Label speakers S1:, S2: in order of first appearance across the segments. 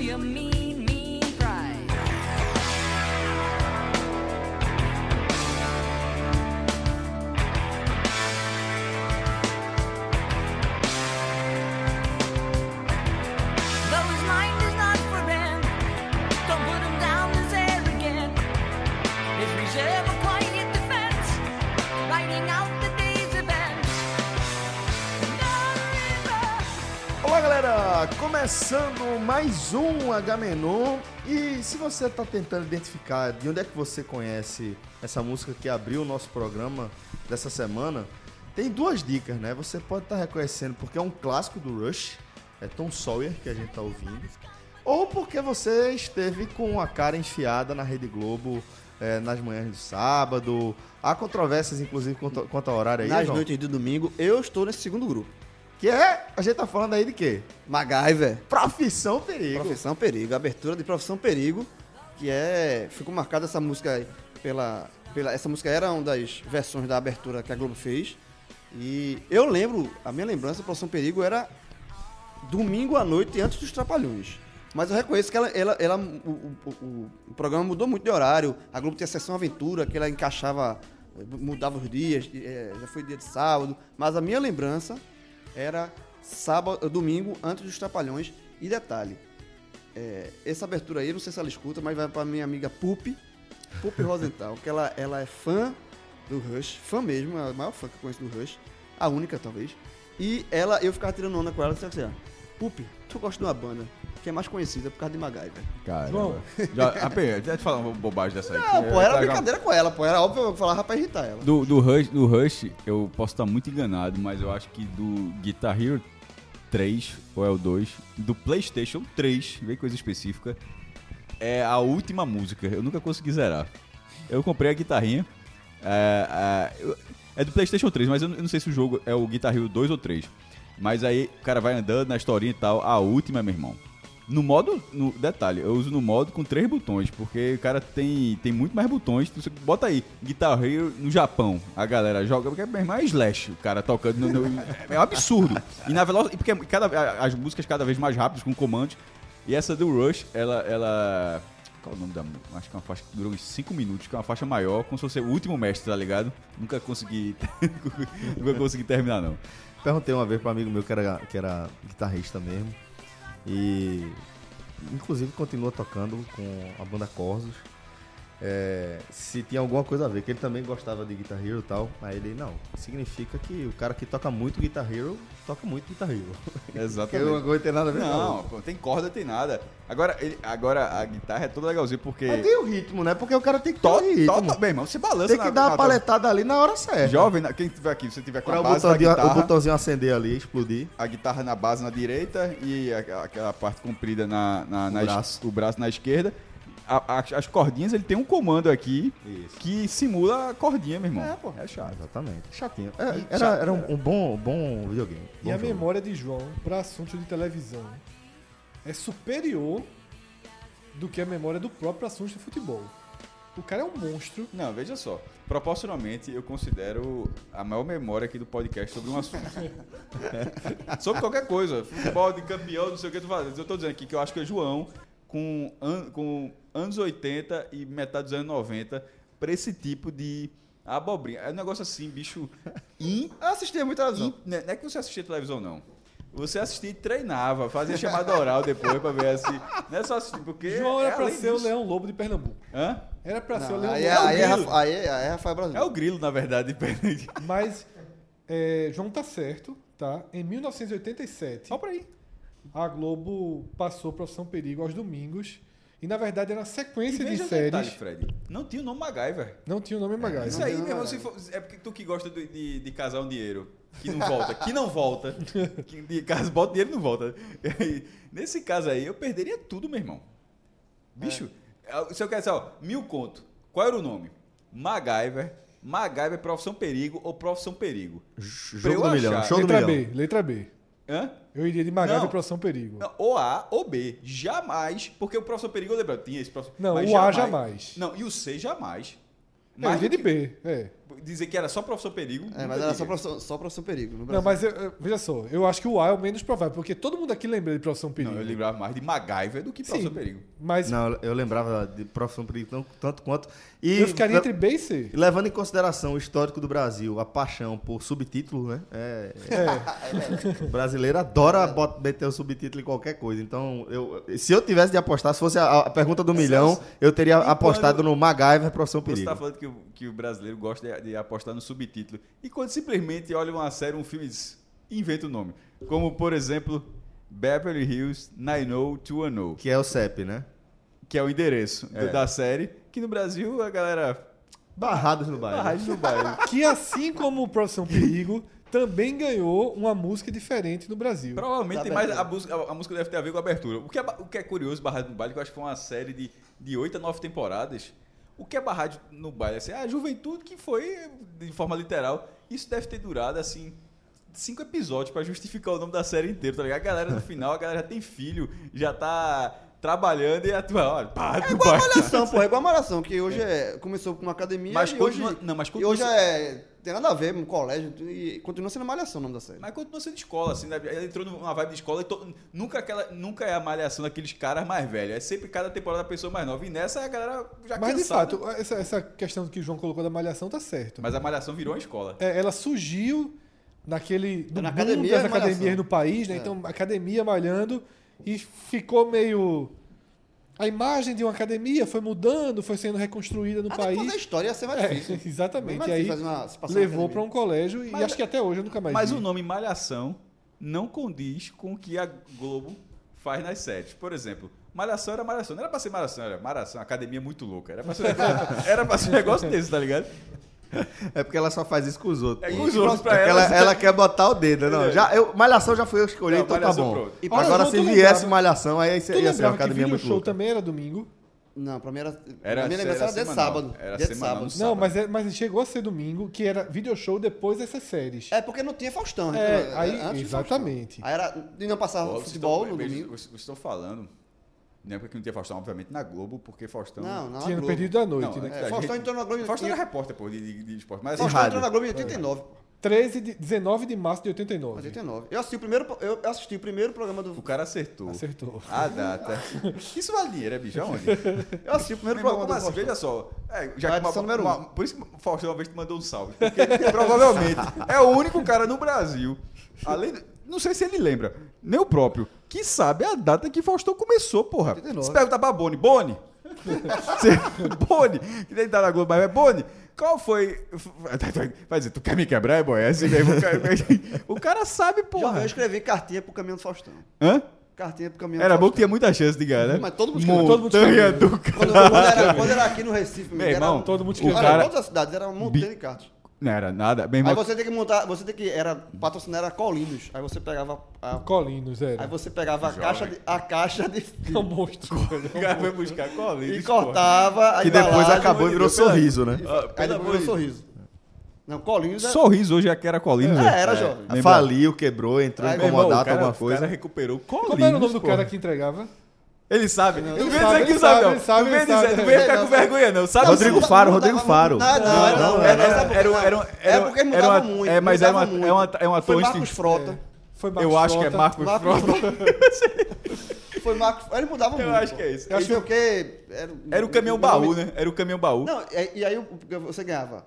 S1: your mean, mean pride. Though his mind is not for rent, don't put him down as arrogant. His reserve a quiet defense, writing out the day's events. No river.
S2: Olá galera, começando mais um Agamenon e se você está tentando identificar de onde é que você conhece essa música que abriu o nosso programa dessa semana, tem duas dicas, né? Você pode estar reconhecendo porque é um clássico do Rush, é Tom Sawyer que a gente tá ouvindo, ou porque você esteve com a cara enfiada na Rede Globo eh, nas manhãs de sábado. Há controvérsias, inclusive, quanto, quanto ao horário aí,
S3: Nas
S2: João?
S3: noites de domingo, eu estou nesse segundo grupo.
S2: Que é, a gente tá falando aí de quê?
S3: MacGyver,
S2: Profissão Perigo.
S3: Profissão Perigo, abertura de Profissão Perigo, que é. Ficou marcada essa música aí pela, pela. Essa música era uma das versões da abertura que a Globo fez. E eu lembro, a minha lembrança, Profissão Perigo era domingo à noite antes dos Trapalhões. Mas eu reconheço que ela, ela- ela- o, o- o- o programa mudou muito de horário. A Globo tinha a sessão aventura, que ela encaixava, eh, mudava os dias, eh, já foi dia de sábado. Mas a minha lembrança era sábado, domingo, antes dos Trapalhões. E detalhe, eh, essa abertura aí, não sei se ela escuta, mas vai pra minha amiga Pupi, Pupi Rosenthal, que ela, ela é fã do Rush, fã mesmo, é a maior fã que eu conheço do Rush, a única talvez. E ela, eu ficava tirando onda com ela, assim, assim, ó, Pupi, tu gosta de uma banda que é mais conhecida por causa de MacGyver.
S4: Cara.
S5: João.
S4: Já, rapaz, deixa eu te falar uma bobagem dessa aí.
S3: Não,
S4: que
S3: Ah, pô, era
S4: tá-
S3: brincadeira com ela, pô, era óbvio que eu falava pra irritar ela.
S4: Do, do, Rush, do Rush, eu posso estar muito enganado, mas eu acho que do Guitar Hero 3, ou é o 2, do PlayStation 3, vem coisa específica, é a última música. Eu nunca consegui zerar. Eu comprei a guitarrinha. É, é, eu- é do PlayStation 3, mas eu não eu não sei se o jogo é o Guitar Hero 2 ou 3. Mas aí o cara vai andando na historinha e tal. A última, meu irmão. No modo, no detalhe, eu uso no modo com três botões, porque o cara tem, tem muito mais botões. Você bota aí, Guitar Hero no Japão, a galera joga, porque é mesmo é slash, o cara tocando no, no- é um absurdo. E na velocidade, porque cada, a- as músicas cada vez mais rápidas com comandos. E essa do Rush, ela ela qual o nome da música? Acho que é uma faixa que durou uns 5 minutos, que é uma faixa maior, como se fosse o último mestre, tá ligado? Nunca consegui nunca consegui terminar não.
S2: Perguntei uma vez para um amigo meu que era, que era guitarrista mesmo. E inclusive continua tocando com a banda Corsos. É, se tinha alguma coisa a ver, que ele também gostava de Guitar Hero e tal. Aí ele, não, significa que o cara que toca muito Guitar Hero, toca muito Guitar Hero. Porque
S4: Exatamente.
S2: eu não tem nada a ver com a
S4: Não,
S2: outra.
S4: pô, tem corda, tem nada. Agora, ele- agora a guitarra é toda legalzinha porque
S2: Mas tem o ritmo, né? Porque o cara tem que ter
S4: to,
S2: o ritmo.
S4: to, to, bem, irmão, você balança
S2: tem
S4: na-
S2: que dar
S4: na-
S2: uma paletada ali na hora certa.
S4: Jovem, na- quem tiver aqui, você tiver com
S2: Pra
S4: a
S2: o
S4: base da
S2: botãozinho, o
S4: guitarra,
S2: botãozinho acender ali, explodir.
S4: a guitarra na base na direita e a- aquela parte comprida na, na, na es-
S2: braço.
S4: o braço na esquerda. A- a- as cordinhas, ele tem um comando aqui
S2: Isso.
S4: que simula a cordinha, meu irmão. É, pô. É chato.
S2: Ah, Exatamente. Chatinho. É,
S4: E
S2: era
S4: chato,
S2: era um, um bom, bom videogame.
S5: E
S2: bom
S5: a
S2: jogo.
S5: memória de João para assunto de televisão é superior do que a memória do próprio assunto de futebol. O cara é um monstro.
S4: Não, veja só. Proporcionalmente, eu considero a maior memória aqui do podcast sobre um assunto. sobre qualquer coisa. Futebol de campeão, não sei o que tu fala. Eu tô dizendo aqui que eu acho que é João, com, an- com anos 80 e metade dos anos 90, pra esse tipo de abobrinha. É um negócio assim, bicho. In,
S3: Eu assistia muito televisão.
S4: in- né- não é que você assistia televisão, não. Você assistia e treinava, fazia chamada oral depois pra ver assim. Não é só assistir, porque.
S5: João era
S4: é
S5: pra
S4: além
S5: ser o
S4: disso.
S5: Leão Lobo de Pernambuco.
S4: Hã?
S5: Era pra ser o
S3: Não,
S5: Leão
S3: aí,
S5: Lobo.
S3: é- aí, é
S5: Não,
S3: Rafa- aí, é- aí é Rafael Brasil.
S4: É o grilo, na verdade, de Pernambuco.
S5: Mas é, João tá certo, tá? Em 1987,
S4: Só pra aí.
S5: a Globo passou Profissão Perigo aos domingos. E na verdade era uma
S4: E
S5: sequência de
S4: veja o
S5: séries.
S4: detalhe, Fred. Não tinha o nome MacGyver.
S5: Não tinha o nome Magalhães.
S4: Isso aí,
S3: tinha
S4: meu
S3: o
S4: irmão,
S3: nome
S4: se for- é porque tu que gosta de, de, de casar um dinheiro. Que não volta, que não volta. Que de casa, bota dinheiro e não volta. E aí, nesse caso aí, eu perderia tudo, meu irmão. Bicho, ah,
S5: É.
S4: se eu quero dizer, ó, mil conto. Qual era o nome? MacGyver, MacGyver, Profissão Perigo ou Profissão Perigo? Pra eu
S2: Jogo do milhão,
S4: achar-
S2: show do
S5: letra
S2: milhão.
S5: B, letra B.
S4: Hã?
S5: Eu iria de Magalhães
S4: Não.
S5: para São Perigo.
S4: Não, ou A ou B. Jamais. Porque o Profissão Perigo, eu lembro, tinha esse Profissão
S5: Não,
S4: mas
S5: o A jamais.
S4: Não, e o C jamais.
S5: eu
S4: Mais
S5: iria
S4: do
S5: de B, é.
S4: que- dizer que era só Professor Perigo.
S3: É, mas era só profissão, só profissão perigo. No Brasil.
S5: Não, mas eu- eu- veja só, eu acho que o A é o menos provável, porque todo mundo aqui lembra de Profissão Perigo.
S4: Não, eu lembrava mais de MacGyver do que Professor
S5: Sim.
S4: Perigo.
S5: Mas
S2: Não, eu lembrava de Profissão Perigo tão- tanto quanto. E
S5: eu ficaria
S2: le-
S5: entre B e C.
S2: Levando em consideração o histórico do Brasil, a paixão por subtítulo, né? É,
S5: É,
S2: o brasileiro adora bot- meter o subtítulo em qualquer coisa. Então, eu, se eu tivesse de apostar, se fosse a, a pergunta do milhão, eu teria apostado no MacGyver Profissão
S4: Você
S2: Perigo.
S4: está falando que o, que o brasileiro gosta de, de apostar no subtítulo. E quando simplesmente olha uma série, um filme e diz, inventa o nome. Como, por exemplo, Beverly Hills 90210,
S2: Que é o CEP, né?
S4: que é o endereço do-
S2: É.
S4: da série, que no Brasil a galera...
S2: Barrados no bairro.
S4: Barragem no bairro.
S5: que assim como o Profissão Perigo, também ganhou uma música diferente no Brasil.
S4: Provavelmente
S3: Da
S4: tem mais. A,
S3: abertura.
S4: música- a- a música deve ter a ver com a abertura. O que é, ba- o que é curioso, Barrado no Baile, que eu acho que foi uma série de, de 8 a 9 temporadas. O que é Barrado no Baile? Assim, a juventude que foi, de forma literal, isso deve ter durado, assim, cinco episódios pra justificar o nome da série inteira, tá ligado? A galera no final, a galera já tem filho, já tá trabalhando e atua. Olha, Barrado no
S3: Igual a
S4: Baile.
S3: malhação, pô, é igual a malhação, que hoje é, começou com uma academia
S4: Mas
S3: e hoje,
S4: continua- não, mas
S3: e
S4: continua
S3: hoje
S4: sendo-
S3: é, tem nada a ver, um colégio, e continua sendo malhação o nome da série.
S4: Mas continua sendo escola, assim, né? Ela entrou numa vibe de escola e to- nunca, aquela, nunca é a malhação daqueles caras mais velhos. É sempre cada temporada a pessoa mais nova. E nessa a galera já
S5: Mas de
S4: cansada.
S5: fato, essa, essa questão que o João colocou da malhação tá certo.
S4: Mas a malhação virou uma escola.
S5: É, ela surgiu naquele do
S3: Na
S5: boom
S3: academia,
S5: das
S3: malhação.
S5: academias no país,
S3: É.
S5: né? Então, academia malhando e ficou meio a imagem de uma academia foi mudando, foi sendo reconstruída no
S3: Até é fazer
S5: país.
S3: história ia ser mais difícil.
S5: É, exatamente.
S3: Mas
S5: E aí
S3: fazer uma- se passar na
S5: levou
S3: Tá academia.
S5: para um colégio e
S4: Mas-
S5: acho que até hoje eu nunca mais
S4: Mas
S5: vi.
S4: o nome malhação não condiz com o que a Globo faz nas séries. Por exemplo, malhação era malhação. Não era pra ser malhação, era malhação, academia muito louca. Era pra ser, era pra ser um negócio desse, tá ligado?
S2: É porque ela só faz isso com os outros.
S4: É
S2: pô.
S4: com os outros,
S2: É
S4: pra
S2: porque ela,
S4: ela-
S2: ela quer botar o dedo, não.
S4: É.
S2: Já, eu, malhação já foi eu que escolhi,
S4: Não,
S2: então tá
S4: Malhação,
S2: bom.
S4: pronto.
S3: E
S5: Olha,
S2: Agora,
S5: João,
S2: se
S5: tu
S2: viesse
S5: lembrava-
S2: malhação, aí
S5: Tu
S2: ia ia ser uma
S5: lembrava que
S2: academia é
S5: Video
S2: muito
S5: Show
S2: louca.
S5: também era domingo?
S3: Não, pra mim era.
S4: Era-
S3: Era, minha lembrança
S4: era
S3: era, de
S4: semanal.
S3: sábado.
S4: Era
S3: dia de
S4: semanal,
S3: sábado.
S4: não
S5: Não,
S4: Sábado.
S5: mas, é- mas chegou a ser domingo, que era video show depois dessas séries.
S3: É porque não tinha Faustão. né?
S5: É,
S3: Era
S5: aí-
S3: antes do
S5: exatamente.
S3: Faustão. Aí era. E não passava
S4: Ó,
S3: futebol
S4: estão-
S3: no
S4: vocês-
S3: domingo.
S4: Vocês estão falando, na época que não tinha Faustão, obviamente, na Globo, porque Faustão...
S3: Não, não.
S5: Tinha
S3: na
S5: no
S3: Globo.
S5: período da noite,
S4: Não,
S5: né?
S4: é-
S3: É, Faustão entrou na Globo em
S4: Faustão era
S3: 89.
S4: repórter, pô, de, de, de esporte. Mas, assim,
S3: Faustão
S2: rádio.
S3: entrou na Globo em 89. pô.
S5: 13 de 19 de março de 89.
S3: 89. Eu assisti o primeiro, eu assisti o primeiro programa do.
S4: O cara acertou.
S5: Acertou.
S4: A data. Isso vale dinheiro, é bicho? Aonde?
S3: Eu assisti o primeiro
S4: Meu
S3: programa
S4: irmão, como
S3: do
S4: assim?
S3: Faustão.
S4: Veja só. É, já
S3: Vai,
S4: que uma-
S3: edição número
S4: uma-
S3: um.
S4: Por isso que o Faustão uma vez te mandou um salve. Porque provavelmente é o único cara no Brasil, além. de- Não sei se ele lembra, nem o próprio, que sabe a data que Faustão começou, porra.
S3: 89.
S4: Se pergunta pra Boni, Boni! Você- Boni, que nem tá na Globo, mas é Boni. Qual foi. Vai dizer, tu quer me quebrar, é boy? É assim mesmo. o cara- O cara sabe,
S3: Já, eu
S4: porra.
S3: escrevi cartinha pro caminho do Faustão.
S4: Hã?
S3: Cartinha pro caminho
S4: Era
S3: do
S4: bom
S3: Faustão.
S4: que tinha muita chance de ganhar, né?
S3: Mas todo mundo escreveu, todo mundo
S4: Montanha do
S3: Quando, quando era, quando era aqui no Recife,
S4: Meu irmão,
S3: era,
S5: todo mundo
S4: o
S5: escreveu.
S3: Olha,
S4: cara.
S3: todas as cidades era um montanha de cartas.
S4: Não era nada. Meu
S3: Aí
S4: irmão,
S3: você tem que montar, você tem que era patrocinar era Colinos. Aí você pegava a,
S5: Colinos, era.
S3: aí você pegava a caixa de, a caixa de
S5: É um monstro. velho.
S4: o cara foi buscar colírio.
S3: e cortava
S2: Que depois acabou e virou
S4: Pelo amor de Deus,
S2: sorriso, né?
S3: Aí
S4: Ah, pelo amor
S3: depois
S4: de
S3: um sorriso. Não, Colinos era,
S4: Sorriso hoje é que era colírio.
S3: É, era jovem.
S4: Lembra?
S2: Faliu, quebrou, entrou
S3: Aí, meu irmão,
S2: incomodado,
S4: cara,
S2: alguma
S4: O
S2: coisa.
S4: cara recuperou colírio.
S5: Como era o nome do cara que entregava?
S4: Ele sabe. Não vem
S5: sabe,
S4: dizer que
S5: ele
S4: sabe,
S5: sabe,
S4: não.
S5: ele
S4: Não
S5: sabe,
S4: vem
S5: ele sabe.
S4: dizer, não vem ficar com vergonha, não. Sabe assim?
S2: Rodrigo
S4: sim.
S2: Faro,
S3: Não,
S2: Rodrigo
S3: mudava
S2: Faro.
S3: muito. Não, não, era-
S2: Não,
S3: não,
S2: era-
S3: era-
S4: Era, um- era, um-
S3: É porque
S4: era
S3: mudava
S4: uma-
S3: muito.
S4: É, mas é uma,
S3: mudava
S4: é uma,
S3: muito.
S4: é uma
S3: Foi
S4: torre-
S3: Marcos Frota.
S5: Foi Marcos
S4: Eu acho que é
S5: Frota.
S4: Marcos
S3: Marcos
S4: Frota.
S3: Foi Marcos, ele mudava muito.
S4: Eu acho
S3: pô.
S4: que é isso.
S3: Eu acho que é o quê? Era, um
S4: Era o caminhão baú, né? Era o caminhão baú.
S3: Não, é, e, e aí o- você ganhava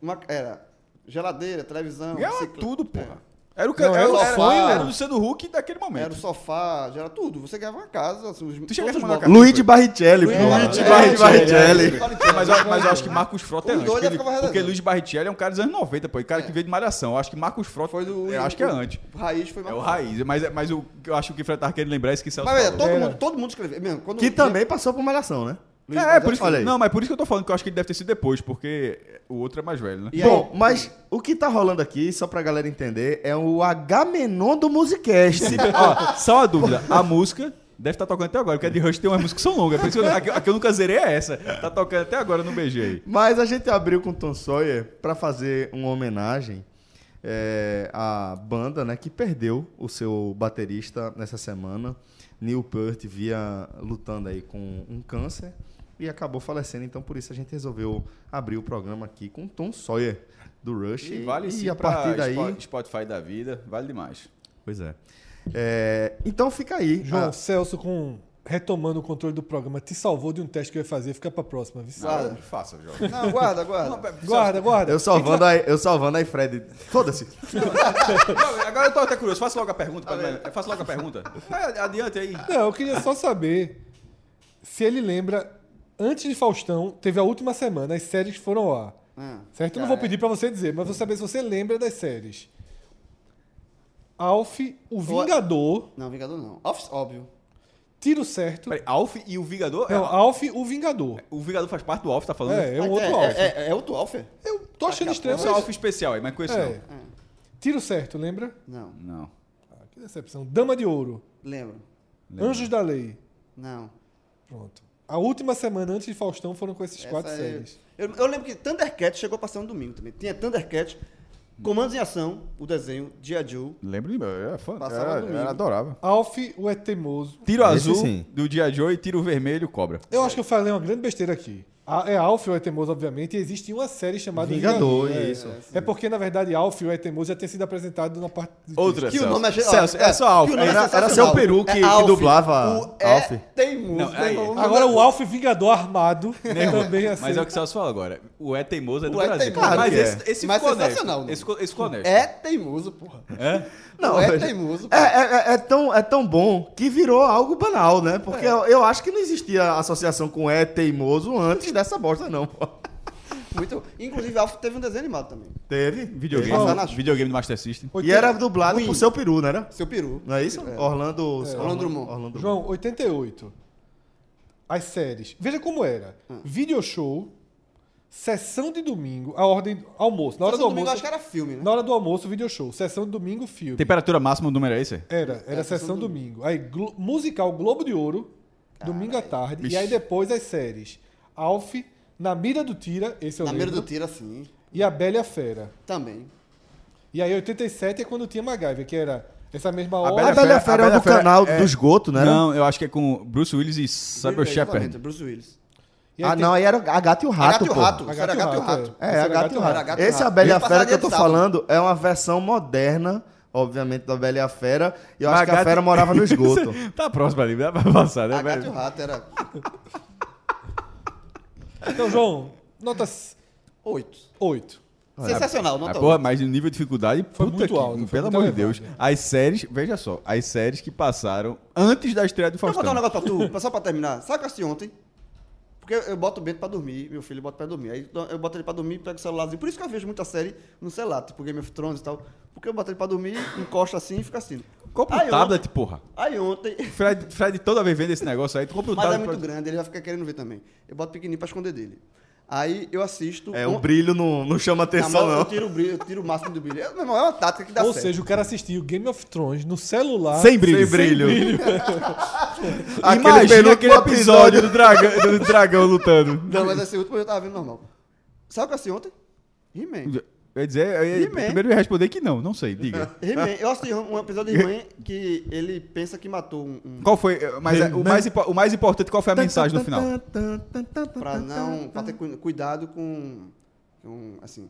S3: uma- era geladeira, televisão,
S4: Ganhava
S3: bicicleta.
S4: tudo, porra. Era o
S5: Não,
S4: caminhão.
S5: era o
S4: Era
S5: sonho,
S4: era
S5: né?
S4: o Luciano Huck daquele momento.
S3: é. Era o sofá, já era tudo. Você ganhava uma casa. Assim, os,
S4: Tu chegasse
S3: todos
S4: a
S3: os
S4: mandar
S3: móveis.
S2: Luigi Barrichelli, pô.
S3: Luigi
S2: Luigi Barrichelli.
S4: É, mas, eu, mas eu acho que Marcos Frota é
S3: Os
S4: antes.
S3: dois
S4: Porque,
S3: já ficavam
S4: ele- porque
S3: revezando.
S4: Luiz Barrichelli é um cara dos anos 90, pô. E cara que veio de malhação. Eu acho que Marcos Frota
S3: Foi do.
S4: Eu acho que é antes.
S3: O Raiz foi
S4: É o
S3: Marcos
S4: raiz. Mas, é- mas o, eu acho que o que o Fred tava querendo lembrar é esse que Celso
S3: Mas veja,
S4: falou.
S3: todo
S5: Era.
S3: mundo, todo mundo escreveu. Mesmo, quando
S2: Que também passou por malhação, né?
S3: Luiz
S4: é, é,
S3: Barrichelli.
S4: por isso
S2: Olha
S4: que,
S2: aí.
S4: não, mas por isso que eu tô falando que eu acho que ele deve ter sido depois, porque o outro é mais velho, né?
S3: E aí?
S2: Bom, mas o que tá rolando aqui, só pra galera entender, é o H-Menon do Musicast.
S4: Ó, só uma dúvida. A música deve estar tocando até agora, porque a de Rush tem umas músicas que são longas. é Por isso que eu, a, que- a que eu nunca zerei é essa. Tá tocando até agora no BG aí.
S2: Mas a gente abriu com Tom Sawyer pra fazer uma homenagem é, à banda né, que perdeu o seu baterista nessa semana. Neil Peart via lutando aí com um câncer e acabou falecendo. Então, por isso, a gente resolveu abrir o programa aqui com Tom Sawyer do Rush.
S4: E vale sim
S2: a
S4: pra
S2: partir daí.
S4: Spo- Spotify da vida, vale demais.
S2: Pois é. É, Então, fica aí.
S5: João
S2: Ah,
S5: Celso, com, retomando o controle do programa, te salvou de um teste que eu ia fazer. Fica pra próxima. Viu?
S4: Nada, Ah, faça, Jorge.
S3: Não, guarda, guarda.
S5: Guarda, guarda.
S2: eu salvando aí, eu salvando aí, Fred. Foda-se.
S4: Não, agora eu tô até curioso. Faça logo a pergunta. Pra... Faça logo a pergunta. Vai, É, Adiante aí.
S5: Não, eu queria só saber se ele lembra, antes de Faustão, teve a última semana, as séries que foram ao ar.
S3: Ah,
S5: Certo? Eu não vou pedir pra você dizer, mas vou saber se você lembra das séries. Alf, o Vingador,
S3: Não, Vingador não. Office, óbvio.
S5: Tiro Certo.
S4: Peraí, Alf e o Vingador? É,
S5: Não, Alf, o Vingador.
S4: O Vingador faz parte do Alf, tá falando?
S5: É, é
S3: Mas
S5: um outro
S3: é,
S5: Alf.
S3: É, é, é outro Alf?
S5: Eu tô achando estranho,
S4: Só Alf
S5: mas...
S4: especial aí, mas com esse
S5: É. Tiro Certo, lembra?
S3: Não.
S4: não. Não.
S5: Ah, que decepção. Dama de Ouro,
S3: Lembro.
S5: Anjos da Lei.
S3: Não.
S5: Pronto. A última semana antes de Faustão foram com esses quatro
S3: Essa é-
S5: séries.
S3: Eu, eu lembro que Thundercat chegou a passar no domingo também. Tinha Thundercat, Comandos em Ação, o desenho, Dia Joe.
S4: Lembro de eu era fã.
S3: Passava
S4: era-
S3: domingo.
S4: era- adorava.
S5: Alf, o É Teimoso.
S4: Tiro
S2: Esse
S4: azul
S2: sim.
S4: do Dia Joe e tiro vermelho cobra.
S5: Eu acho que eu falei uma grande besteira aqui. A- É Alf o É Teimoso, obviamente, e existe uma série chamada
S2: Vingador,
S5: é.
S2: isso.
S5: É porque, na verdade, Alf o É Teimoso já tinha sido apresentado na parte... do
S4: Outra,
S3: Que o
S4: Celso.
S3: nome é-
S4: Celso,
S3: olha,
S4: é só Alf.
S3: que o nome é
S2: Era- era
S3: sensacional. É
S2: seu peru que- que
S3: Alf.
S2: dublava
S3: o é
S2: Alf.
S3: Teimoso.
S4: Não, aí.
S3: né? O-
S5: Agora, o Alf Vingador Armado também é
S4: Mas
S5: assim.
S4: é o que o Celso fala agora. O é teimoso é do
S3: O É
S4: Brasil.
S3: Teimoso.
S4: mas
S2: Claro
S4: esse,
S2: que
S4: esse
S3: Mas
S4: ficou honesto.
S3: sensacional, né?
S4: Esse ficou, esse ficou honesto.
S3: É teimoso, porra.
S4: É?
S3: Não, é
S2: mas-
S3: teimoso,
S2: É,
S3: porra.
S2: é- é- é tão, é tão bom que virou algo banal, né? Porque
S3: É.
S2: eu, eu acho que não existia associação com é teimoso antes dessa bosta, não. pô.
S3: Muito... Inclusive, Alf teve um desenho animado também.
S2: Teve.
S4: Videogame,
S3: Passar na-
S4: videogame do Master System.
S2: E era dublado por seu peru, não era?
S3: Seu peru.
S2: Não é isso? Orlando.
S3: Orlando Drummond.
S2: Orlando Drummond.
S5: João, 88. As séries. Veja como era. Video show, sessão de domingo, a ordem almoço. Na hora
S3: Só
S5: do
S3: domingo
S5: almoço,
S3: eu acho que era filme, né?
S5: na hora do almoço, video show. Sessão de domingo, filme.
S4: Temperatura máxima, o número é esse?
S5: Era, era sessão domingo. Aí, Glo- musical Globo de Ouro, domingo à tarde. E aí depois as séries. Alf, Na Mira do Tira, esse eu
S3: Na mira
S5: lembro.
S3: do tiro, assim.
S5: E A Bela e a Fera.
S3: Também.
S5: E aí 87 é quando tinha MacGyver, que era essa mesma hora.
S2: A Bela Fera
S4: a
S2: era do
S4: Fera
S2: canal
S4: é-
S2: do esgoto, não era?
S4: Não, eu acho que é com Bruce Willis e Cyber
S3: Bruce Willis,
S4: Shepard.
S3: exatamente, Bruce Willis.
S5: E aí
S2: Ah,
S5: tem-
S2: não, aí era a gata e o rato.
S3: Gato e o
S2: pô.
S3: Rato.
S5: A
S3: Isso
S5: Gata
S3: era
S5: e o
S3: Gato e o
S5: Rato,
S3: Rato.
S2: É, é a gata e o
S3: Era
S2: rato.
S3: Gato e o
S2: Esse
S3: Rato.
S2: A Bela e a
S3: Ele
S2: Fera que eu tô
S3: passaria de
S2: falando é uma versão moderna, obviamente, da Bela e a Fera. E eu
S4: Mas
S2: acho que a
S4: gato-
S2: fera morava no esgoto.
S4: tá próximo ali, dá pra passar, né?
S3: A Gato e
S4: velho?
S3: o Rato era
S5: Então, João, notas
S3: oito.
S5: 8.
S3: Sensacional,
S4: Ah,
S3: nota
S4: porra,
S3: oito.
S4: mas o nível de dificuldade,
S5: Foi
S4: puta
S5: muito
S4: que-
S5: alto, foi
S4: pelo
S5: muito
S4: amor de
S5: elevado,
S4: Deus.
S5: né?
S4: As séries, veja só, as séries que passaram antes da estreia do
S3: Deixa eu
S4: Faustão.
S3: contar um negócio pra tu, pra- só pra terminar. Sabe o que eu assisti ontem? Porque eu- eu boto o Bento pra dormir, meu filho bota pra dormir. Aí então, eu eu boto ele pra dormir, pego o celularzinho. Por isso que eu vejo muita série no celular, tipo Game of Thrones e tal. Porque eu boto ele pra dormir, encosto assim e fica assim.
S4: Compra um
S3: Aí
S4: tablet, porra.
S3: Ontem, aí ontem,
S4: Fred, Fred toda vez vendo esse negócio aí, tu compra um
S3: mas é
S4: tablet.
S3: muito
S4: pra-
S3: grande, ele vai ficar querendo ver também. Eu boto pequenininho pra esconder dele. Aí eu assisto.
S2: É,
S3: um-
S2: o brilho não, não chama
S3: na mão,
S2: atenção, não.
S3: Eu tiro o brilho, eu tiro o máximo do brilho. É, meu irmão, é uma tática que dá
S5: Ou
S3: certo.
S5: seja, o cara assistiu Game of Thrones no celular.
S4: Sem brilho.
S2: Sem brilho.
S4: Imagina
S2: penúltimo
S4: aquele episódio do dragão, do dragão lutando.
S3: Não, mas esse último eu tava vendo normal. Sabe o que eu assisti ontem? He-Man.
S4: Eu ia dizer, eu ia-
S3: He-Man.
S4: primeiro eu ia responder que não, não sei, diga.
S3: He-Man. Eu assisti um episódio de He-Man que ele pensa que matou um, um
S4: Qual foi, mas é, o, mais, impo- o mais importante, qual foi a mensagem no final?
S3: pra não pra ter cu- cuidado com, com assim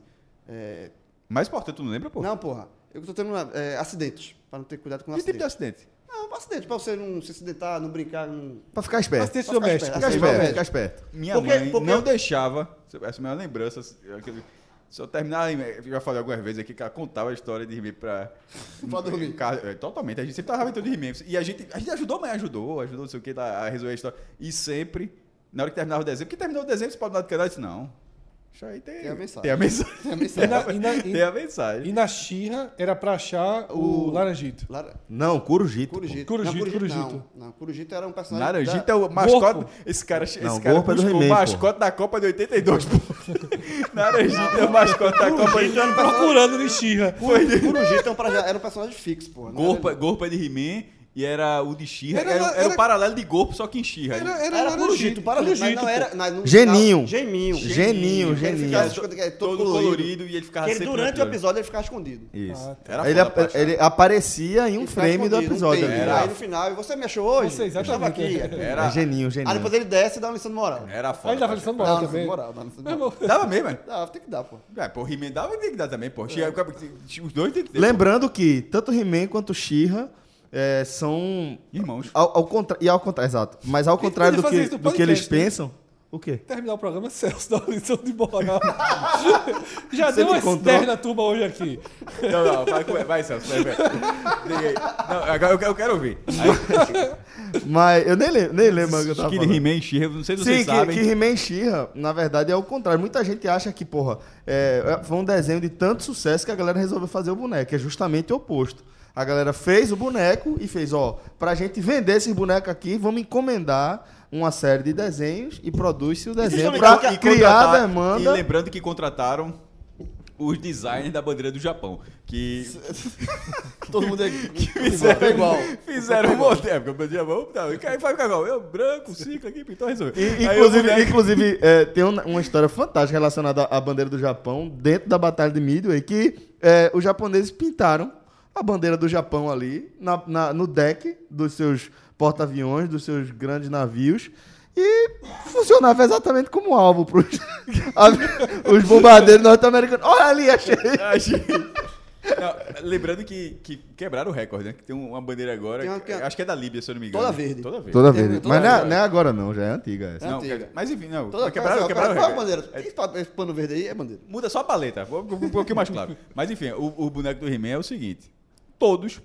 S3: é,
S4: Mais importante, tu não lembra, pô?
S3: não porra eu tô tendo é, acidentes pra não ter cuidado com
S4: Que tipo de
S3: acidentes
S4: acidente?
S3: não um acidente pra você não se acidentar não brincar não
S2: Pra ficar esperto.
S5: Assistente
S3: Pra ficar
S5: doméstico.
S3: esperto.
S2: Fica esperto,
S3: Assistente doméstico.
S2: fica esperto.
S4: Minha
S3: Porque-
S4: mãe
S3: porque
S4: não
S3: eu-
S4: deixava. Essa é a minha lembrança. assim, aquele- Se eu terminar, eu já falei algumas vezes aqui que ela contava a história de He-Man pra.
S3: Pra dormir.
S4: Ca- é, Totalmente. A gente sempre tava aventando de He-Man. E a gente, a gente ajudou, mas ajudou, ajudou, não sei o que, tá, a a resolver a história. E sempre, na hora que terminava o desenho, porque terminou o desenho, você pode dar do canal e disse, não. Isso aí tem,
S3: Tem a mensagem.
S4: Tem a mensagem.
S3: é
S5: E
S3: mensagem.
S5: na, e na- e-
S4: Tem a mensagem.
S5: e na Xirra era pra achar o,
S3: O-
S5: Laranjito.
S3: Lara,
S2: Não, Curujito. pô.
S3: Curujito.
S5: Curujito,
S3: não,
S5: Curujito.
S3: Não, não, Curujito era um personagem.
S4: Naranjito
S3: da-
S4: é o mascote.
S5: Gorpo.
S4: Esse
S2: Não,
S4: cara, esse cara
S2: Gorpo é do
S4: buscou o
S2: He-Man, pô.
S4: mascote da Copa de 82, pô. Naranjito é o mascote da Copa de
S5: Procurando no Xirra.
S3: Curu- Curujito é um proje- era um personagem fixo, porra. não era-
S4: Gorpa, Gorpa de He-Man E era o de Xirra. Era,
S5: Era-
S4: era,
S5: era-
S4: o paralelo de Golpo, só que em Xirra.
S5: Era, era,
S3: Era puro
S5: laranjito,
S3: jito, para
S5: puro
S3: mas
S5: jito,
S3: não
S5: pô.
S3: era. na- no-
S2: Geninho.
S3: na- Geninho.
S2: Geninho,
S3: Ele
S2: geninho.
S3: ficava escondido, que é
S4: todo colorido. e ele ficava
S3: Que ele,
S4: sempre
S3: durante o
S4: na tela.
S3: episódio ele ficava escondido.
S4: Isso.
S5: Ah, tá.
S4: Era
S2: Ele,
S4: foda,
S2: ap-
S4: Paixão.
S2: ele aparecia em um
S3: Ele ficava
S2: frame do
S3: escondido, um
S2: episódio.
S3: take.
S2: ali.
S4: Era.
S3: Aí no final, você me achou hoje?
S5: Você, é
S3: eu estava aqui.
S5: exatamente.
S4: Era,
S2: É geninho, geninho.
S3: Aí Ah, depois ele desce e dá uma lição de moral.
S4: era
S5: Aí ele
S4: foda.
S5: tava
S4: Paixão.
S5: lição
S3: Dá
S5: moral
S3: uma lição de
S5: também.
S3: moral, dá uma lição de
S5: Meu
S3: moral.
S5: irmão,
S4: Dava mesmo, é.
S3: Dá, tem que dar, pô.
S4: É, pô, He-Man dava e tem que dar também, pô. Xirra,
S5: É.
S4: Os dois tem que ter.
S2: Lembrando que tanto He-Man quanto She-Ra é, são.
S4: Irmãos.
S2: Ao, ao contra- E ao contrário. Exato. Mas ao contrário do
S5: fazer
S2: que,
S5: isso no
S2: do que eles
S5: podcast, né?
S2: pensam. O quê?
S5: terminar o programa, Celso dá uma lição de moral. Já deu
S2: me
S5: umas
S2: contou?
S5: 10 na turma hoje aqui.
S4: Não, não, vai, vai, vai Celso, vai, vai. Diga aí. Não, agora eu quero, eu quero ouvir.
S2: Mas eu nem, lem- nem lembro o que eu tava
S4: Aí,
S2: falando.
S4: que He-Man, Xirra, não sei se
S2: Sim,
S4: vocês
S2: que,
S4: sabem.
S2: que He-Man e She-Ra, na verdade, é o contrário. Muita gente acha que, porra, é, é- foi um desenho de tanto sucesso que a galera resolveu fazer o boneco. É justamente o oposto. A galera fez o boneco e fez, ó, pra gente vender esses bonecos aqui, vamos encomendar uma série de desenhos e produz-se o desenho
S3: justamente
S2: pra
S3: porque-
S4: E
S2: criar a
S4: contratar- tá E
S2: demanda.
S4: lembrando que contrataram os designers da bandeira do Japão. Que
S3: Todo mundo aqui.
S4: fizeram
S3: igual.
S4: Fizeram um modelo. É, porque o bandeira do Japão. Tá, e aí faz o cagão. Eu, branco, ciclo aqui, pintou, resolveu.
S2: E,
S4: Aí o
S2: inclusive,
S4: boneco-
S2: inclusive é, tem uma, uma história fantástica relacionada à bandeira do Japão, dentro da Batalha de Midway, que é, os japoneses pintaram a bandeira do Japão ali, na- na- no deck dos seus porta-aviões, dos seus grandes navios, e funcionava exatamente como um alvo para os bombardeiros norte-americanos. Olha ali, achei!
S4: Achei. Não, lembrando que, que quebraram o recorde, né? Que tem uma bandeira agora.
S3: Tem uma- tem uma-
S4: Acho que é da Líbia, se eu não me engano.
S3: Toda verde.
S4: Toda verde.
S2: Toda
S3: vez.
S2: vez.
S3: Toda
S2: Mas não é,
S3: vez.
S2: não é agora não, já é antiga essa.
S3: É
S4: Não,
S3: antiga.
S4: quer- mas enfim, não.
S3: Toda é
S4: quebraram, quebraram o
S3: Qual a
S4: recorde.
S3: bandeira? Tem esse pano verde aí? É bandeira.
S4: Muda só a paleta, vou- vou- vou um pouquinho mais claro. Mas enfim, o, o boneco do He-Man é o seguinte: todos,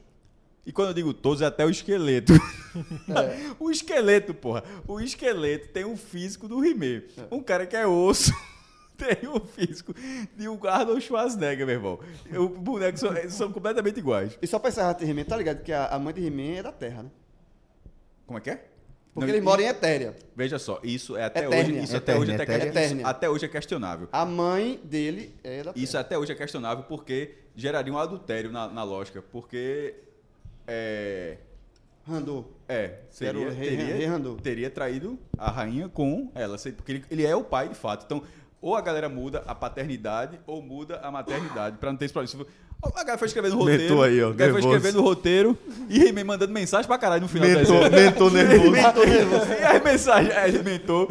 S4: e quando eu digo todos, é até o esqueleto.
S3: É.
S4: o esqueleto, porra. O esqueleto tem o físico do He-Man. Um cara que é osso. Tem o físico de um Arnold Schwarzenegger, meu irmão. O boneco são, são completamente iguais.
S3: E só pra encerrar de He-Man, tá ligado? Que a, a mãe de He-Man é da Terra, né?
S4: Como é que é?
S3: Porque
S4: Não,
S3: eles
S4: e-
S3: moram em Etéria.
S4: Veja só, isso é até
S3: Eternia.
S4: hoje. Isso até hoje é
S2: Eternia,
S4: até-
S3: Eternia.
S4: isso até hoje é questionável.
S3: A mãe dele é da Terra.
S4: Isso até hoje é questionável porque geraria um adultério na, na lógica, porque é,
S3: Randô.
S4: é
S3: Era
S4: seria,
S3: o rei-
S4: teria,
S3: rei Randu.
S4: teria traído a rainha com ela, se- porque ele, ele é o pai de fato. Então, ou a galera muda a paternidade ou muda a maternidade, pra não ter esse problema. Se for- A galera foi escrevendo o roteiro,
S2: Mentou aí, ó,
S4: a galera foi
S2: nervoso.
S4: escrevendo o roteiro e me mandando mensagem pra caralho no final da
S2: Mentor,
S4: série.
S2: mentor nervoso.
S4: E as mensagens, aí é, ele mentou.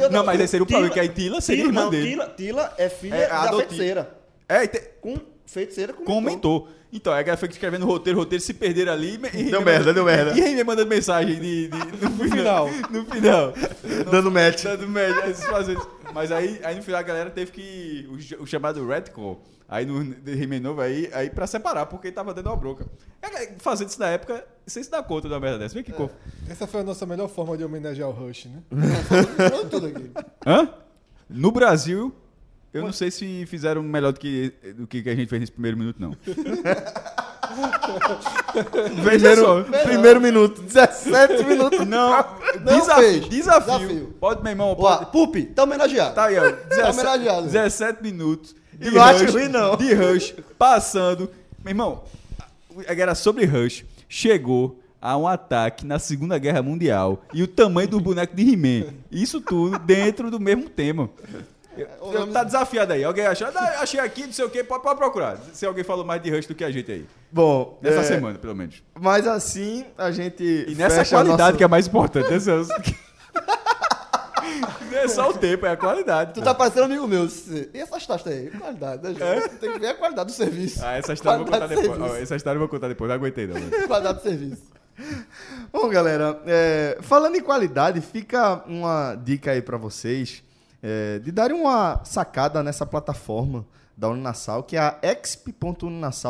S3: eu-
S4: Não, mas aí seria o problema,
S3: Tila-
S4: que aí Tila seria
S3: Tila,
S4: irmã
S3: não,
S4: dele.
S3: Tila, Tila é filha
S4: É,
S3: da
S4: adotiva.
S3: feiticeira.
S4: É, e te-
S3: Com feiticeira com
S4: com o
S3: mentor.
S4: mentor. Então, aí a galera foi escrevendo o roteiro, o roteiro se perderam ali. E
S2: Deu merda, deu merda.
S4: E aí me mandando mensagem de, de- no final.
S5: final.
S4: No final. Tá
S2: Dando match.
S4: Dando merda, aí se fazendo isso. Mas aí, aí no final a galera teve que. O, j- o chamado Redcall. Aí no de He-Man novo, aí, aí pra separar, porque tava dando uma bronca. É, galera, Fazendo isso na época, sem se dar conta de uma merda dessa. Vem que
S2: É.
S4: co-
S5: Essa foi a nossa melhor forma de homenagear o Rush, né?
S3: Falou tudo aqui.
S4: Hã? No Brasil, eu não sei se fizeram melhor do que, do que a gente fez nesse primeiro minuto, não. Veja só.
S2: Primeiro, primeiro minuto, 17 minutos.
S4: Não,
S3: Não
S4: desafio,
S3: fez.
S4: desafio.
S3: Desafio.
S4: Pode, meu irmão,
S3: Ó,
S4: pode.
S3: Pupi, tá homenageado.
S4: Tá aí, ó.
S3: homenageado.
S4: 17, 17 minutos. De
S2: não acho ruim, não.
S4: De rush, passando. Meu irmão, a- era sobre rush. Chegou a um ataque na Segunda Guerra Mundial e o tamanho do boneco de He-Man. Isso tudo dentro do mesmo tema. Eu- eu- tá desafiado aí. Alguém achou? "Ah, Achei aqui, não sei o quê. Pode, pode procurar. Se alguém falou mais de rush do que a gente aí.
S2: Bom,
S4: Nessa
S2: é,
S4: semana, pelo menos.
S2: Mas assim a gente.
S4: E nessa qualidade que é mais importante. né, Celso? Não é só o tempo, é a qualidade.
S3: Tu
S4: pô.
S3: tá parecendo amigo meu. Cê. E essas taxas aí? Qualidade, né, gente? Tem que ver a qualidade do serviço.
S4: Ah, essa história eu vou contar
S3: Qualidade de
S4: depois. Ó,
S3: serviço.
S4: Essa história eu vou contar depois, não aguentei não. mano.
S3: Qualidade do serviço.
S2: Bom, galera, é, falando em qualidade, fica uma dica aí pra vocês é, de darem uma sacada nessa plataforma da Uninasal, que é a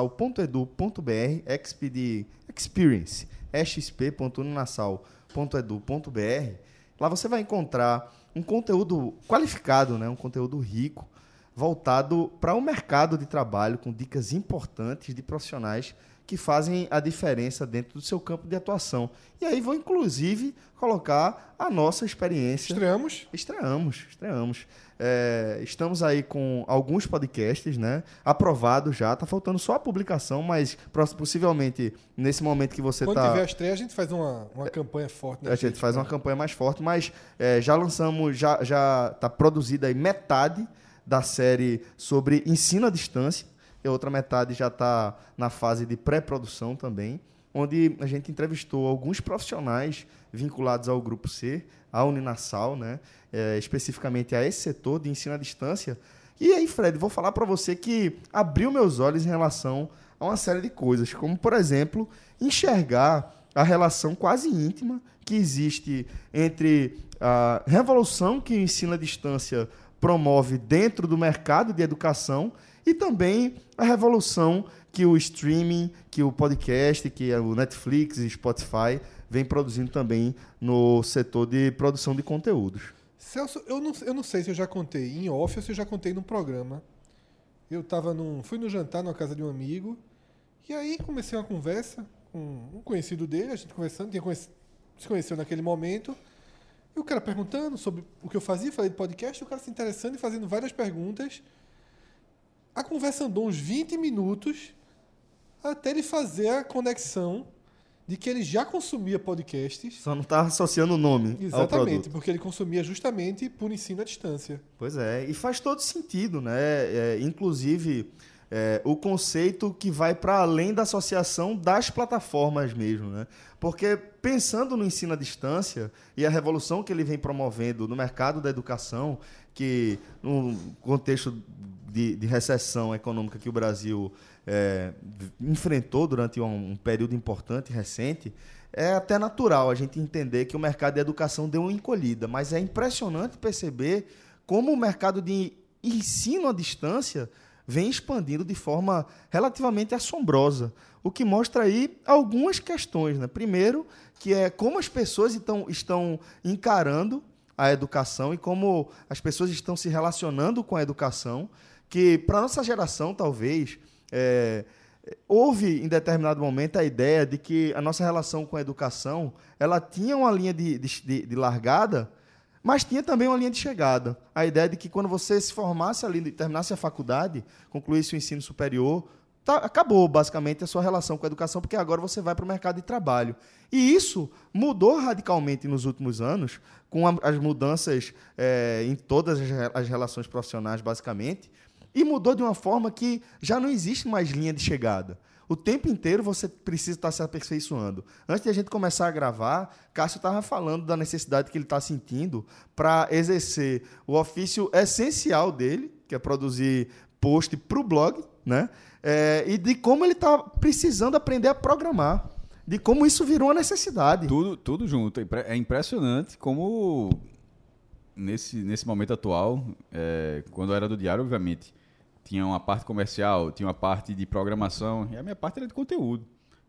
S2: exp.uninasal.edu.br, exp de experience, xp.uninasal.edu.br. Lá você vai encontrar um conteúdo qualificado, né? um conteúdo rico voltado para o mercado de trabalho, com dicas importantes de profissionais que fazem a diferença dentro do seu campo de atuação. E aí vou, inclusive, colocar a nossa experiência.
S5: Estreamos.
S2: Estreamos, estreamos. É, estamos aí com alguns podcasts, né? Aprovado já, tá faltando só a publicação, mas próximo- possivelmente nesse momento que você
S5: Quando
S2: tá. É,
S5: tiver a estreia, a gente faz uma, uma campanha forte. né,
S2: A gente faz uma campanha mais forte, mas é, já lançamos, já, já tá produzida aí metade da série sobre ensino à distância, e a outra metade já está na fase de pré-produção também, onde a gente entrevistou alguns profissionais vinculados ao Grupo C, à Uninasal, né? É, especificamente a esse setor de ensino à distância. E aí, Fred, vou falar para você que abriu meus olhos em relação a uma série de coisas, como, por exemplo, enxergar a relação quase íntima que existe entre a revolução que o ensino à distância promove dentro do mercado de educação e também a revolução que o streaming, que o podcast, que é o Netflix e Spotify vem produzindo também no setor de produção de conteúdos.
S5: Celso, eu não, eu não sei se eu já contei em off ou se eu já contei num programa. Eu tava num. fui no jantar na casa de um amigo. E aí comecei uma conversa com um conhecido dele, a gente conversando, tinha conhec- se conheceu naquele momento. E o cara perguntando sobre o que eu fazia, falei de podcast, e o cara se interessando e fazendo várias perguntas. A conversa andou uns 20 minutos até ele fazer a conexão de que ele já consumia podcasts.
S2: Só não está associando o nome ao produto.
S5: Exatamente, porque ele consumia justamente por ensino à distância.
S2: Pois é, e faz todo sentido, né? É, inclusive, é, o conceito que vai para além da associação das plataformas mesmo, né? Porque pensando no ensino à distância e a revolução que ele vem promovendo no mercado da educação, que no contexto de, de recessão econômica que o Brasil é, v- enfrentou durante um, um período importante e recente, é até natural a gente entender que o mercado de educação deu uma encolhida, mas é impressionante perceber como o mercado de ensino à distância vem expandindo de forma relativamente assombrosa, o que mostra aí algumas questões. Né? Primeiro, que é como as pessoas então, estão encarando a educação e como as pessoas estão se relacionando com a educação, que para nossa geração, talvez, é, houve em determinado momento a ideia de que a nossa relação com a educação ela tinha uma linha de- de- de- de largada, mas tinha também uma linha de chegada. A ideia de que quando você se formasse ali, terminasse a faculdade, concluísse o ensino superior, tá- acabou basicamente a sua relação com a educação, porque agora você vai para o mercado de trabalho. E isso mudou radicalmente nos últimos anos, com a- as mudanças eh, em todas as re- as relações profissionais, basicamente, e mudou de uma forma que já não existe mais linha de chegada. O tempo inteiro você precisa estar se aperfeiçoando. Antes de a gente começar a gravar, Cássio estava falando da necessidade que ele está sentindo para exercer o ofício essencial dele, que é produzir post para o blog, né? É, e de como ele está precisando aprender a programar, de como isso virou uma necessidade.
S6: Tudo, tudo junto. É impre- É impressionante como nesse, nesse momento atual, é, quando eu era do diário, obviamente, tinha uma parte comercial, tinha uma parte de programação, e a minha parte era de conteúdo.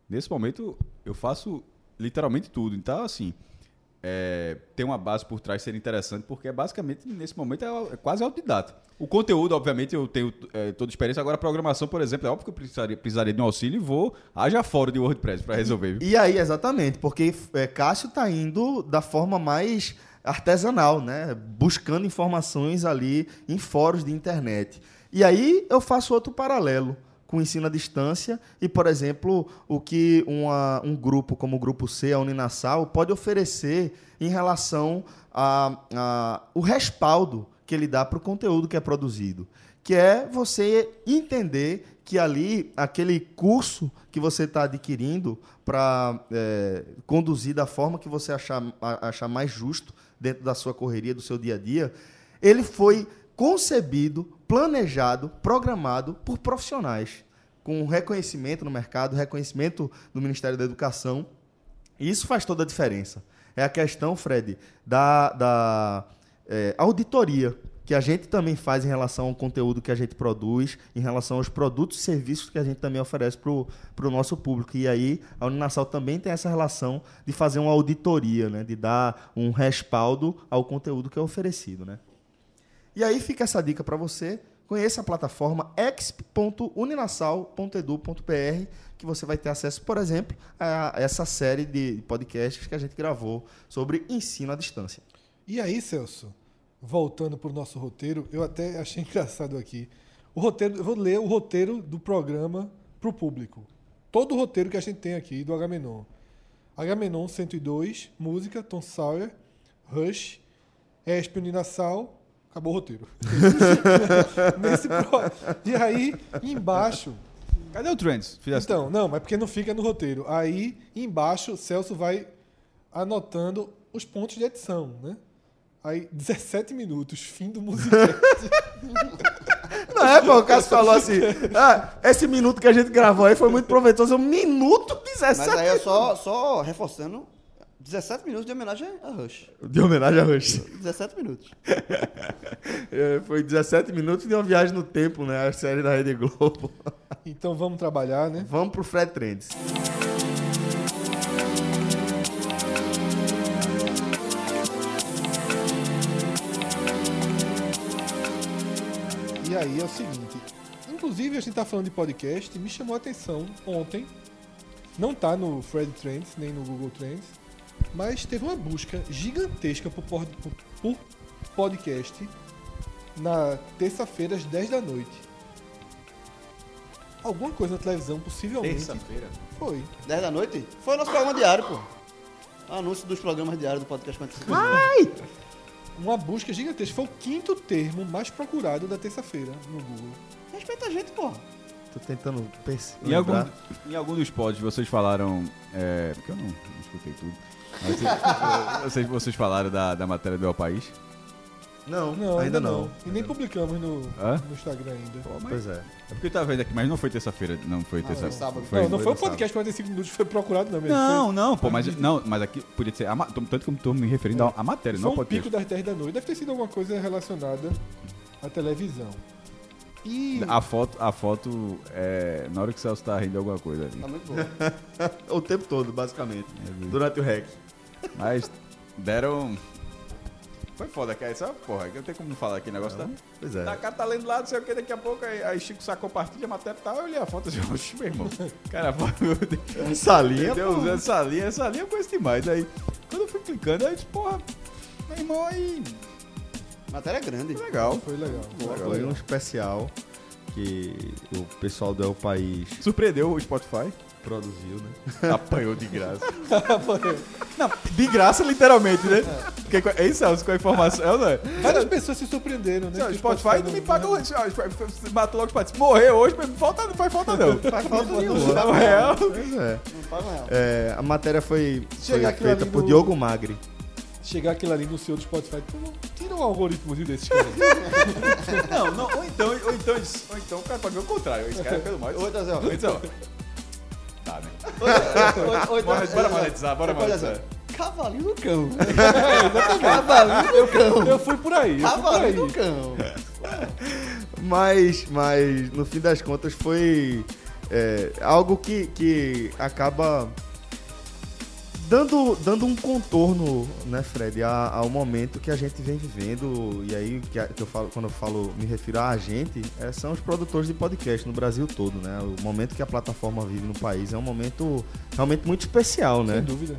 S6: Nesse momento, eu faço literalmente tudo. Então, assim, é, ter uma base por trás seria interessante, porque basicamente, nesse momento, é, au- é quase autodidata. O conteúdo, obviamente, eu tenho é, toda a experiência. Agora, a programação, por exemplo, é óbvio que eu precisaria, precisaria de um auxílio e vou haja fora de WordPress para resolver. viu?
S2: E aí, exatamente, porque é, Cássio tá indo da forma mais artesanal, né? Buscando informações ali em fóruns de internet. E aí eu faço outro paralelo com o ensino à distância e, por exemplo, o que uma- um grupo como o Grupo C, a Uninasal, pode oferecer em relação a, a o respaldo que ele dá para o conteúdo que é produzido, que é você entender que ali aquele curso que você está adquirindo para conduzir da forma que você achar, a- achar mais justo dentro da sua correria, do seu dia a dia, ele foi concebido, planejado, programado por profissionais com reconhecimento no mercado, reconhecimento do Ministério da Educação. E isso faz toda a diferença. É a questão, Fred, da, da é, auditoria que a gente também faz em relação ao conteúdo que a gente produz, em relação aos produtos e serviços que a gente também oferece para o nosso público. E aí a Uninasal também tem essa relação de fazer uma auditoria, né? de dar um respaldo ao conteúdo que é oferecido. Né? E aí fica essa dica para você. Conheça a plataforma exp.uninasal.edu.br, que você vai ter acesso, por exemplo, a essa série de podcasts que a gente gravou sobre ensino à distância.
S5: E aí, Celso, voltando pro nosso roteiro, eu até achei engraçado aqui. O roteiro, eu vou ler o roteiro do programa pro público. Todo o roteiro que a gente tem aqui do Agamenon. Agamenon 102, música, Tom Sawyer, Rush, Esp Uninasal, acabou o roteiro. Nesse pro- E aí, embaixo,
S6: Cadê o Trends? assim. Filha-
S5: então, não, mas porque não fica no roteiro. Aí, embaixo, o Celso vai anotando os pontos de edição, né? Aí, 17 minutos, fim do musical.
S2: Não é, pô, o Cássio falou assim, ah, esse minuto que a gente gravou aí foi muito proveitoso, um minuto 17
S3: Mas aí é só, só reforçando 17 minutos de homenagem a Rush.
S2: De homenagem a Rush.
S3: 17 minutos.
S2: É, Foi 17 minutos de uma viagem no tempo, né? A série da Rede Globo.
S5: então, vamos trabalhar, né?
S2: Vamos pro Fred Trends.
S5: E aí é o seguinte. Inclusive, a gente tá falando de podcast, me chamou a atenção ontem. Não tá no Fred Trends, nem no Google Trends, mas teve uma busca gigantesca por, pod- por- por podcast na terça-feira, às 10 da noite. Alguma coisa na televisão, possivelmente. Foi.
S3: 10 da noite? Foi o nosso programa diário, pô. Anúncio dos programas diários do podcast 45
S5: Uma busca gigantesca. Foi o quinto termo mais procurado da terça-feira no Google.
S3: Respeita a gente, pô.
S2: Tô tentando pensar.
S6: Em algum, em algum dos pods vocês falaram. É, porque eu não, não escutei tudo. Mas vocês- vocês, vocês falaram da, da matéria do El País?
S2: Não,
S5: Não,
S2: ainda não.
S5: E nem publicamos no,
S6: Hã?
S5: no Instagram ainda.
S6: Pô, mas-
S2: Pois é.
S6: é porque eu tava vendo aqui, mas não foi terça-feira. Não foi terça-feira.
S3: sábado.
S5: não, não
S2: foi
S5: foi o
S2: no
S5: podcast 45 minutos que foi procurado, não mesmo.
S6: Não, não, pô, mas, não, mas aqui podia ser. a ma- tanto que eu tô me referindo à- à matéria,
S5: Foi
S6: não
S5: um
S6: ao podcast.
S5: pico das 10 da noite. Deve ter sido alguma coisa relacionada à televisão. E
S6: A foto, a foto é, na hora que o Celso tá rindo de alguma coisa ali.
S3: Tá muito bom.
S2: O tempo todo, basicamente.
S6: É
S2: Durante o hack.
S6: Mas deram. um- Foi foda, que é essa porra, que eu tenho como não falar aqui, o negócio tá.
S2: Pois é.
S6: Tá, cara tá lendo lá, não sei o que, daqui a pouco, aí, aí Chico sacou partilha, matéria e tal, eu olhei a foto e disse, meu irmão, cara, pô, meu Deus,
S2: Essa
S6: meu
S2: linha,
S6: Deus,
S2: É
S6: é
S2: pô.
S6: essa linha, essa linha eu conheço demais. Aí, quando eu fui clicando, aí eu disse, porra, meu irmão, aí,
S3: Matéria é grande.
S2: é
S6: legal.
S5: foi legal.
S2: Foi um especial que o pessoal do El País
S6: Surpreendeu o Spotify.
S2: produziu, né?
S6: Apanhou de graça. Não, de graça, literalmente, né?
S2: É.
S6: Porque, com- ei, Celso, com a informação, é ou não é?
S5: Várias pessoas se surpreenderam, né?
S6: Não,
S5: Que o
S6: Spotify não me paga
S5: não-
S6: o Spotify. Matou logo o Spotify. Morreu hoje, mas falta, não faz falta não.
S2: Faz falta nenhuma.
S6: Na real.
S2: Pois é.
S3: Não paga um real.
S2: É, a matéria foi, foi
S5: Chega aquilo
S2: feita
S5: ali
S2: por
S5: no-
S2: Diogo Magri.
S5: Chegar aquilo ali no seu do Spotify. pô, Tira um algoritmozinho desse cara.
S6: Não, não, ou então, ou então, ou então o cara pode ver o contrário. Esse cara é pelo mal. Ou
S3: Oi, Dazel. Oi,
S6: então. Tá, né?
S3: oi, oi,
S6: Bora,
S3: Dazel.
S6: bora monetizar, bora é.
S3: Oi, Dazel.
S6: monetizar.
S3: Cavalinho no cão.
S5: eu fui por aí. Eu fui por aí.
S3: Cavalinho no cão.
S2: Mas, mas no fim das contas foi é, algo que, que acaba dando, dando um contorno, né, Fred, a- ao momento que a gente vem vivendo. E aí que, a- que eu falo, quando eu falo, me refiro a gente, é, são os produtores de podcast no Brasil todo, né? O momento que a plataforma vive no país é um momento realmente muito especial, né?
S5: Sem dúvida.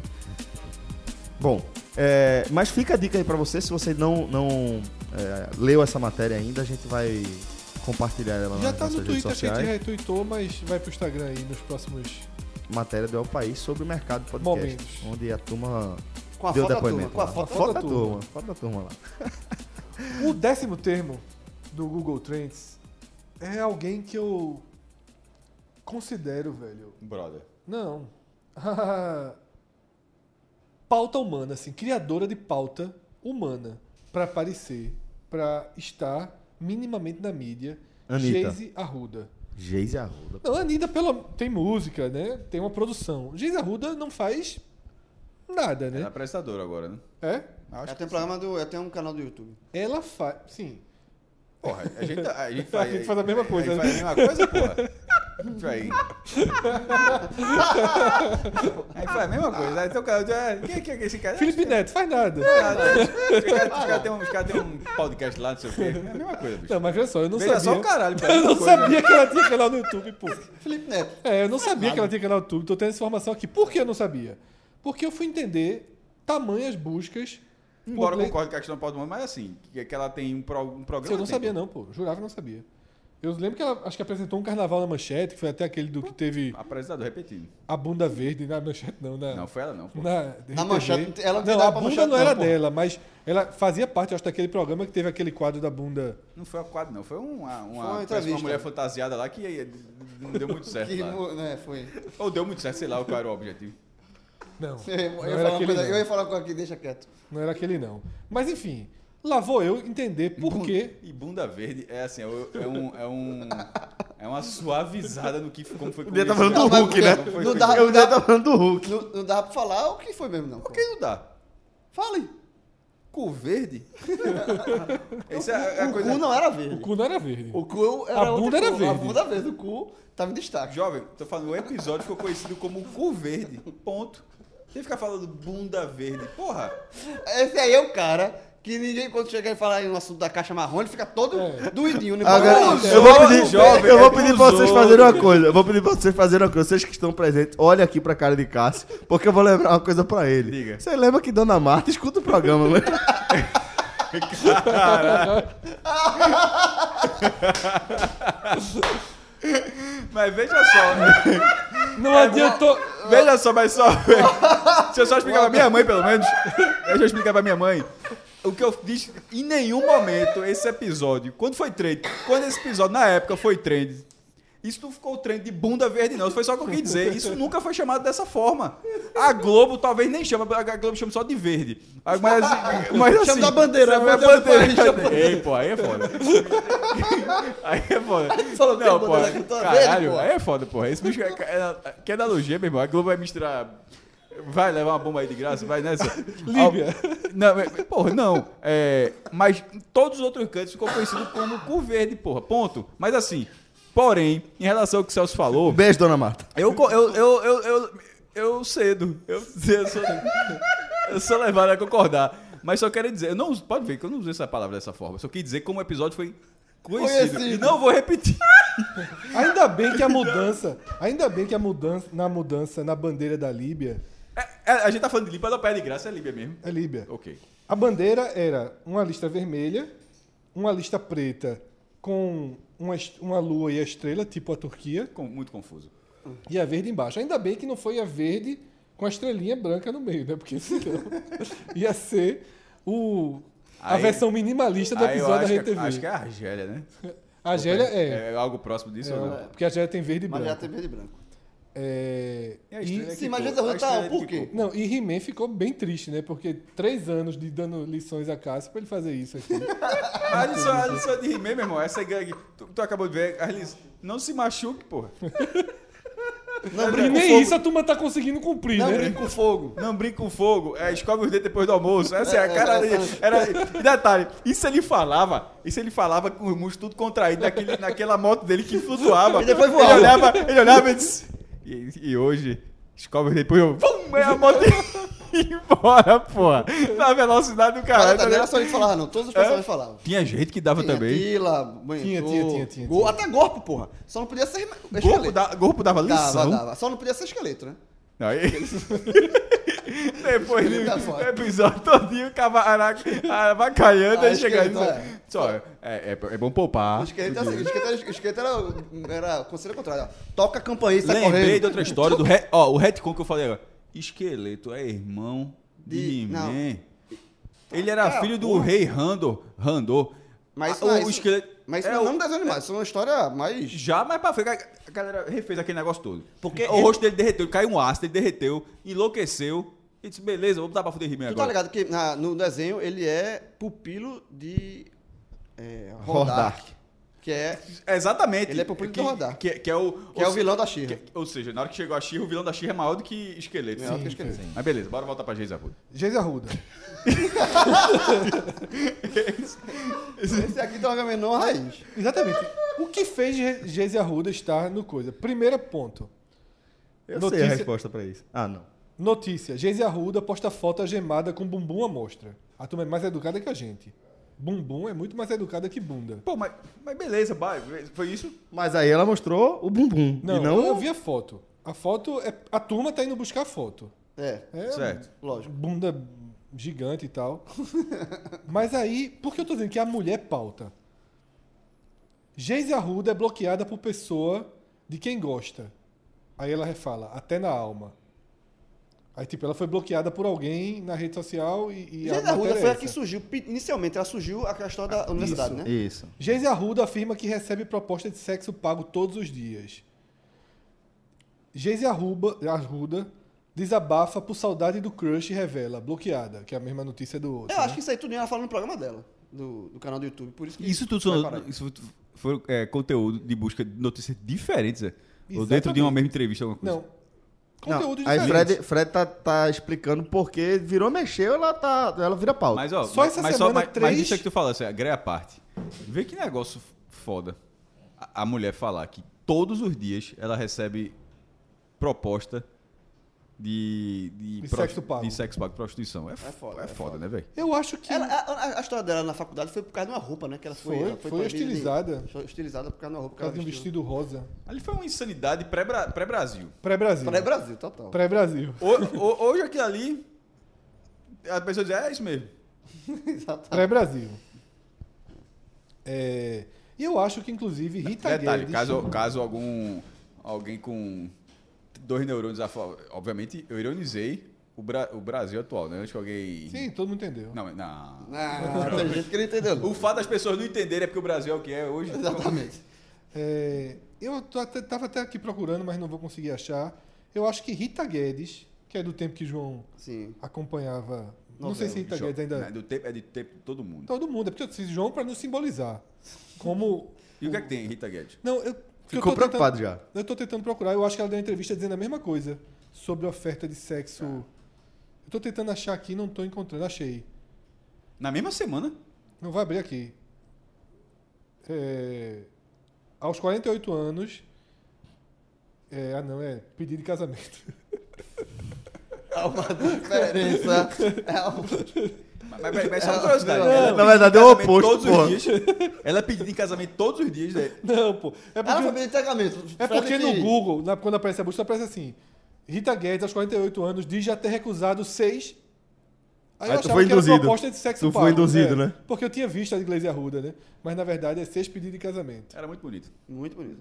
S2: Bom, é, mas fica a dica aí pra você, se você não, não é, leu essa matéria ainda, a gente vai compartilhar ela
S5: Já
S2: nas
S5: tá no
S2: nossas redes
S5: Twitter, a gente
S2: sociais.
S5: retweetou, mas vai pro Instagram aí nos próximos.
S2: Matéria do El País sobre o mercado de podcast,
S5: Momentos.
S2: onde a turma
S3: Com a
S2: deu
S3: foto da turma.
S2: depoimento. né?
S3: Com a
S2: lá.
S3: foto.
S5: foto da
S2: da
S5: turma.
S2: turma, foto da turma lá.
S5: O décimo termo do Google Trends é alguém que eu considero, velho.
S6: Brother.
S5: Não. pauta humana, assim, criadora de pauta humana pra aparecer, pra estar minimamente na mídia.
S2: Anitta.
S5: Geise Arruda.
S2: Geise Arruda.
S5: Não, a Anitta pelo... tem música, né? Tem uma produção. Geise Arruda não faz nada,
S6: É
S5: né?
S6: apresentador agora, né?
S5: É?
S3: Ela tem um programa do. Ela tem um canal do YouTube.
S5: Ela faz. Sim.
S6: Porra, a gente, a gente
S4: tá,
S5: A gente faz a mesma coisa,
S6: A gente
S5: né?
S6: faz a mesma coisa, porra.
S4: Aí. aí foi a mesma coisa. Aí tem o cara. ah, Quem é que é esse cara?
S5: Felipe Neto, faz nada.
S4: Ah, não, Os caras os caras têm um- os caras têm um podcast lá, não sei o quê. É a mesma coisa, bicho.
S5: Não, mas veja só, eu não
S4: Veja
S5: sabia.
S4: só o caralho, pô.
S5: Eu não
S4: Coisa-
S5: sabia que ela tinha canal no YouTube, pô.
S3: Felipe Neto.
S5: É, eu não sabia que ela tinha canal no YouTube, tô tendo essa informação aqui. Por que eu não sabia? Porque eu fui entender tamanhas buscas. por
S4: Embora eu
S5: Play-
S4: concorde com a questão do Paulo do Mundo, mas assim, que que ela tem um, pro- um programa.
S5: Eu não
S4: tem,
S5: sabia,
S4: pô.
S5: não, pô. Jurava que não sabia. Eu lembro que ela acho que apresentou um carnaval na manchete, que foi até aquele do que teve
S4: Apresentador, repetindo.
S5: a bunda verde na manchete, não, na.
S4: Não, foi ela não, pô.
S5: Na,
S3: Na
S5: RTV.
S3: manchete, ela não
S5: não, a
S3: dava pra
S5: bunda
S3: manchete
S5: não era
S3: não, pô.
S5: dela, mas ela fazia parte, eu acho, daquele programa que teve aquele quadro da bunda.
S4: Não foi a quadro, não. Foi uma,
S3: Foi uma
S4: uma, parece uma
S3: entrevista.
S4: mulher fantasiada lá que eh, não deu muito certo.
S3: Que,
S4: lá.
S3: mo- né, foi.
S4: Ou deu muito certo, sei lá qual era o objetivo.
S5: Não.
S3: Eu ia, falar
S5: era
S3: uma
S5: aquele,
S3: coisa-
S5: não.
S3: eu ia falar com aqui, deixa quieto.
S5: Não era aquele, não. Mas enfim, lá vou eu entender por
S4: Bun-
S5: quê.
S4: E bunda verde é assim, é o- é um. É, um, é uma suavizada no que como foi
S2: O dia tá
S4: comido.
S2: falando do Hulk, né?
S4: Foi
S3: Não
S4: comido.
S3: dá,
S2: Eu
S3: não
S2: já
S3: dá,
S2: tava falando do Hulk.
S3: não, não dá pra falar o que foi mesmo, não. pô.
S4: Por que não dá?
S3: Fale.
S4: Cu verde? Isso é, é a
S3: o
S4: coisa.
S3: cu não era
S5: O
S3: verde.
S5: cu não era verde.
S3: O cu era
S5: A
S3: outra
S5: bunda era
S3: cor.
S5: verde.
S3: A bunda verde. O cu tava em destaque.
S4: Jovem, tô falando, o episódio ficou conhecido como cu verde. Ponto. Tem que ficar falando bunda verde. Porra!
S3: Esse aí é o cara que ninguém, quando chega e fala no assunto da caixa marrom, ele fica todo
S5: É.
S3: doidinho. Né?
S2: Agora,
S3: Pô,
S2: eu vou
S4: jovem,
S2: pedir,
S4: jovem,
S2: eu
S4: é
S2: vou pedir pra vocês
S4: dos
S2: fazerem uma coisa. Eu vou pedir pra vocês fazerem uma coisa. Vocês que estão presentes, olhem aqui pra cara de Cássio, porque eu vou lembrar uma coisa pra ele.
S4: Diga.
S2: Você lembra que Dona Marta escuta o programa, né?
S4: Mas veja só, né?
S5: Não
S3: é
S5: adiantou.
S4: veja só, mas só. Se eu só explicar pra minha mãe, pelo menos. Deixa eu explicar pra minha mãe. O que eu disse, em nenhum momento esse episódio, quando foi trend, quando esse episódio na época foi trend, isso não ficou trend de bunda verde, não. Isso foi só o que eu quis dizer. Isso nunca foi chamado dessa forma. A Globo talvez nem chama, a Globo chama só de verde. Mas, mas assim.
S3: Chama da bandeira,
S4: chama da
S3: bandeira do
S4: bandeira.
S3: país, chama-
S4: Ei, pô, aí é foda. Aí é foda.
S3: Falou que
S4: não,
S3: a
S4: pô.
S3: bandeira que tá verde,
S4: Caralho,
S3: pô.
S4: aí é foda, porra. Esse bicho é, é- que analogia, meu irmão. A Globo vai misturar. Vai levar uma bomba aí de graça, vai nessa.
S5: Líbia.
S4: Al- Não, é- porra, não. É, mas em todos os outros cantos ficou conhecido como cu verde, porra. Ponto. Mas assim, porém, em relação ao que o Celso falou,
S2: Beijo, Dona Marta.
S4: eu, co- eu, eu, eu, eu, eu cedo. Eu, eu, sou, eu sou levado a concordar. Mas só quero dizer, eu não uso- pode ver que eu não usei essa palavra dessa forma. Só quis dizer como o episódio foi conhecido.
S3: Conhecido.
S4: E não vou repetir.
S5: Ainda bem que a mudança. Ainda bem que a mudança. Na mudança na bandeira da Líbia.
S4: É, é, a gente tá falando de Líbia, não perde graça, é Líbia mesmo.
S5: É Líbia.
S4: Ok.
S5: A bandeira era uma lista vermelha, uma lista preta com uma, est- uma lua e a estrela, tipo a Turquia,
S4: Com- muito confuso.
S5: e a verde embaixo. Ainda bem que não foi a verde com a estrelinha branca no meio, né? Porque senão ia ser o, a
S4: Aí-
S5: versão minimalista do
S4: Aí eu
S5: episódio da
S4: acho
S5: Rede
S4: que,
S5: TV.
S4: acho que é a Argélia, né?
S5: A Gélia é.
S4: algo próximo disso
S5: é,
S4: ou não?
S5: Porque a Gélia tem verde e
S3: Mas
S5: branco.
S3: já tem verde e branco.
S5: É,
S4: E a
S5: e-
S4: estrela
S3: Sim,
S4: que
S3: mas
S4: ficou?
S3: já tá-
S4: A estrela é
S5: é
S3: tá, por
S4: que
S3: quê?
S4: ficou.
S5: Não, e He-Man ficou bem triste, né? Porque três anos de dando lições a Cássio pra ele fazer isso aqui.
S4: Mas isso, mas isso é de rimei, meu irmão. Essa gangue. Tu, tu acabou de ver. Arlis, não se machuque, porra.
S3: Não
S5: e
S3: brinca com
S5: nem
S3: fogo.
S5: isso a turma tá conseguindo cumprir,
S3: Não
S5: né?
S3: brinca com fogo.
S4: Não brinque com fogo. É, escove os dentes depois do almoço. Essa é a cara dele. Era... E detalhe, isso ele falava. Isso ele falava com os músculos tudo contraído naquele, naquela moto dele que flutuava.
S3: E depois voava.
S4: Ele olhava, ele olhava e disse. E, e hoje, escove os dentes depois. eu- Vum, é a moto ia embora, porra. Na velocidade do
S3: Mas também
S4: caralho. tá
S3: não era
S4: ligado?
S3: só ele falar, não. Todos os personagens falavam.
S4: Tinha gente que dava
S3: Tinha
S4: também.
S3: Tila, banheiro,
S5: Tinha, tinha, tinha, tinha,
S3: gol-
S5: tinha.
S3: Até golpe, porra. Só não podia ser rema-
S4: Gorpo,
S3: esqueleto.
S4: da, Gorpo dava
S3: Dava,
S4: lição.
S3: dava. Só não podia ser esqueleto, né?
S4: Aí... é Depois
S3: Ele
S4: do
S3: tá fora.
S4: episódio todinho, cavacalhando
S3: Ah,
S4: e chegando.
S3: esqueleto, é.
S4: Só, é, é, é bom poupar.
S3: O esqueleto, assim, o esqueleto era, o esqueleto era, era conselho contrário. ó. Toca a campainha e sai
S4: Lembrei
S3: tá correndo.
S4: de outra história do re- ó, o retcon que eu falei agora. Esqueleto é irmão de
S3: De- não.
S4: He-Man. Ele era
S3: Cara,
S4: filho do
S3: porra.
S4: rei Randor. Randor.
S3: Mas isso
S4: Ah,
S3: não é
S4: o
S3: isso-
S4: esqueleto.
S3: Mas isso
S4: é
S3: não é o
S4: o-
S3: nome das animais, isso é uma história mais...
S4: Já mais pra frente, a- a galera refez aquele negócio todo.
S3: Porque
S4: o
S3: ele-
S4: rosto dele derreteu, caiu um ácido, ele derreteu, enlouqueceu. E disse, beleza, vamos dar pra fuder He-Man
S3: Tu tá
S4: agora.
S3: ligado que na- no desenho ele é pupilo de... É,
S2: Hordak.
S3: Hordak. Que é,
S4: Exatamente.
S3: Ele é pra público
S4: que,
S3: rodar.
S4: Que, que é o,
S3: que é o vilão da Xirra.
S4: que- ou seja, na hora que chegou a Xirra, o vilão da Xirra é maior do que esqueleto.
S3: É Maior do que esqueleto.
S4: sim. Mas beleza, bora voltar pra Geisa Ruda.
S5: Geise Arruda.
S3: Esse aqui tem uma Agamenon raiz.
S5: Exatamente. O que fez Ge- Geise Arruda estar no coisa? Primeiro ponto.
S2: Eu
S5: Notícia-
S2: sei a resposta pra isso. Ah, não.
S5: Notícia. Geise Arruda posta foto gemada com bumbum à mostra. A turma é mais educada que a gente. Bumbum é muito mais educada que bunda.
S4: Pô, mas, mas beleza, vai, foi isso?
S2: Mas aí ela mostrou o bumbum.
S5: Não,
S2: e não...
S5: eu vi a foto. A foto é... A turma tá indo buscar a foto.
S3: É,
S5: É
S4: Certo.
S3: lógico.
S5: bunda gigante e tal. Mas aí, por que eu tô dizendo que a mulher pauta? Geise Arruda é bloqueada por pessoa de quem gosta. Aí ela refala, até na alma. Aí, tipo, ela foi bloqueada por alguém na rede social e. e
S3: Gente
S5: a
S3: da Ruda
S5: matéria
S3: foi
S5: é
S3: a que
S5: essa.
S3: surgiu, pi- inicialmente, ela surgiu a questão da universidade, né?
S2: Isso.
S5: Geise Arruda afirma que recebe proposta de sexo pago todos os dias. Geise Arruba- Arruda desabafa por saudade do crush e revela, bloqueada, que é a mesma notícia do outro.
S3: Eu acho
S5: né?
S3: que isso aí tudo ela fala no programa dela, do, do canal do YouTube. Por isso que
S6: Isso tudo
S3: vai
S6: são,
S3: parar.
S6: isso foi é, conteúdo de busca de notícias diferentes, é? Ou dentro de uma
S5: Exatamente.
S6: mesma entrevista, alguma coisa.
S5: Não. Conteúdo
S2: Aí
S5: diferente.
S2: Fred, Fred tá, tá explicando porque virou mexeu, ela tá. Ela vira pauta.
S6: Mas, ó,
S5: Só
S6: mas,
S5: essa
S6: mas
S5: semana,
S6: mas, mas
S5: três-
S6: isso é que tu falasse, assim, greia à parte. Vê que negócio foda. A, a mulher falar que todos os dias ela recebe proposta de. De,
S5: De
S6: pros-
S5: sexo pago.
S6: de sexo pago, prostituição. É, f- é foda,
S3: foda, é foda.
S6: né, velho?
S5: Eu acho que.
S3: Ela- a, a- a história dela na faculdade foi por causa de uma roupa, né? Que ela foi,
S5: Foi,
S3: ela
S5: foi
S3: proibida de-
S5: estilizada.
S3: foi estilizada por causa de uma roupa
S5: Por
S3: que ela
S5: causa de um
S3: vestiu.
S5: vestido rosa.
S4: Ali foi uma insanidade pré-Bra- pré-Brasil.
S5: Pré-Brasil.
S3: Pra é Brasil, total.
S5: Pré-Brasil.
S4: Ho- ho- Hoje aquilo ali, a pessoa diz, é isso mesmo.
S3: Exatamente.
S5: Pré-Brasil. É, E eu acho que, inclusive, Rita
S4: Detalhe,
S5: Guedes.
S4: caso, caso algum. Alguém com dois neurônios aflo... Obviamente, eu ironizei o, Bra- o Brasil atual, né? Acho que alguém.
S5: Sim, todo mundo entendeu.
S4: Não, mas- não.
S3: Não, Ah, tem gente que não entendeu. não.
S4: O fato das pessoas não entenderem é porque o Brasil é o que é hoje.
S3: Exatamente.
S5: É, Eu tô até- tava até aqui procurando, mas não vou conseguir achar. Eu acho que Rita Guedes, que é do tempo que João
S3: Sim.
S5: acompanhava. Não sei se Rita
S4: Jo-
S5: Guedes ainda.
S4: É do tempo, é de tempo de todo mundo.
S5: Todo mundo, é porque eu disse João para não simbolizar. Como.
S4: E o que é que tem, Rita Guedes?
S5: Não, eu. porque eu
S2: Ficou
S5: tô
S2: preocupado
S5: tentando-
S2: já.
S5: Eu tô tentando procurar, eu acho que ela deu uma entrevista dizendo a mesma coisa sobre oferta de
S2: É.
S5: sexo. Eu tô tentando achar aqui, não tô encontrando, achei.
S4: Na mesma semana,
S5: Não vai abrir aqui. É, aos 48 anos. É, ah, não, é pedido de casamento.
S3: Há É uma diferença. É uma-
S4: Mas, mas, mas só uma curiosidade.
S3: Não,
S2: na
S4: Ela é pedida
S2: verdade
S4: em
S2: é o
S4: casamento
S2: oposto,
S4: Todos
S2: porra.
S4: os dias. Ela é pedida em casamento todos os dias. né?
S5: Não, pô. É
S3: Ela foi
S5: porque,
S3: pedido de treinamento.
S5: é porque
S3: Fred que-
S5: no Google, na- quando aparece a busca, aparece assim: Rita Guedes, aos 48 anos, diz já ter recusado seis.
S2: Aí tu
S5: achava
S2: foi
S5: que era
S2: induzido.
S5: proposta de sexo
S2: Tu foi
S5: pago.
S2: induzido,
S5: É,
S2: né?
S5: Porque eu tinha visto a de Gleisi Arruda, né? Mas na verdade é seis pedidos de casamento.
S4: Era muito bonito.
S3: Muito bonito.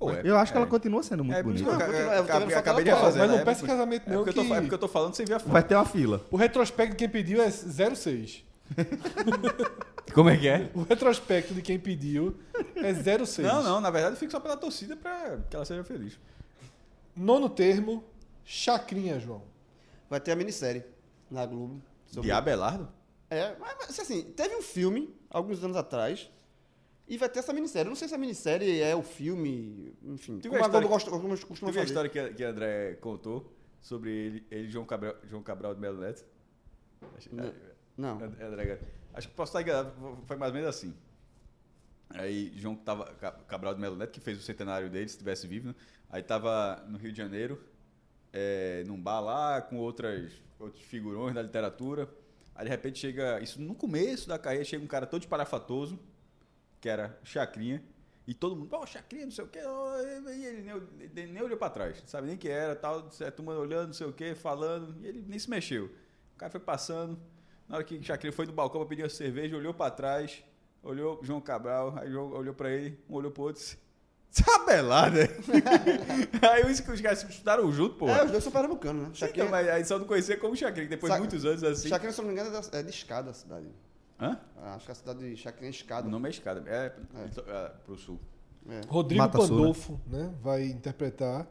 S4: Ou é?
S2: eu acho que
S4: É.
S2: ela continua sendo muito
S4: É, por isso que eu
S2: bonita.
S4: ca-
S3: Eu tô vendo
S4: ca-
S3: só
S4: acabei de
S3: aquela
S4: fazer.
S5: Mas
S4: né?
S5: não
S4: É
S5: peça
S4: porque-
S5: casamento,
S4: é
S5: não.
S4: porque, eu tô,
S5: que
S4: fa- é porque eu tô falando sem ver a foto.
S2: Vai ter uma fila.
S5: O retrospecto de quem pediu é 06.
S6: Como é que é?
S5: O retrospecto de quem pediu é 06.
S4: Não, não, na verdade eu fico só pela torcida pra que ela seja feliz.
S5: Nono termo, chacrinha, João.
S3: Vai ter a minissérie na Globo. sobre-
S4: De Abelardo?
S3: É, mas, mas, assim, teve um filme, alguns anos atrás, e vai ter essa minissérie. Eu não sei se a minissérie é o filme, enfim.
S4: Teve
S3: como
S4: a
S3: a Globo gosta-
S4: história-
S3: como costuma
S4: Teve a
S3: fazer.
S4: história que, que André contou sobre ele, ele e João Cabral, João Cabral de Melo Neto. Acho-
S3: Não. É,
S4: And- André, É, acho que posso estar enganado, foi mais ou menos assim. Aí João tava, Ca- Cabral de Melo Neto, que fez o centenário dele, se tivesse vivo, né? aí tava no Rio de Janeiro, é, num bar lá, com outras, outros figurões da literatura. Aí de repente chega, isso no começo da carreira, chega um cara todo espalhafatoso, que era Chacrinha, e todo mundo, pô, Chacrinha, não sei o quê, ó, e ele nem, ele nem olhou pra trás, não sabe nem quem era, tal, a turma olhando, não sei o quê, falando, e ele nem se mexeu. O cara foi passando, na hora que Chacrinha foi no balcão pra pedir uma cerveja, olhou pra trás, olhou João Cabral, aí João olhou pra ele, um olhou pro outro e disse, Sabelada! aí os, os caras estudaram junto, pô.
S3: É, os dois são pernambucanos, né?
S4: Então,
S3: Chacrinha,
S4: mas aí só não conhecia como Chacrinha, depois de
S3: Sa-
S4: muitos anos assim.
S3: Chacrinha, se eu não me engano, é, da, é de escada a cidade.
S4: Hã?
S3: Ah, Acho que a cidade de Chacrinha é escada.
S4: O nome é escada, é, é, pro sul.
S3: É.
S5: Rodrigo
S2: Mata Sul,
S5: Pandolfo né, vai interpretar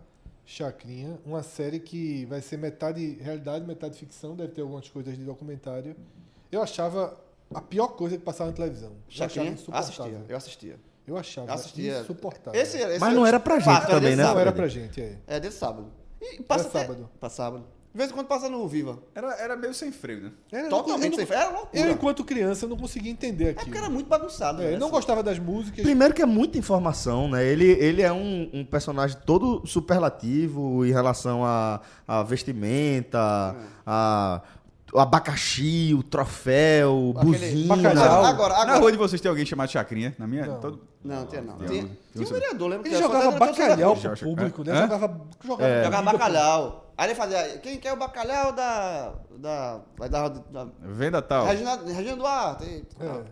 S5: Chacrinha, uma série que vai ser metade realidade, metade ficção, deve ter algumas coisas de documentário. Eu achava a pior coisa que passava na televisão. Eu achava
S3: Chacrinha,
S5: é insuportável.
S3: assistia, eu assistia.
S5: Eu achava
S3: Eu assistia.
S5: insuportável.
S3: Esse, é esse
S2: Mas não era pra gente
S3: Passa,
S2: também,
S3: desse
S2: né?
S5: não era
S2: Fred?
S5: pra gente, é.
S3: É desse sábado. E passa
S5: Era
S3: até-
S5: sábado.
S3: Passa sábado. De vez em quando passa no Viva.
S4: Era, era meio sem freio, né?
S5: Era- eu não- eu
S3: Totalmente
S5: não-
S3: sem freio. Era loucura.
S5: Eu, enquanto criança, não conseguia entender
S3: É
S5: aquilo.
S3: porque era muito bagunçado.
S5: É,
S3: né?
S5: eu não
S3: Assim,
S5: gostava das músicas.
S2: Primeiro que é muita informação, né? Ele, ele é um, um personagem todo superlativo em relação a, a vestimenta,
S5: É.
S2: a, o abacaxi, o troféu,
S3: aquele-
S2: buzina.
S3: Agora, agora,
S4: Na rua
S3: agora.
S4: de vocês tem alguém chamado Chacrinha? Na minha? todo-
S3: Não, tinha não.
S4: Tem
S3: Tinha,
S4: um-
S3: tinha um vereador, lembra?
S5: Ele
S3: era só
S5: jogava
S3: vereador, só
S5: bacalhau
S4: já
S5: pro
S4: achou-
S5: público, né?
S3: É?
S4: Hã?
S5: Jogava, jogava
S3: Jogava
S5: comida pro-
S3: bacalhau. Aí ele fazia, quem quer o bacalhau da. da. vai dar. da
S4: Venda tal.
S3: Regina, Regina Duarte. e tal.
S5: É.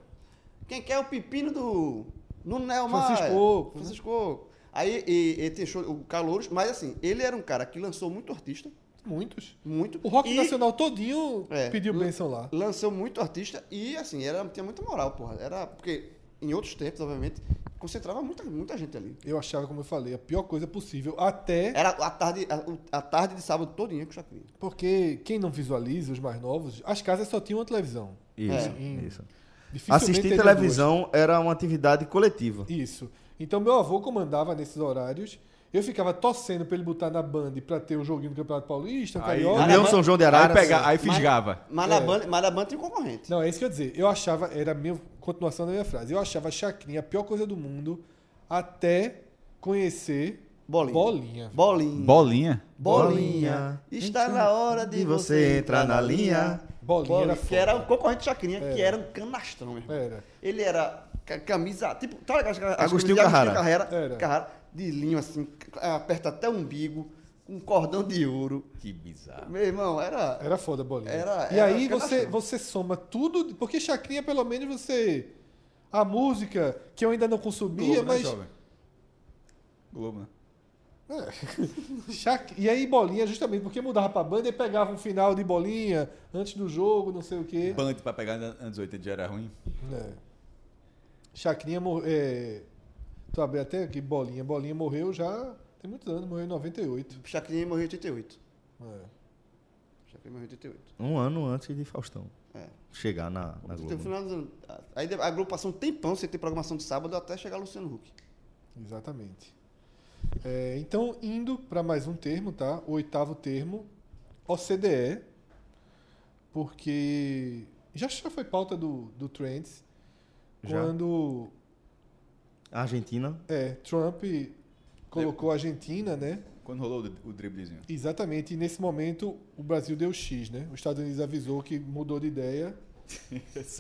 S3: Quem quer o pepino do. no Neo Maia.
S5: Francisco Oco, né?
S3: Francisco Oco. Aí e, e tem show, o Calouros, mas assim, ele era um cara que lançou muito artista,
S5: Muitos.
S3: muito.
S5: O rock
S3: e
S5: nacional todinho
S3: É.
S5: pediu
S3: L-
S5: bênção lá.
S3: Lançou muito artista e assim, era, tinha muita moral, porra. Era porque em outros tempos, obviamente, concentrava muita, muita gente ali.
S5: Eu achava, como eu falei, a pior coisa possível. Até
S3: Era a tarde, a, o- a tarde de sábado todinha com o Chacrinha.
S5: porque quem não visualiza, os mais novos, as casas só tinham uma televisão.
S2: Isso,
S5: É.
S2: isso.
S5: Dificilmente
S2: Assistir
S5: teriam
S2: televisão era uma atividade coletiva.
S5: duas. Isso. Então meu avô comandava nesses horários. Eu ficava torcendo pra ele botar na Band pra ter o joguinho do Campeonato Paulista, o
S4: Aí-
S5: Carioca.
S2: O meu São João de Arara.
S4: aí, pega,
S2: assim,
S4: aí fisgava.
S3: Mas, na banda, mas na banda tinha um concorrente.
S5: Não, é isso que eu ia dizer. Eu achava, era a minha continuação da minha frase. Eu achava Chacrinha a pior coisa do mundo até conhecer
S3: Bolinha.
S5: Bolinha.
S3: Bolinha.
S4: Bolinha.
S3: Bolinha, está na hora de você entrar na linha.
S5: Bolinha era
S3: que era
S5: foda.
S3: o concorrente de Chacrinha, que era um canastrão, meu irmão.
S5: Era.
S3: Ele era ca- camisa, tipo, tá ligado? as- as
S2: Agostinho
S3: camisas de
S2: Carrara.
S3: Carrera,
S5: Era.
S3: Carrara, de linho assim, aperta até o umbigo, com um cordão de ouro.
S4: Que bizarro.
S3: Meu irmão, era...
S5: Era foda a bolinha.
S3: Era-
S5: e
S3: era
S5: aí
S3: aquela
S5: você,
S3: chama.
S5: você soma tudo, de- porque Chacrinha, pelo menos, você. A música que eu ainda não consumia,
S4: Globo, né,
S5: mas.
S4: jovem? Globo, né?
S5: Chac- E aí bolinha, justamente, porque mudava pra banda e pegava um final de bolinha antes do jogo, não sei o quê.
S4: Band pra pegar nos anos 80 já era ruim.
S5: É. Chacrinha morreu. É... Tu abriu até aqui, bolinha. Bolinha morreu já. Tem muitos anos, morreu em 98.
S3: Chacrinha morreu em 88.
S5: É.
S3: Chacrinha morreu em 88.
S2: Um ano antes de Faustão
S3: É.
S2: chegar na, na
S3: Então,
S2: Globo.
S3: final dos anos- Aí a Globo passou um tempão sem ter programação de sábado até chegar Luciano Huck.
S5: Exatamente. É, então, indo para mais um termo, tá? O oitavo termo, OCDE, porque já, já foi pauta do, do Trends,
S2: Já.
S5: quando
S2: A Argentina
S5: é, Trump colocou a Argentina, né?
S4: Quando rolou o, o driblezinho.
S5: Exatamente, e nesse momento o Brasil deu X, né? Os Estados Unidos avisou que mudou de ideia e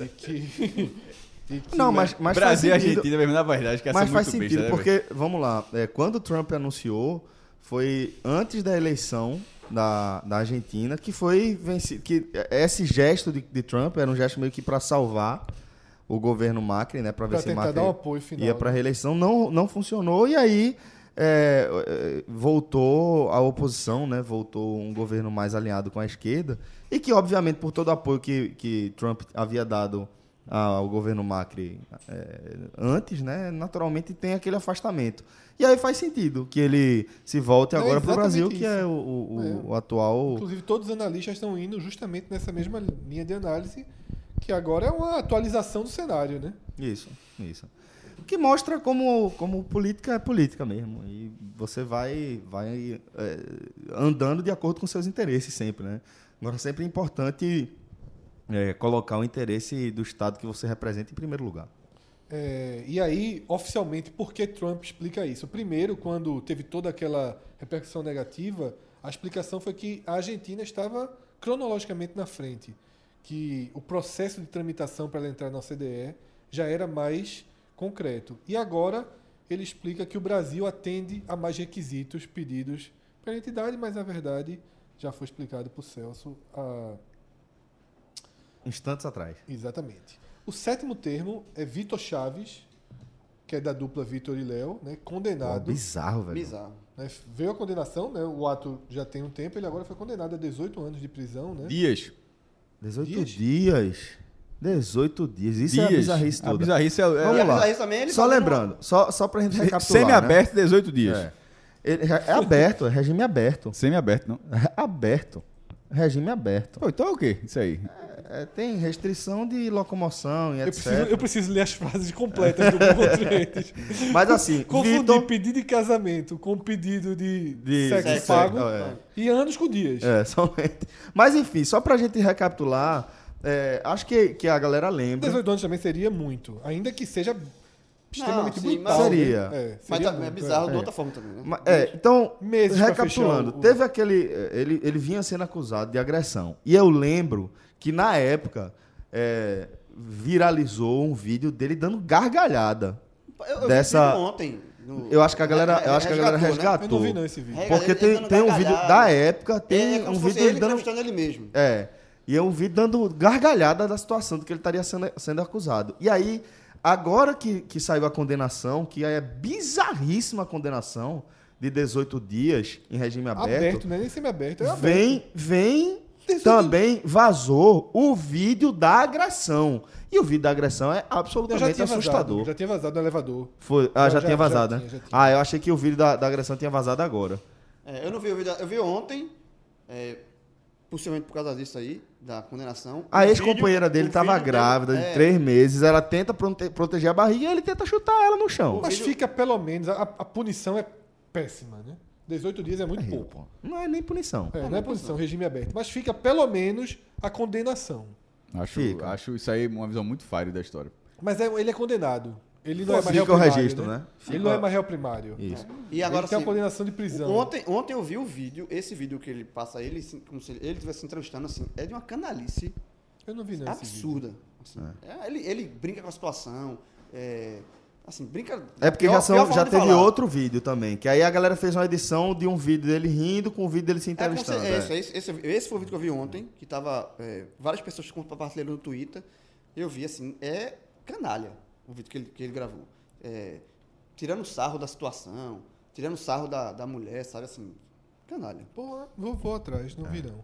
S5: que... e que-
S2: Não, mas, mas
S4: Brasil e
S2: faz sentido.
S4: Argentina mesmo, na verdade, que ia ser
S2: Mas
S4: muito
S2: faz
S4: besta,
S2: sentido,
S4: né, velho?
S2: porque, vamos lá, é, quando o Trump anunciou, foi antes da eleição da, da Argentina, que foi vencido, que esse gesto de, de Trump era um gesto meio que para salvar o governo Macri, né, para ver
S5: Pra
S2: se
S5: tentar
S2: Macri
S5: dar um apoio final,
S2: ia
S5: né?
S2: para reeleição, não, não funcionou, e aí é, é, voltou a oposição, né, voltou um governo mais alinhado com a esquerda, e que, obviamente, por todo o apoio que, que Trump havia dado ao governo Macri é, antes, né, naturalmente tem aquele afastamento. E aí faz sentido que ele se volte
S5: É
S2: agora para o
S5: exatamente
S2: Brasil, que
S5: isso.
S2: é o, o- o-
S5: É.
S2: o atual...
S5: Inclusive, todos os analistas estão indo justamente nessa mesma linha de análise, que agora é uma atualização do cenário, né?
S2: Isso, isso. O que mostra como, como política é política mesmo. E você vai, vai é, andando de acordo com seus interesses sempre, né? Agora, sempre é importante é, colocar o interesse do Estado que você representa em primeiro lugar.
S5: É, e aí, oficialmente, por que Trump explica isso? Primeiro, quando teve toda aquela repercussão negativa, a explicação foi que a Argentina estava cronologicamente na frente, que o processo de tramitação para ela entrar na OCDE já era mais concreto. E agora ele explica que o Brasil atende a mais requisitos pedidos pela entidade, mas na verdade já foi explicado por Celso a
S2: Instantes atrás.
S5: Exatamente. O sétimo termo é Vitor Chaves, que é da dupla Vitor e Léo, né?
S2: Pô,
S5: Condenado.
S2: bizarro, velho.
S3: Bizarro.
S5: né, veio a condenação, né? O ato já tem um tempo, ele agora foi condenado a 18 anos de prisão, né?
S4: Dias.
S2: 18
S5: Dias?
S2: dias. 18 dias. Isso é a
S4: Dias.
S2: bizarrice
S4: A
S2: toda.
S4: bizarrice é... é-
S2: Vamos
S3: E a
S2: lá.
S3: bizarrice também, ele né?
S2: só
S3: fazendo-
S2: lembrando, só, só pra gente recapitular. Né?
S4: Semi-aberto, 18 dias.
S2: Ele- É aberto, é regime aberto.
S4: Semi-aberto, não.
S2: aberto. regime aberto.
S6: Pô, então é o quê? Isso aí.
S2: É, tem restrição de locomoção e
S5: Eu
S2: etc.
S5: preciso, eu preciso ler as frases completas do Google Translate.
S2: Mas assim,
S5: Confundir
S2: Vitor-
S5: pedido de casamento com pedido de,
S2: De
S5: sexo,
S2: sexo,
S5: pago
S2: é.
S5: e anos com dias.
S2: É, somente. Mas enfim, só pra gente recapitular, é, acho que, que a galera lembra.
S5: 18 anos também seria muito, ainda que seja extremamente
S3: sim, mas-
S5: brutal. né?
S2: Seria.
S5: É,
S3: Mas
S5: seria
S3: tá- é
S5: muito,
S3: bizarro
S5: é.
S3: de outra forma também, né?
S2: Ma- É, então,
S5: Meses pra
S2: recapitulando,
S5: fechar o- o-
S2: teve aquele. é, Ele, ele vinha sendo acusado de agressão. E eu lembro que na época é, viralizou um vídeo dele dando gargalhada.
S3: Eu, eu
S2: Dessa-
S3: vi um ontem. no-
S2: Eu acho que a galera,
S3: Re-
S2: eu acho que a galera
S3: resgatou, né?
S5: Eu não
S2: resgatou.
S5: vi não esse vídeo.
S2: Porque
S3: Ele
S2: tem,
S3: dando
S2: tem um
S3: gargalhada.
S2: vídeo da época,
S3: É,
S2: tem
S3: como
S2: um
S3: se fosse
S2: vídeo ele
S3: ele
S2: dando
S3: entrevistando ele mesmo.
S2: É. E eu vi dando gargalhada da situação do que ele estaria sendo, sendo acusado. E aí, agora que, que saiu a condenação, que é bizarríssima a condenação de 18 dias em regime aberto,
S5: Aberto, né? Nem semi-aberto. É aberto.
S2: vem, vem
S5: Dezoito-
S2: também vazou o vídeo da agressão. E o vídeo da agressão é
S5: Eu já
S2: absolutamente
S5: tinha
S2: assustador.
S5: vazado. Já tinha vazado no elevador.
S2: Foi- ah, já,
S5: Já-
S2: tinha
S5: já-
S2: vazado,
S5: já
S2: né?
S5: tinha, já tinha.
S2: Ah, eu achei que o vídeo da, da agressão tinha vazado agora.
S3: É, eu não vi, eu vi, eu vi ontem, é, possivelmente por causa disso aí, da condenação.
S2: A ex-companheira dele
S3: o
S2: estava
S3: vídeo deu-
S2: grávida de
S3: é.
S2: três meses, ela tenta prote- proteger a barriga e ele tenta chutar ela no chão.
S5: Mas
S3: vídeo-
S5: fica pelo menos, a, a punição é péssima, né? 18 dias é muito
S2: Terrível,
S5: pouco.
S2: pô. Não é nem punição.
S5: É, não é punição, regime aberto. Mas fica pelo menos a condenação.
S6: Acho,
S2: Fica.
S6: acho isso aí uma visão muito fire da história.
S5: Mas é- ele é condenado. Ele não é mais
S2: Fica
S5: réu
S2: o
S5: primário.
S2: registro, né? Fica-
S5: Ele não é mais réu primário.
S2: Isso.
S3: E agora
S5: ele tem
S3: sim.
S5: uma condenação de prisão.
S3: Ontem, ontem eu vi o vídeo, esse vídeo que ele passa, ele, assim, como se ele ele estivesse entrevistando, assim, é de uma canalice
S5: Eu não vi não esse vídeo.
S3: absurda. assim. É, ele, ele brinca com a situação, é, assim, brinca...
S2: É porque
S3: pior-
S2: já, são-
S3: pior forma
S2: já
S3: de
S2: teve
S3: falar.
S2: outro vídeo também, que aí a galera fez uma edição de um vídeo dele rindo com o vídeo dele se
S3: É, como se-
S2: entrevistando.
S3: é
S2: é.
S3: isso, é isso, esse, esse foi o vídeo que eu vi ontem, que tava é, várias pessoas compartilhando no Twitter. Eu vi assim, é canalha o vídeo que ele, que ele gravou. É, tirando sarro da situação, tirando sarro da, da mulher, sabe assim, canalha.
S5: Porra, vou, vou atrás, não vi não.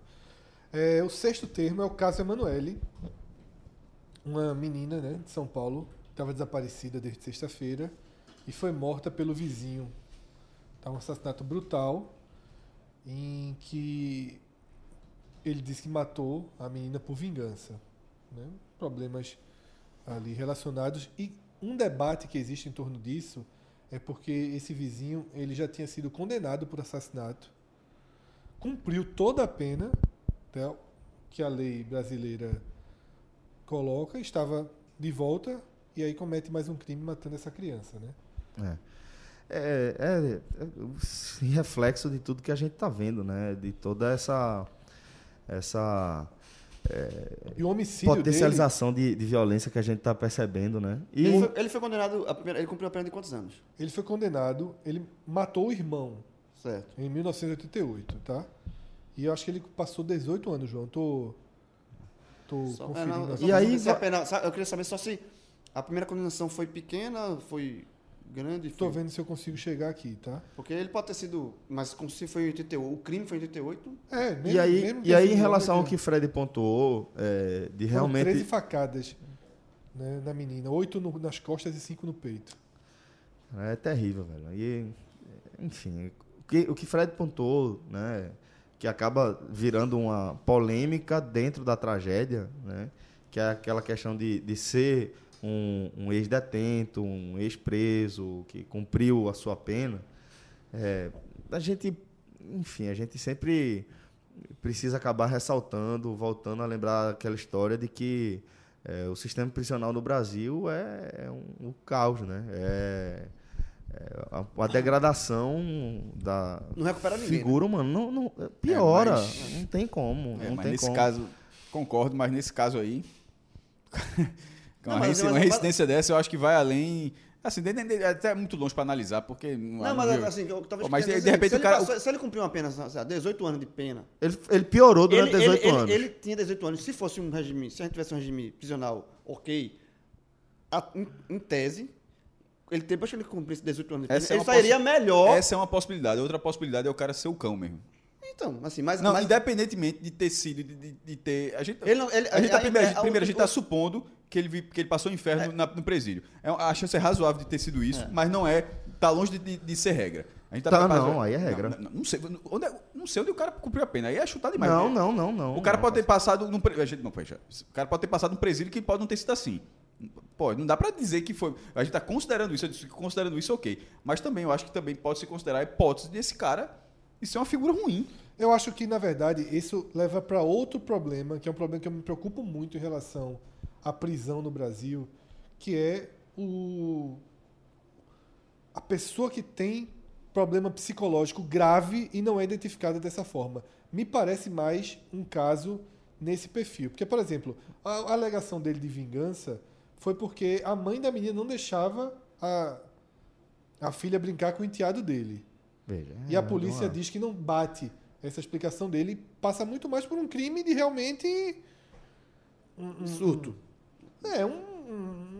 S5: É, o sexto termo é o caso Emanuele. Uma menina né, de São Paulo estava desaparecida desde sexta-feira e foi morta pelo vizinho. Tá um assassinato brutal em que ele disse que matou a menina por vingança. né? Problemas ali relacionados. E um debate que existe em torno disso é porque esse vizinho ele já tinha sido condenado por assassinato cumpriu toda a pena tá, que a lei brasileira coloca, estava de volta e aí comete mais um crime matando essa criança, né?
S2: É, é, é o reflexo de tudo que a gente tá vendo, né? De toda essa. Essa
S5: E o homicídio
S2: potencialização de, de violência que a gente tá percebendo, né? E
S3: Ele foi, ele foi condenado, a primeira- ele cumpriu a pena de quantos anos?
S5: dele, ele foi condenado, ele matou o irmão
S3: Certo.
S5: em 1988, tá? E eu acho que ele passou 18 anos, João. Tô tô
S3: Só- é, não,
S5: conferindo.
S3: eu
S5: aqui.
S3: só
S2: E aí
S3: pergunto se a
S2: va-
S3: pena- sabe, eu queria saber só se a primeira condenação foi pequena, foi grande,
S5: Tô
S3: foi,
S5: vendo se eu consigo chegar aqui, tá?
S3: porque ele pode ter sido, mas como se foi em 88, o crime foi em 88,
S5: É, mesmo,
S2: e aí,
S5: mesmo né,
S2: e aí em
S5: definindo,
S2: relação ao
S5: porque-
S2: que Fred pontuou, é, de
S5: Foram
S2: realmente.
S5: 13 facadas né, na menina, 8 nas costas e 5 no peito.
S2: É terrível, velho. E, enfim, o que, o que Fred pontuou, né, que acaba virando uma polêmica dentro da tragédia, né, que é aquela questão de, de ser um, um ex-detento, um ex-preso que cumpriu a sua pena, é, a gente, enfim, a gente sempre precisa acabar ressaltando, voltando a lembrar aquela história de que é, o sistema prisional no Brasil é, é um, um caos, né? É, é a, a degradação da
S3: não recupera ninguém. né?
S2: figura humana não, não- piora,
S6: É, mas-
S2: não tem como,
S6: É,
S2: não
S6: mas
S2: tem
S6: nesse
S2: como.
S6: caso, concordo, mas nesse caso aí. com
S3: Não,
S6: uma,
S3: mas-
S6: resi-
S3: mas-
S6: uma resistência dessa, eu acho que vai além. Assim, de- de- de- até muito longe pra analisar, porque.
S3: Não, mas assim, eu- talvez.
S6: Pô, mas
S3: quer
S6: de-
S3: dizer,
S6: de repente
S3: se
S6: o
S3: ele
S6: cara-
S3: passou- se ele cumpriu uma pena, sei lá, 18 anos de pena.
S2: Ele, ele piorou durante
S3: Ele, ele,
S2: 18
S3: ele-
S2: anos.
S3: ele tinha 18 anos. Se fosse um regime, se a gente tivesse um regime prisional, ok. a- em, em tese, ele depois que ele cumprisse 18 anos de pena,
S6: Essa é
S3: ele
S6: uma
S3: sairia melhor.
S6: Essa é uma possibilidade. Outra possibilidade é o cara ser o cão mesmo.
S3: Então, assim, mas.
S6: Não,
S3: mas
S6: independentemente de ter sido, de, de- de ter. A gente,
S3: Ele não- ele- é,
S6: a gente tá,
S3: a-
S6: primeiro, a gente-
S3: a-
S6: primeiro, a gente
S3: o-
S6: está supondo que ele, vi- que ele
S4: um
S6: passou o inferno na- no presídio. É, uma- a chance é razoável de ter sido isso, mas não é. Tá longe de, de- de ser regra.
S4: A gente tá
S2: Tá,
S4: preparado-
S2: não, aí é regra.
S4: Não, não, não sei, onde é- não sei onde o cara cumpriu a pena. Aí é chutar demais.
S2: Não,
S4: né?
S2: não, não, não.
S4: O cara
S2: não.
S4: pode ter passado num pre- a gente não, poxa, o cara pode ter passado num presídio que pode não ter sido assim. Pô, não dá pra dizer que foi. A gente tá considerando isso, eu disse que considerando isso, ok. Mas também eu acho que também pode se considerar a hipótese desse cara e ser uma figura ruim.
S5: Eu acho que, na verdade, isso leva para outro problema, que é um problema que eu me preocupo muito em relação à prisão no Brasil, que é o a pessoa que tem problema psicológico grave e não é identificada dessa forma. Me parece mais um caso nesse perfil. Porque, por exemplo, a a alegação dele de vingança foi porque a mãe da menina não deixava a, a filha brincar com o enteado dele.
S2: Veja,
S5: E a
S2: é,
S5: polícia
S2: não é.
S5: diz que não bate. Essa explicação dele passa muito mais por um crime de realmente. um,
S3: Surto.
S5: É, um. um-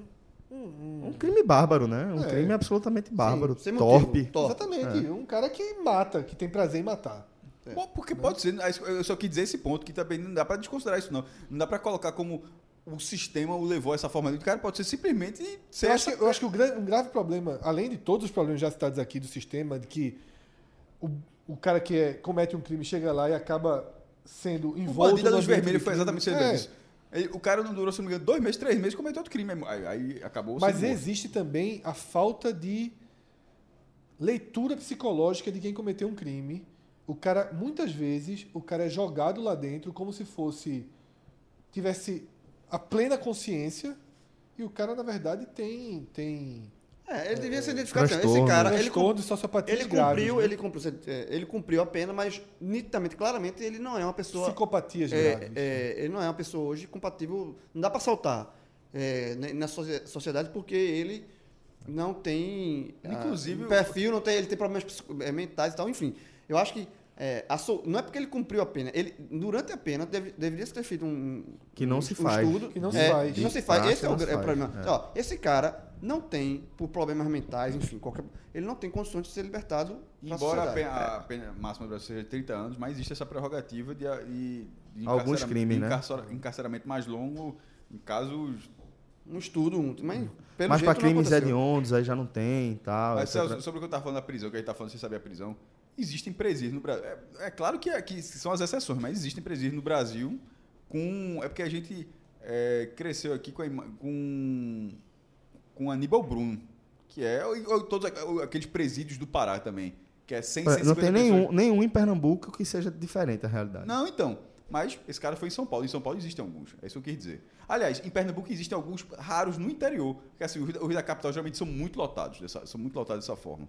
S5: um-
S2: Um crime bárbaro, né? Um
S5: É.
S2: crime absolutamente bárbaro.
S3: sem motivo.
S2: torpe.
S3: Torpe.
S5: exatamente,
S4: É.
S5: um cara que mata, que tem prazer em matar.
S4: Bom, porque
S5: né?
S4: pode ser. né? Eu só quis dizer esse ponto que também não dá pra desconsiderar isso, não. Não dá pra colocar como o sistema o levou a essa forma. O cara pode ser simplesmente ser
S5: Eu acho,
S4: essa...
S5: que, eu acho que o grande, um grave problema, além de todos os problemas já citados aqui do sistema, de que o, o cara que é- comete um crime chega lá e acaba sendo
S4: O
S5: envolvido.
S4: bandido da luz vermelha foi exatamente
S5: é,
S4: isso. Ele- O cara não durou, se não me engano, dois meses, três meses, cometeu outro crime. Aí, aí acabou
S5: Mas
S4: sendo morto.
S5: existe também a falta de leitura psicológica de quem cometeu um crime. O cara, muitas vezes, o cara é jogado lá dentro como se fosse tivesse a plena consciência e o cara na verdade tem tem
S3: É, ele devia ser identificado. assim, Esse
S2: transtorno.
S3: cara, ele,
S5: transtorno né?
S3: cum-
S5: de sociopatia
S3: ele
S5: graves,
S3: cumpriu,
S5: né?
S3: ele cumpriu, é, ele cumpriu a pena, mas nitidamente, claramente, ele não é uma pessoa
S5: psicopatias
S3: É,
S5: graves.
S2: né?
S3: é, ele não é uma pessoa hoje compatível, não dá para saltar é, ne- na socie- sociedade porque ele não tem ah,
S4: Inclusive,
S3: um perfil, não tem, ele tem problemas psico- eh, mentais e tal, enfim. Eu acho que é, a sol- não é porque ele cumpriu a pena, ele durante a pena deve- deveria ser feito um
S2: Que não
S3: um-
S2: se
S3: um
S2: faz.
S3: estudo
S5: Que não se
S3: é,
S5: faz.
S3: que não se
S2: De
S3: faz.
S2: fato,
S3: Esse é o,
S2: não se
S3: gra- é o
S2: faz,
S3: problema.
S2: é.
S3: Ó, esse cara não tem por problemas mentais, enfim, qualquer, ele não tem condições de ser libertado. pra
S4: Embora a
S3: sociedade.
S4: pena, a pena máxima do Brasil seja 30 anos, mas existe essa prerrogativa de, a- e- de
S2: Alguns
S4: encarceram-
S2: crimes, né?
S4: encarcer- Encarceramento mais longo em casos.
S3: um estudo, um, mas pelo
S2: Uhum. Mas
S3: jeito
S2: pra
S3: não
S2: crimes
S3: aconteceu. é
S2: hediondos aí já não tem e tal.
S4: Mas,
S2: etc.
S4: Celso, sobre o que eu estava falando da prisão, que a gente estava falando sem saber a prisão, existem presídios no Brasil. É, é claro que, que são as exceções, mas existem presídios no Brasil com. É porque a gente é, cresceu aqui com, a ima- com, com Aníbal Bruno, que é o- o- todos aqu- o- aqueles presídios do Pará também, que é 100,
S2: Pra- Não
S4: 150
S2: tem
S4: pessoas.
S2: nenhum, nenhum em Pernambuco que seja diferente a realidade.
S4: Não, então. Mas esse cara foi em São Paulo. Em São Paulo existem alguns. É isso que eu quis dizer. Aliás, em Pernambuco existem alguns raros no interior. Porque assim, os da- os da capital geralmente são muito lotados. dessa- são muito lotados dessa forma.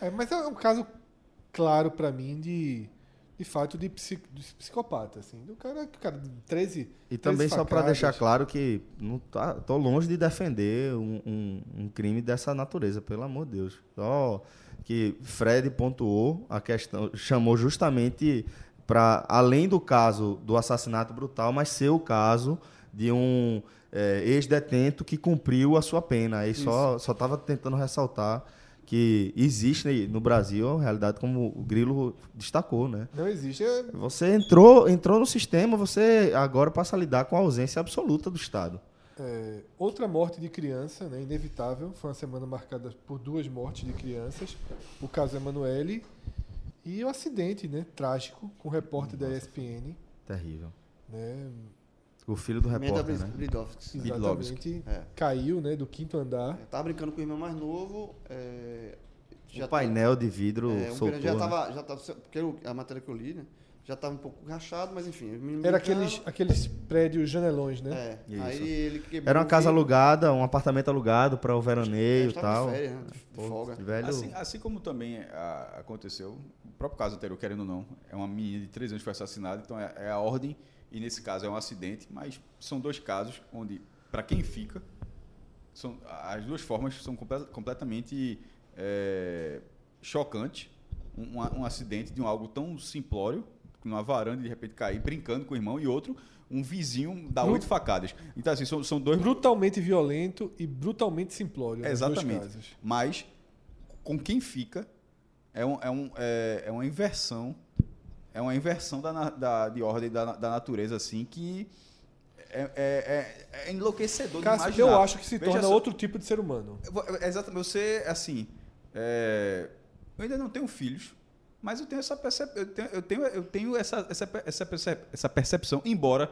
S5: É, mas é um caso claro pra mim de de fato de, psi- de psicopata assim, do cara, que o cara de 13
S2: E
S5: 13
S2: também só pra
S5: facadas.
S2: deixar claro que não tá, tô longe de defender um, um- um crime dessa natureza, pelo amor de Deus. Só que Fred pontuou a questão, chamou justamente para além do caso do assassinato brutal, mas ser o caso de um eh, ex-detento que cumpriu a sua pena. Aí só só estava tentando ressaltar que existe no Brasil a realidade como o Grilo destacou, né?
S5: Não existe. É,
S2: Você entrou, entrou no sistema, você agora passa a lidar com a ausência absoluta do Estado.
S5: é, outra morte de criança, né, inevitável. Foi uma semana marcada por duas mortes de crianças. O caso Emanuele e o acidente, né, trágico, com o repórter da ESPN,
S2: Terrível.
S5: né,
S2: O filho do
S3: Emenda
S2: repórter, né?
S3: Blidovski.
S5: exatamente
S3: É.
S5: caiu, né, do quinto andar.
S3: Eu tava brincando com o irmão mais novo. É,
S2: O Um painel de vidro
S3: é, um
S2: soltou,
S3: grande- já
S2: né?
S3: tava, já tava, porque eu- a matéria que eu li, né? Já tava um pouco rachado, mas enfim. o menino
S5: Era
S3: brincando,
S5: aqueles aqueles prédios janelões, né?
S3: É,
S2: Isso.
S3: aí ele quebrou.
S2: né? Era uma
S3: o
S2: casa
S3: vidro,
S2: alugada, um apartamento alugado para o
S3: é,
S2: veraneio e
S3: tava
S2: tal.
S3: De férias, né? De
S2: Pô,
S3: folga.
S2: Velho,
S4: Assim, assim como também ah, aconteceu, o próprio caso anterior, querendo ou não, é uma menina de 3 anos que foi assassinada, então é, é a ordem, e nesse caso é um acidente, mas são dois casos onde, para quem fica, são, as duas formas são comple- completamente eh, chocantes. Um, um a- um acidente de um algo tão simplório, numa varanda e de repente cair brincando com o irmão, e outro, um vizinho dá
S5: Bru-
S4: oito facadas. Então, assim, são, são dois
S5: Brutalmente violento e brutalmente simplório. nos dois
S4: Exatamente.
S5: casos.
S4: Mas com quem fica é, um, é, um, é, é uma inversão. É uma inversão da, na- da, de ordem da, na- da natureza, assim, que é, é, é- é enlouquecedor de
S5: Cássio,
S4: imaginar.
S5: eu acho que se
S4: Veja
S5: torna
S4: só-
S5: outro tipo de ser humano.
S4: Vo- Exatamente. Você, assim, é, Eu ainda não tenho filhos, mas eu tenho essa percep... eu tenho, eu tenho, eu tenho essa, essa, pe- essa, percep- essa percepção, embora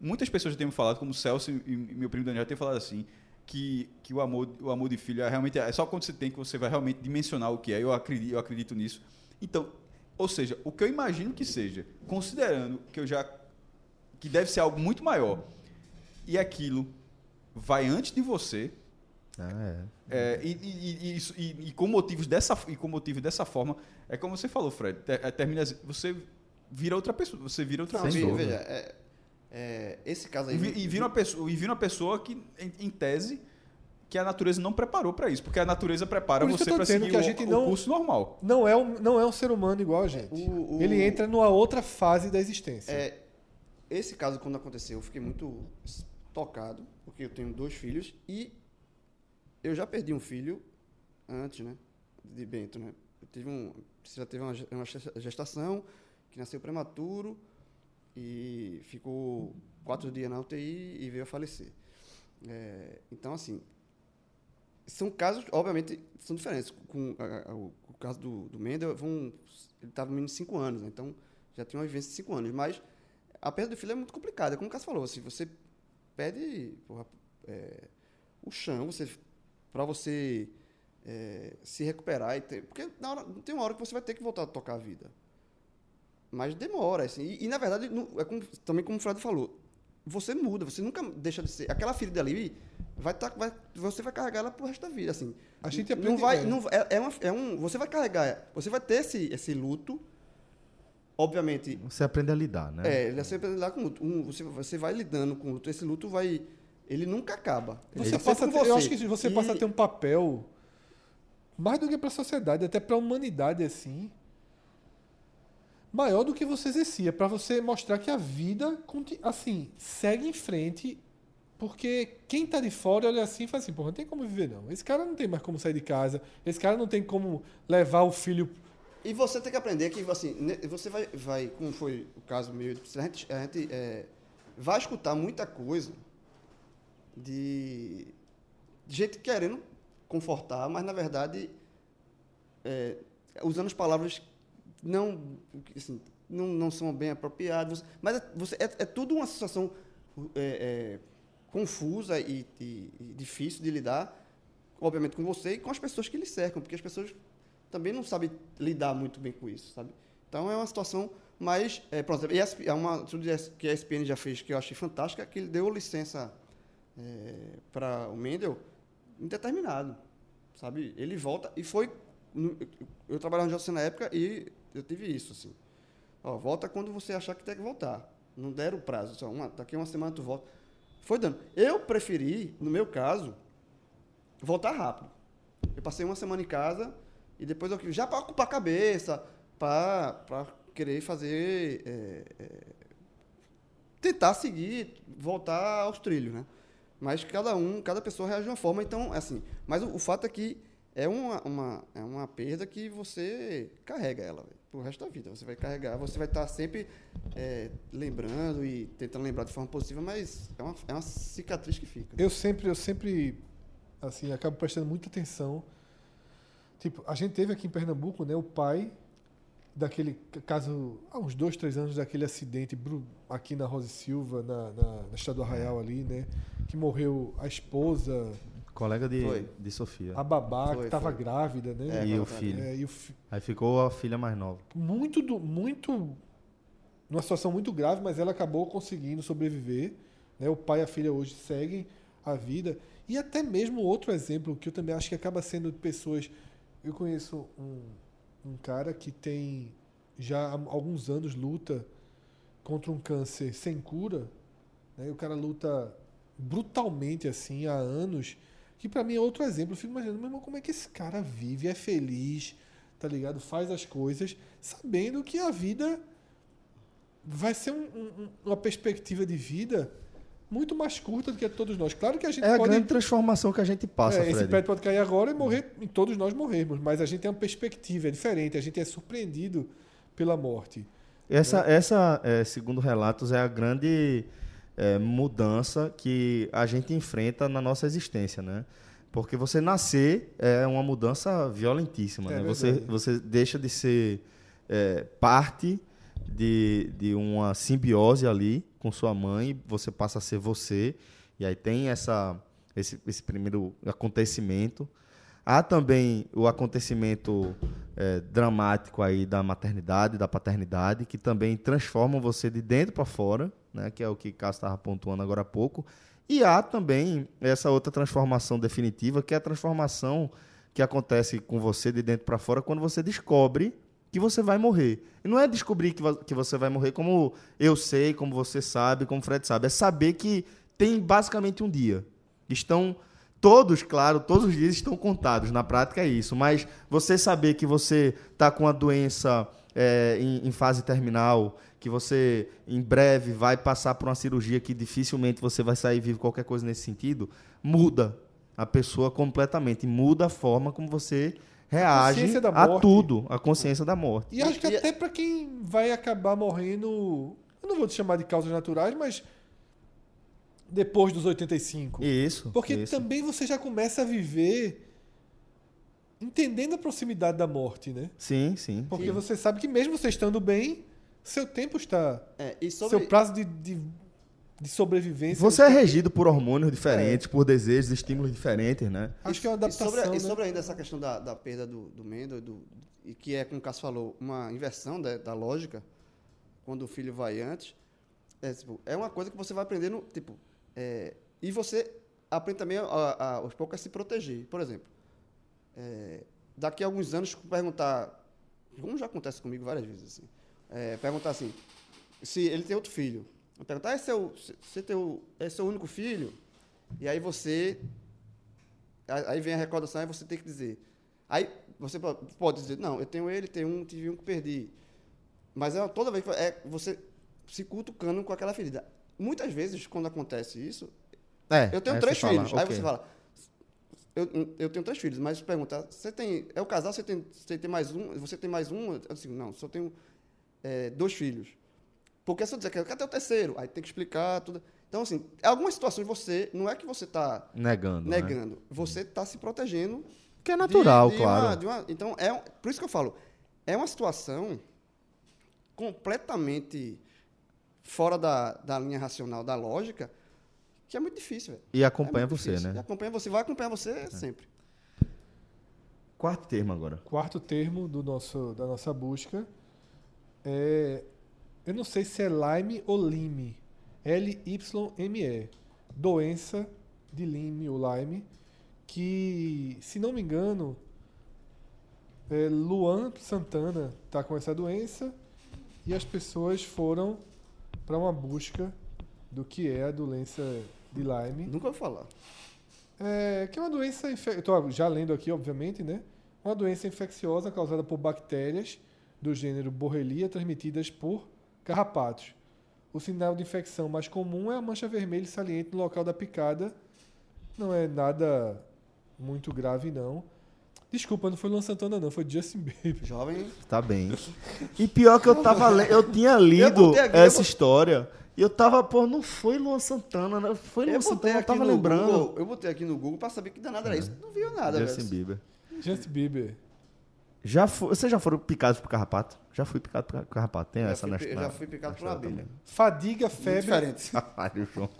S4: muitas pessoas já tenham falado, como o Celso e, e meu primo Daniel já tenham falado assim, que, que o, amor, o amor de filho é realmente é só quando você tem que você vai realmente dimensionar o que é. Eu acredito, eu acredito nisso. Então, ou seja, o que eu imagino que seja, considerando que eu já que deve ser algo muito maior e aquilo vai antes de você,
S2: Ah,
S4: é, e, e- e- e isso- e- e com motivos dessa e com motivos dessa forma é como você falou Fred te- é, termina assim, você vira outra pessoa você vira outra
S3: Não,
S2: Sem
S3: ve-
S2: dúvida.
S3: veja, é- é, esse caso aí.
S4: e, vi- e vira uma pessoa e vira uma pessoa que em, em tese que a natureza não preparou para isso porque a natureza prepara
S5: Por isso que
S4: você
S5: eu tô
S4: para
S5: dizendo
S4: seguir
S5: que a
S4: o,
S5: gente
S4: o
S5: não-
S4: curso normal
S5: Não é, um, não é um ser humano igual a gente.
S3: O- o-
S5: Ele entra numa outra fase da existência.
S3: É, esse caso, quando aconteceu, eu fiquei muito tocado, porque eu tenho dois filhos e eu já perdi um filho antes, né? De Bento, né? Eu tive um, já teve uma, ge- uma gesta- gestação que nasceu prematuro e ficou quatro dias na UTI e veio a falecer. É, então, assim, são casos, obviamente, são diferentes. Com a- a- o, o caso do, do Mendel, foi um- ele estava no mínimo cinco anos, né? então já tinha uma vivência de cinco anos. Mas a perda do filho é muito complicada. Como o Cássio falou, assim, você perde porra, é, o chão você, para você é, se recuperar. E ter, porque na hora, tem uma hora que você vai ter que voltar a tocar a vida. Mas demora, assim. E, e, na verdade, não- é como- também como o Fred falou, você muda, você nunca deixa de ser. Aquela ferida ali vai tá, vai, você vai carregar ela pro resto da vida, assim.
S5: A gente
S3: não
S5: aprende-
S3: vai,
S5: é.
S3: não, é, é uma- é um, você vai carregar, você vai ter esse, esse luto, obviamente.
S2: Você aprende a lidar, né?
S3: É, você vai lidar com o luto. Um, você, você vai lidando com o luto. Esse luto vai, ele nunca acaba. Ele
S5: Você
S3: tá
S5: passa a
S3: sempre
S5: ter-
S3: com
S5: Eu acho que você
S3: E-
S5: passa a ter um papel mais do que para a sociedade, até para a humanidade assim, maior do que você exercia, para você mostrar que a vida conti- assim segue em frente, porque quem tá de fora olha assim e fala assim, porra, não tem como viver não. Esse cara não tem mais como sair de casa, esse cara não tem como levar o filho
S3: E você tem que aprender que, assim, ne- você vai, vai como foi o caso meu, a gente, a gente, é, vai escutar muita coisa de, de gente querendo confortar, mas, na verdade, é, usando as palavras não, assim, não, não são bem apropriadas. Mas é, você, é, é tudo uma situação é, é, confusa e, e- e difícil de lidar, obviamente, com você e com as pessoas que lhe cercam, porque as pessoas também não sabem lidar muito bem com isso, sabe? Então é uma situação mais. É, por exemplo, ESP, é uma tudo que a ESPN já fez que eu achei fantástica, é que ele deu licença para o Mendel indeterminado, sabe? Ele volta e foi. no- eu- Eu trabalhava no JC na época e eu tive isso, assim. Ó, volta quando você achar que tem que voltar. Não deram o prazo. Só uma, daqui uma semana tu volta. Foi dando. Eu preferi, no meu caso, voltar rápido. Eu passei uma semana em casa e depois eu já para ocupar a cabeça, para querer fazer. é, é, tentar seguir, voltar aos trilhos, né? Mas cada um, cada pessoa reage de uma forma, então, assim. Mas o, o fato é que é uma, uma, é uma perda que você carrega ela velho, pro resto da vida. Você vai carregar, você vai estar sempre é, lembrando e tentando lembrar de forma positiva, mas é uma, é uma cicatriz que fica.
S5: Eu sempre, eu sempre, assim, acabo prestando muita atenção. Tipo, a gente teve aqui em Pernambuco, né, o pai daquele c- caso, há uns dois, três anos, daquele acidente bru- aqui na Rosa e Silva, na, na, na Estado do Arraial ali, né, que morreu a esposa,
S2: Colega de,
S3: Foi.
S2: de Sofia.
S5: a babá,
S3: Foi,
S5: que estava
S3: foi.
S5: grávida, né?
S2: e
S3: É,
S2: o
S3: tá,
S2: filho.
S5: É, e o fi-
S2: Aí ficou a filha mais nova.
S5: muito do, muito numa situação muito grave, mas ela acabou conseguindo sobreviver, né? O pai e a filha hoje seguem a vida e até mesmo outro exemplo que eu também acho que acaba sendo de pessoas. Eu conheço um, um cara que tem já há alguns anos luta contra um câncer sem cura, né? E o cara luta brutalmente assim há anos, que pra mim é outro exemplo. Eu fico imaginando, meu irmão, como é que esse cara vive, é feliz, tá ligado? Faz as coisas, sabendo que a vida vai ser um- um- um- uma perspectiva de vida muito mais curta do que a de todos nós. Claro que a gente
S2: É a
S5: pode
S2: grande transformação que a gente passa,
S5: é, esse
S2: Fred.
S5: prédio pode cair agora e morrer, e todos nós morremos, mas a gente tem uma perspectiva, é diferente, a gente é surpreendido pela morte.
S2: Essa, essa é, segundo relatos, é a grande é, mudança que a gente enfrenta na nossa existência, né? Porque você nascer é uma mudança violentíssima.
S5: É
S2: né? você,
S5: verdade.
S2: você deixa de ser é, parte de, de uma simbiose ali com sua mãe, você passa a ser você. E aí tem essa, esse, esse primeiro acontecimento. Há também o acontecimento é, dramático aí da maternidade, da paternidade, que também transformam você de dentro para fora, né, que é o que Cássio estava pontuando agora há pouco. E há também essa outra transformação definitiva, que é a transformação que acontece com você de dentro para fora quando você descobre que você vai morrer. E não é descobrir que, va- que você vai morrer como eu sei, como você sabe, como o Fred sabe. É saber que tem basicamente um dia. Estão todos, claro, todos os dias estão contados. Na prática é isso. Mas você saber que você está com uma doença é, em, em fase terminal, que você em breve vai passar por uma cirurgia que dificilmente você vai sair vivo, qualquer coisa nesse sentido, muda a pessoa completamente. Muda a forma como você reage
S5: consciência da
S2: a
S5: morte.
S2: tudo, a consciência da morte.
S5: E acho que
S3: E-
S5: até pra quem vai acabar morrendo, eu não vou te chamar de causas naturais, mas depois dos 85.
S2: Isso.
S5: Porque
S2: isso.
S5: também você já começa a viver entendendo a proximidade da morte, né?
S2: Sim, sim.
S5: Porque
S2: sim.
S5: você sabe que mesmo você estando bem, seu tempo está.
S3: É, e sobre...
S5: Seu prazo de, de, de sobrevivência.
S2: Você é regido por hormônios
S3: É.
S2: diferentes, por desejos, estímulos diferentes, né?
S5: Acho que é uma
S3: E
S5: adaptação.
S3: sobre, e
S5: né?
S3: sobre ainda essa questão da, da perda do, do Mendel, e do, e que é, como o Cássio falou, uma inversão né, da, da lógica, quando o filho vai antes, é, tipo, é uma coisa que você vai aprendendo, tipo, é, e você aprende também a- a- aos poucos a se proteger. Por exemplo, é, daqui a alguns anos, perguntar, como já acontece comigo várias vezes, assim, é, perguntar assim, se ele tem outro filho, eu perguntar, ah, é seu, se- se teu, é seu único filho? E aí você Aí aí vem a recordação e você tem que dizer. Aí você po- pode dizer, não, eu tenho ele, tenho um, tive um que perdi. Mas é, toda vez que é, você se cutucando com aquela ferida. Muitas vezes, quando acontece isso,
S2: É.
S3: eu tenho
S2: aí
S3: três
S2: você fala,
S3: filhos. Aí
S2: ok.
S3: você fala, eu, eu tenho três filhos, mas pergunta, você tem, é o casal, você tem, você tem mais um, você tem mais um? Eu digo, não, só tenho é, dois filhos. Porque se eu dizer que cadê o terceiro? Aí tem que explicar tudo. Então, assim, algumas situações você, não é que você está
S2: Negando. né?
S3: negando. Você está se protegendo.
S2: Que é natural,
S3: de- de uma-
S2: claro.
S3: de uma- então, é, um- por isso que eu falo, é uma situação completamente fora da, da linha racional, da lógica, que é muito difícil, velho.
S2: E
S3: É
S2: acompanha
S3: muito
S2: você,
S3: difícil. E
S2: né? É.
S3: Acompanha você, vai acompanhar você sempre.
S2: Quarto termo agora.
S5: quarto termo do nosso, da nossa busca é. Eu não sei se é Lyme ou Lyme. L-Y-M-E. Doença de Lyme ou Lyme. Que, se não me engano, é, Luan Santana está com essa doença e as pessoas foram para uma busca do que é a doença de Lyme.
S3: Nunca vou falar.
S5: É, que é uma doença infec... eu tô já lendo aqui, obviamente, né? Uma doença infecciosa causada por bactérias do gênero Borrelia transmitidas por carrapatos. O sinal de infecção mais comum é a mancha vermelha saliente no local da picada. Não é nada muito grave, não. Desculpa, não foi Luan Santana, não, foi Justin Bieber.
S3: Jovem,
S2: Tá bem. E pior que eu tava le... eu tinha lido
S3: botei aqui, eu
S2: essa
S3: bot-
S2: história. E eu tava, pô, não foi Luan Santana, né? Foi Luan
S3: eu botei,
S2: Santana, eu
S3: aqui
S2: tava
S3: no
S2: lembrando.
S3: Google, eu botei aqui no Google pra saber que danado era
S2: Uhum.
S3: isso. Não viu nada,
S2: Justin
S3: velho.
S2: Bieber.
S5: Justin Bieber.
S2: Já fo... Vocês já foram picados por carrapato? Já fui picado por carrapato. Tem
S3: Eu já
S2: é, essa
S3: fui
S2: na
S3: pi- eu
S2: na-
S3: já fui picado
S2: na
S3: por uma
S2: história
S3: abelha.
S5: Fadiga,
S3: Muito
S5: febre.
S3: diferente.
S2: também. Caralho, João.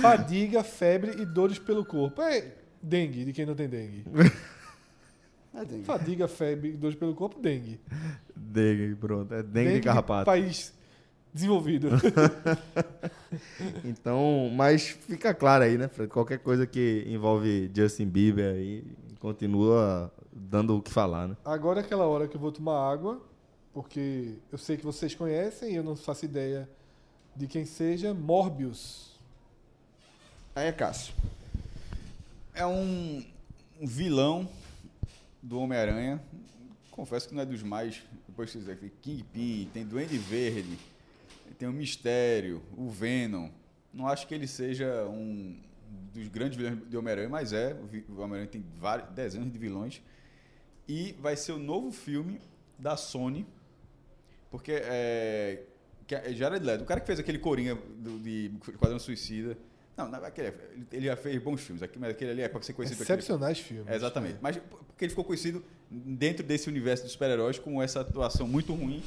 S5: Fadiga, febre e dores pelo corpo. É dengue, de quem não tem dengue.
S3: É, tem.
S5: Fadiga, febre e dores pelo corpo, dengue.
S2: Dengue, pronto. É dengue, de
S5: Dengue de
S2: carrapato.
S5: país desenvolvido.
S2: Então, mas fica claro aí, né, Fred? Qualquer coisa que envolve Justin Bieber aí continua dando o que falar, né?
S5: Agora é aquela hora que eu vou tomar água, porque eu sei que vocês conhecem e eu não faço ideia de quem seja. Morbius.
S3: Aí é Cássio.
S6: É um vilão do Homem-Aranha. Confesso que não é dos mais. Depois que vocês tem Kingpin, tem Duende Verde, tem o Mistério, o Venom. Não acho que ele seja um dos grandes vilões do Homem-Aranha, mas é. O vi- O Homem-Aranha tem vários, dezenas de vilões. E vai ser o novo filme da Sony. Porque é. que é Jared Leto, o cara que fez aquele Coringa do, de Esquadrão Suicida,
S4: Não, não aquele, ele já fez bons filmes aqui, mas aquele ali é pra ser conhecido. aquele-
S5: Excepcionais filmes.
S4: É, exatamente. Mas porque ele ficou conhecido dentro desse universo dos super-heróis com essa atuação muito ruim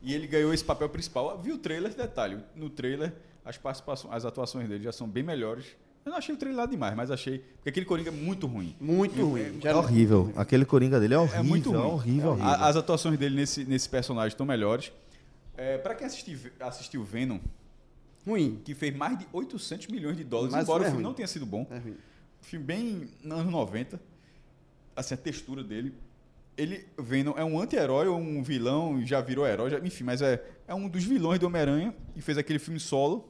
S4: e ele ganhou esse papel principal. Viu o trailer, detalhe, no trailer as participações, as atuações dele já são bem melhores. Eu não achei o trailer lá demais, mas achei porque aquele Coringa é muito ruim.
S3: Muito ruim. Já
S2: É horrível. Aquele Coringa dele é horrível.
S4: É muito ruim.
S2: horrível, horrível.
S4: A- as atuações dele nesse, nesse personagem estão melhores. É, para quem assistir, assistiu Venom,
S3: Ruim.
S4: que fez mais de 800 milhões de dólares,
S3: Mas
S4: embora
S3: é
S4: o filme
S3: ruim.
S4: não tenha sido bom.
S3: É ruim.
S4: filme bem nos anos 90. Assim, a textura dele. Ele, Venom, é um anti-herói ou um vilão, já virou herói, já- enfim, mas é, é um dos vilões do Homem-Aranha e fez aquele filme solo.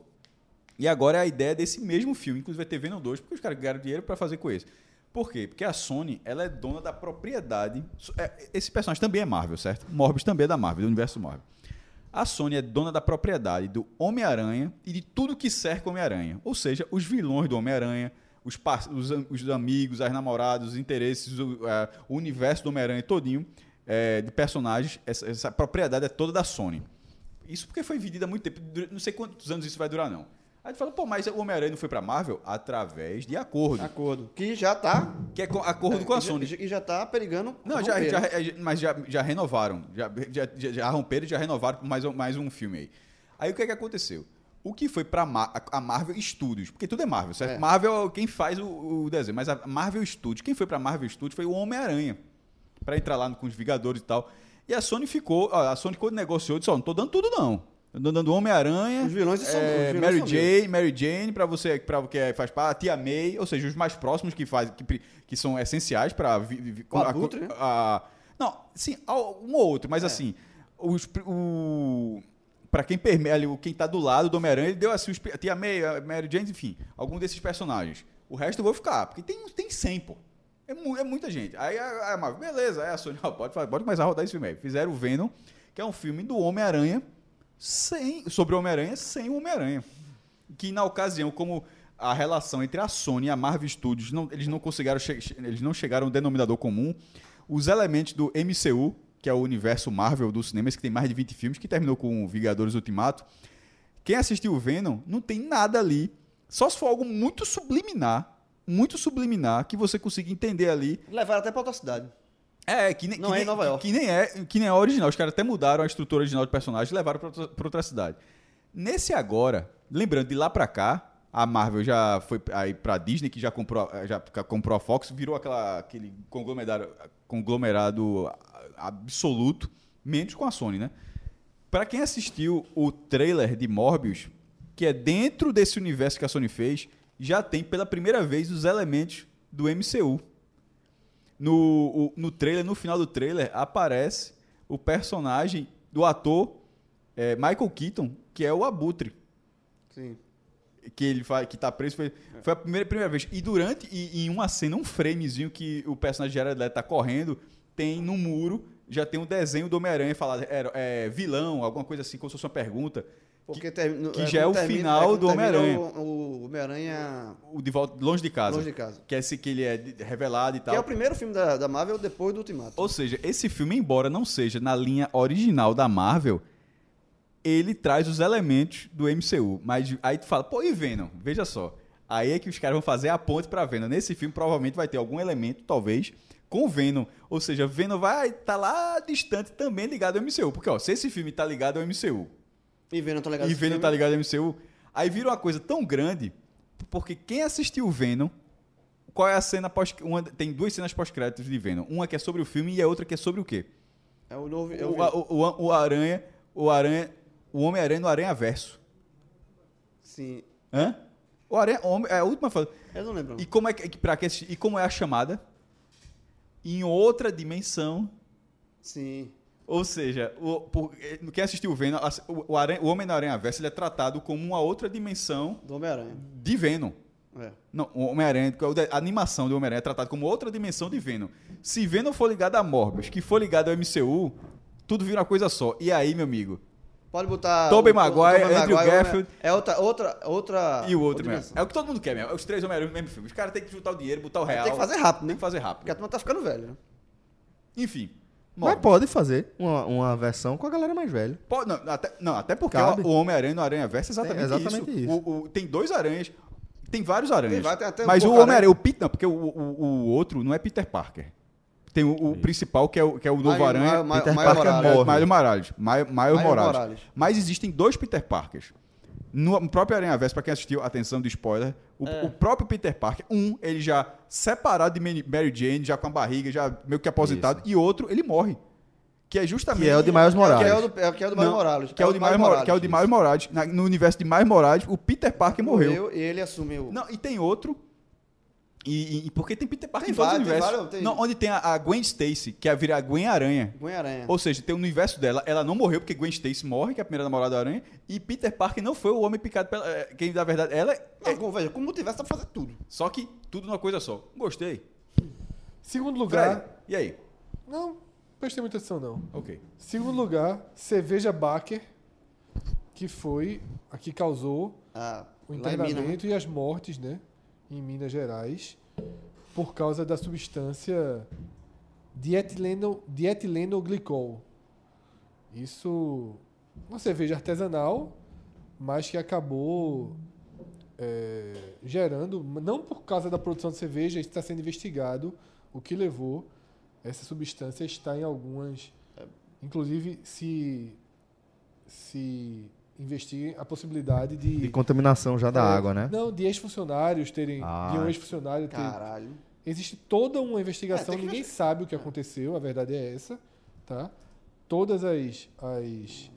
S4: E agora é a ideia desse mesmo filme, inclusive vai ter Venom 2, porque os caras ganharam dinheiro pra fazer com esse. Por quê? Porque a Sony, ela é dona da propriedade. so- é- Esse personagem também é Marvel, certo? Morbius também é da Marvel, do universo Marvel. A Sony é dona da propriedade do Homem-Aranha e de tudo que cerca o Homem-Aranha. Ou seja, os vilões do Homem-Aranha, os, par- os, am- os amigos, as namoradas, os interesses, o, é, o universo do Homem-Aranha todinho é, de personagens, essa, essa propriedade é toda da Sony. Isso porque foi vendida há muito tempo, dura- não sei quantos anos isso vai durar, não. Aí tu fala, pô, mas o Homem-Aranha não foi pra Marvel? Através de acordo.
S3: Acordo. Que já tá.
S4: Que é co- acordo com a
S3: e já-
S4: Sony.
S3: E já tá perigando.
S4: né? Não, já,
S3: romper.
S4: já, já- mas já, já renovaram. Já, já, já- já romperam e já renovaram por mais, um- mais um filme aí. Aí o que é que aconteceu? O que foi pra Ma- a Marvel Studios, porque tudo é Marvel, certo?
S3: É.
S4: Marvel é quem faz o, o desenho, mas a Marvel Studios, quem foi pra Marvel Studios foi o Homem-Aranha, Pra entrar lá com os Vingadores e tal. E a Sony ficou, ó, a Sony quando negociou, disse, ó, não tô dando tudo não. Eu tô dando Homem-Aranha,
S3: Os vilões são-
S4: é,
S3: os vilões
S4: Mary
S3: são
S4: Jane, Mary Jane, pra você, para que é, faz parte, a Tia May, ou seja, os mais próximos que faz, que, pre- que são essenciais para
S3: O Abutre, né? É.
S4: a- não, sim, ao- um ou outro, mas assim, os, pri- o para quem permeia ali, o- quem tá do lado do Homem-Aranha, ele deu assim, os, pri- tem a May, a Mary Jane, enfim, algum desses personagens. O resto eu vou ficar, porque tem, tem 100, pô. É, mu- é muita gente. Aí a, a Marvel, beleza, aí a Sony, ó, pode, fa- pode começar a rodar esse filme aí. Fizeram o Venom, que é um filme do Homem-Aranha, sem, sobre o Homem-Aranha, sem o Homem-Aranha que na ocasião, como a relação entre a Sony e a Marvel Studios, não- eles não conseguiram, che- che- eles não chegaram a um denominador comum, os elementos do MCU, que é o universo Marvel dos cinemas, que tem mais de 20 filmes, que terminou com Vingadores Ultimato, quem assistiu o Venom não tem nada ali, só se for algo muito subliminar, muito subliminar, que você consiga entender ali
S3: Levaram até pra outra cidade.
S4: é, que nem,
S3: Não
S4: que
S3: é
S4: nem-
S3: em Nova
S4: que-
S3: York.
S4: Que nem é, que nem é original. Os caras até mudaram a estrutura original de personagem e levaram pra outra, pra outra cidade. Nesse agora, lembrando de lá pra cá, a Marvel já foi aí pra Disney, que já comprou, a- já ca- comprou a Fox, virou aquela, aquele conglomerado, conglomerado absoluto, menos com a Sony, né? Pra quem assistiu o trailer de Morbius, que é dentro desse universo que a Sony fez, já tem pela primeira vez os elementos do MCU. No, o- no trailer, no final do trailer, aparece o personagem do ator é, Michael Keaton, que é o Abutre
S3: Sim.
S4: que ele fa- que tá preso foi,
S3: É.
S4: foi a primeira, primeira vez. E durante e, em uma cena, um framezinho que o personagem de Jared Leto tá correndo, tem no muro já tem um desenho do Homem-Aranha falado é, é, vilão, alguma coisa assim, como se fosse uma pergunta.
S3: Porque termi-
S4: que
S3: é,
S4: já é
S3: quando
S4: o final
S3: quando
S4: do
S3: termina
S4: Homem-Aranha.
S3: O, o Homem-Aranha
S4: O de volta longe de casa.
S3: Longe de Casa.
S4: Que é esse que ele é de- revelado e
S3: Que é
S4: tal.
S3: o primeiro filme da, da Marvel depois do Ultimato.
S4: Ou seja, esse filme, embora não seja na linha original da Marvel, ele traz os elementos do MCU. Mas aí tu fala, pô, e Venom? Veja só. Aí é que os caras vão fazer a ponte pra Venom. Nesse filme, provavelmente vai ter algum elemento, talvez, com Venom. Ou seja, Venom vai estar lá distante também ligado ao MCU. Porque, ó, se esse filme tá ligado ao MCU,
S3: E Venom tá ligado.
S4: e
S3: esse
S4: Venom
S3: filme.
S4: tá ligado ao MCU. Aí vira uma coisa tão grande, porque quem assistiu Venom, qual é a cena pós uma, tem duas cenas pós-créditos de Venom, uma que é sobre o filme e a outra que é sobre o quê?
S3: É o novo. é o
S4: O, a- o, o, o aranha, o aranha, o Homem-Aranha no Aranha Verso.
S3: Sim.
S4: Hã? O aranha, homem, é a última fase.
S3: Eu não lembro.
S4: E como é que para que assistir- e como é a chamada? Em outra dimensão
S3: Sim.
S4: Ou seja, o, por, eh, quem assistiu Venom, ass- o, o, Aranha- o Homem na Aranha Versa ele é tratado como uma outra dimensão
S3: Do Homem-Aranha.
S4: de Venom.
S3: É.
S4: Não, o Homem-Aranha, que é o da- a animação do Homem-Aranha é tratada como outra dimensão de Venom. Se Venom for ligado a Morbius, que for ligado ao MCU, tudo vira uma coisa só. E aí, meu amigo?
S3: Pode botar.
S4: Tobey
S3: o- o- o
S4: Maguire,
S3: Tobey
S4: Andrew
S3: Maguire,
S4: Garfield.
S3: É outra. outra, outra
S4: e
S3: Ah,
S4: o outro
S3: outra
S4: mesmo.
S3: dimensão.
S4: É o que todo mundo quer mesmo. É Os três Homem-Aranha no mesmo filme. Os caras têm que juntar o dinheiro, botar o real.
S3: Tem que fazer rápido, né?
S4: Tem que fazer
S3: Porque a
S4: rápido.
S3: turma tá ficando velha. né?
S4: Enfim.
S2: Mas
S4: Morbius.
S2: pode fazer uma, uma versão com a galera mais velha.
S4: Pô, não, até, não, até porque
S2: Cabe.
S4: o Homem-Aranha no Aranha Verso é exatamente,
S2: É, exatamente
S4: isso.
S2: isso.
S4: O- o- tem dois aranhas Tem vários aranhas.
S3: Tem vários, tem até um
S4: mas o
S3: pouco
S4: Homem-Aranha, o Peter, não, porque o, o- o outro não é Peter Parker. Tem o, o principal, que é o, que é o novo
S3: Maio-
S4: aranha.
S3: Maio- Maio-
S4: Peter
S3: Maio
S4: Parker
S3: Morales.
S4: morre. Maio Morales. Maio, Maio
S3: Maio
S4: Morales.
S3: Morales.
S4: Mas existem dois Peter Parkers. No próprio Aranha Verso, pra quem assistiu, atenção de spoiler, o, o próprio Peter Parker, um, ele já separado de Mary- Mary Jane, já com a barriga, já meio que aposentado, e outro, ele morre. Que é justamente...
S2: Que é o de Miles Morales.
S3: Que é o do, é, que é o do Mário
S4: Não,
S3: Morales.
S4: Que é o de Miles Morales. Que é o de Miles Morales. Na- no universo de Miles Morales, o Peter Parker morreu.
S3: Morreu e ele assumiu.
S4: Não, e tem outro. E, e- e porque tem Peter
S3: Tem
S4: Parker em todo o
S3: vários, tem
S4: universo.
S3: vários, tem-
S4: Não, onde tem a, a Gwen Stacy, que é a vira a Gwen Aranha.
S3: Homem-Aranha.
S4: Ou seja, tem o universo dela, ela não morreu porque Gwen Stacy morre, que é a primeira namorada da Aranha, e Peter Parker não foi o homem picado pela. é, Quem na verdade, ela.
S3: Não, como- veja, como tivesse, dá pra fazer tudo.
S4: Só que tudo numa coisa só. Gostei.
S5: Segundo
S4: Fred,
S5: lugar.
S4: e aí?
S5: Não, não prestei muita atenção, não.
S4: Ok.
S5: Segundo lugar, cerveja Baker, que foi a que causou
S3: Ah,
S5: o
S3: lá em Minas, né?
S5: internamento e as mortes, né? Em Minas Gerais, por causa da substância dietileno, dietilenoglicol. Isso, uma cerveja artesanal, mas que acabou é, gerando, não por causa da produção de cerveja, isso está sendo investigado, o que levou essa substância a estar em algumas. Inclusive, se, se investiga a possibilidade
S2: E contaminação já da
S5: é,
S2: água, né?
S5: Não, de ex-funcionários terem.
S2: Ah.
S5: De um ex-funcionário ter.
S3: Caralho.
S5: Existe toda uma investigação,
S3: É, tem que
S5: ninguém sabe o que aconteceu, a verdade é essa, tá? Todas as. as.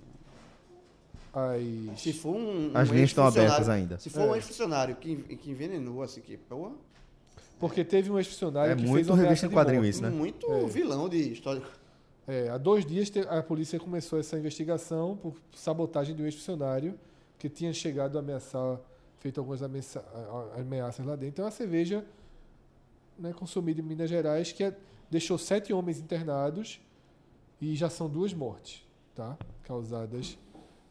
S3: Se
S5: as.
S3: for um, um
S2: As linhas estão
S3: ex-funcionário-
S2: abertas ainda.
S3: Se for um
S5: É.
S3: ex-funcionário que, en- que envenenou, assim, que, porra,
S5: Porque teve um ex-funcionário
S2: É
S5: que fez
S2: muito
S5: uma ameaça
S2: revista em
S5: de
S2: quadrinho
S5: morte.
S2: isso, né?
S3: muito vilão de história.
S5: É, há dois dias te- a polícia começou essa investigação por sabotagem de um ex-funcionário que tinha chegado a ameaçar, feito algumas ameaça- a- a- ameaças lá dentro. Então, é uma cerveja né, consumida em Minas Gerais que é- deixou sete homens internados e já são duas mortes tá? causadas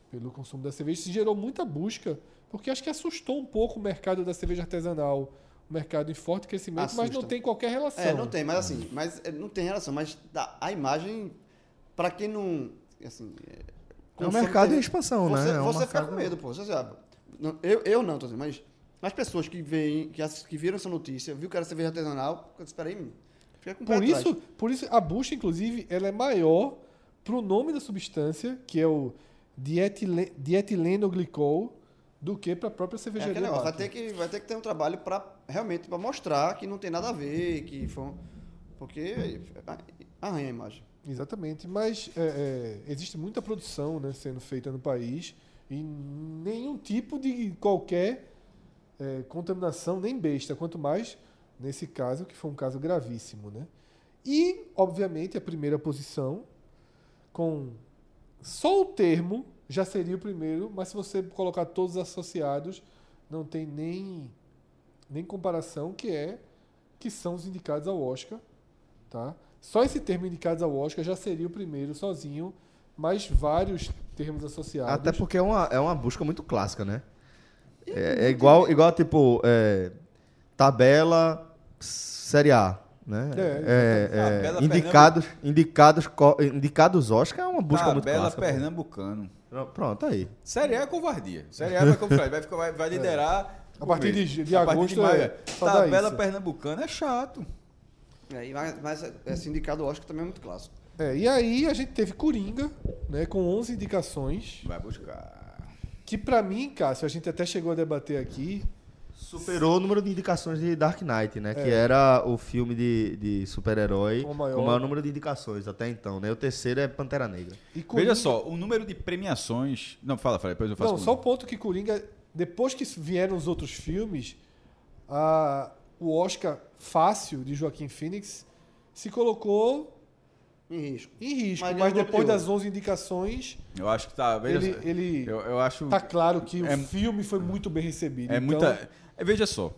S5: pelo consumo da cerveja. Isso gerou muita busca, porque acho que assustou um pouco o mercado da cerveja artesanal, um mercado em forte crescimento, mas não
S3: Assusta.
S5: tem qualquer relação.
S3: É, não tem, mas assim, mas é, não tem relação, mas dá- a imagem, pra quem não. Assim, é,
S2: É um
S3: consome
S2: mercado
S3: TV,
S2: em expansão,
S3: você,
S2: né? É um
S3: Você fica
S2: mercado-
S3: com medo, pô. Você sabe. Não, eu, eu não, tô dizendo, mas as pessoas que veem, que, ass- que viram essa notícia, viu que era cerveja artesanal, espera aí, fica com o pé
S5: Por isso,
S3: atrás. É
S5: por isso, a busca, inclusive, ela é maior para o nome da substância, que é o dietile, dietilenoglicol, do que para a
S3: É
S5: própria cervejaria.
S3: aquele negócio, vai
S5: Bach.
S3: ter, que, vai ter que ter um trabalho pra realmente pra mostrar que não tem nada a ver, que foi um, Porque a- arranha a imagem.
S5: Exatamente, mas é, é, existe muita produção né, sendo feita no país e nenhum tipo de qualquer é, contaminação, nem besta, quanto mais nesse caso, que foi um caso gravíssimo. Né? E, obviamente, a primeira posição, com só o termo, já seria o primeiro, mas se você colocar todos os associados, não tem nem, nem comparação, que é que são os indicados ao Oscar tá? Só esse termo indicados ao Oscar já seria o primeiro sozinho, mas vários termos associados.
S2: Até porque é uma, é uma busca muito clássica, né? É, é igual, igual, tipo, é, tabela Série A, né?
S5: É,
S2: É, é,
S4: Tabela
S2: indicados, indicados, co- indicados Oscar é uma busca muito
S4: Tabela
S2: clássica. pô.
S4: Pernambucano.
S2: Pronto, aí.
S4: Série A é covardia. Série A vai, como Fred, vai, ficar- vai- vai liderar.
S5: A partir de- de
S4: A partir
S5: agosto,
S4: maio,
S5: é,
S4: é.
S5: só dá
S4: Tabela
S5: isso.
S4: pernambucana é chato.
S3: É, e mas, mas esse indicado eu acho que também é muito clássico.
S5: É, e aí a gente teve Coringa, né, com 11 indicações,
S4: Vai buscar.
S5: que pra mim, Cássio, a gente até chegou a debater aqui,
S2: Superou o número de indicações de Dark Knight, né? Que era o filme de, de super-herói
S5: Com
S2: com
S5: o
S2: o
S5: maior-
S2: maior número de indicações até então, né? O terceiro é Pantera Negra.
S5: e Coringa-
S4: Veja só, o número de premiações. Não, fala, fala, depois eu faço.
S5: Não,
S4: comigo.
S5: só o ponto que Coringa, depois que vieram os outros filmes, a- o Oscar fácil de Joaquim Phoenix se colocou
S3: Em risco.
S5: em risco,
S3: Mas
S5: mas,
S3: ganhou o Globo
S5: depois
S3: de Ouro.
S5: das 11 indicações,
S4: Eu acho que tá. Veja
S5: ele,
S4: só.
S5: ele
S4: Eu, eu acho.
S5: tá claro que
S4: É-
S5: o filme foi muito bem recebido.
S4: é
S5: então-
S4: muita. é, veja só.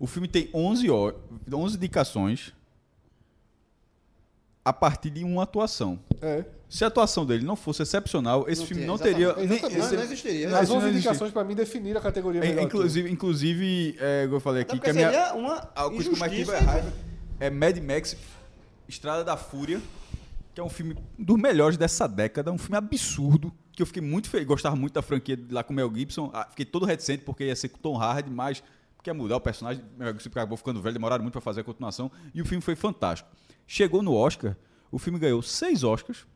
S4: O filme tem 11, ho- 11 indicações a partir de uma atuação.
S5: É.
S4: Se a atuação dele não fosse excepcional, esse
S3: Não
S4: filme
S3: tem,
S4: não
S3: exatamente.
S4: teria. nem-
S5: Exatamente.
S3: Não, é
S4: esse-
S3: não existiria.
S4: Mas
S5: As
S4: isso não
S5: 11
S4: existe.
S5: indicações, pra mim, definiram a categoria
S4: É,
S5: melhor.
S4: inclusive, inclusive é, como eu falei
S3: Até
S4: aqui,
S3: porque
S4: que a minha.
S3: seria uma
S4: Ah, o que eu mais tive
S3: injustiça né?
S4: é raiva. É Mad Max, Estrada da Fúria, que é um filme dos melhores dessa década, um filme absurdo, que eu fiquei muito feliz, gostava muito da franquia lá com o Mel Gibson, ah, fiquei todo reticente porque ia ser com Tom Hardy, mas quer mudar o personagem, meu amigo, acabou ficando velho, demoraram muito pra fazer a continuação, e o filme foi fantástico. Chegou no Oscar, o filme ganhou seis Oscars,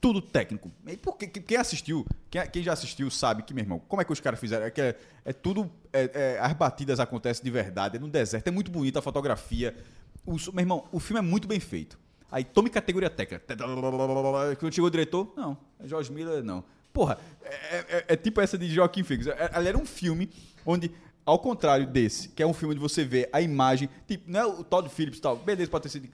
S4: tudo técnico. E por que- que- quem assistiu, quem, quem já assistiu sabe que, meu irmão, como é que os caras fizeram? É, que é, é tudo. é- é, as batidas acontecem de verdade, é no deserto, é muito bonita a fotografia. O su- meu irmão, o filme é muito bem feito. Aí tome categoria técnica. Quando chegou o diretor, não. É George Miller, não. Porra, é, é- é tipo essa de Joaquim Phoenix. É- Ela era um filme onde, ao contrário desse, que é um filme onde você vê a imagem, tipo, não é o Todd Phillips e tal, beleza, pode ter sido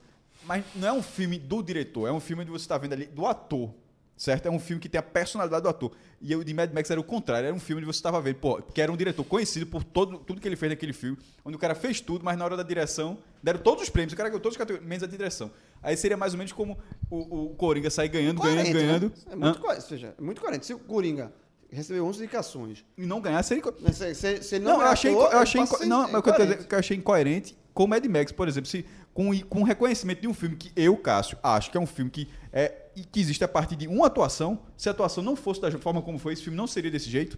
S4: mas não é um filme do diretor, é um filme onde você está vendo ali do ator, certo? É um filme que tem a personalidade do ator. E o de Mad Max era o contrário, era um filme onde você estava vendo, pô, que era um diretor conhecido por todo, tudo que ele fez naquele filme, onde o cara fez tudo, mas na hora da direção, deram todos os prêmios, o cara ganhou todas as categorias, menos a de direção. Aí seria mais ou menos como o, o Coringa sair ganhando,
S3: Coerente,
S4: ganhando,
S3: né?
S4: ganhando,
S3: É muito,
S4: hã?
S3: co- ou seja, é muito coerente. Se o Coringa recebeu 11 indicações,
S4: e não ganhar, seria... co-
S3: né, se, se, se ele
S4: Não,
S3: não,
S4: eu
S3: é
S4: achei,
S3: ator,
S4: inco- eu
S3: ele
S4: achei,
S3: passa a
S4: inco-
S3: ser
S4: não, mas o que eu tô
S3: incoerente.
S4: dizendo é que eu achei incoerente com o Mad Max, por exemplo, se, com, e- com o reconhecimento de um filme que eu, Cássio, acho que é um filme que, é, e que existe a partir de uma atuação. Se a atuação não fosse da forma como foi, esse filme não seria desse jeito.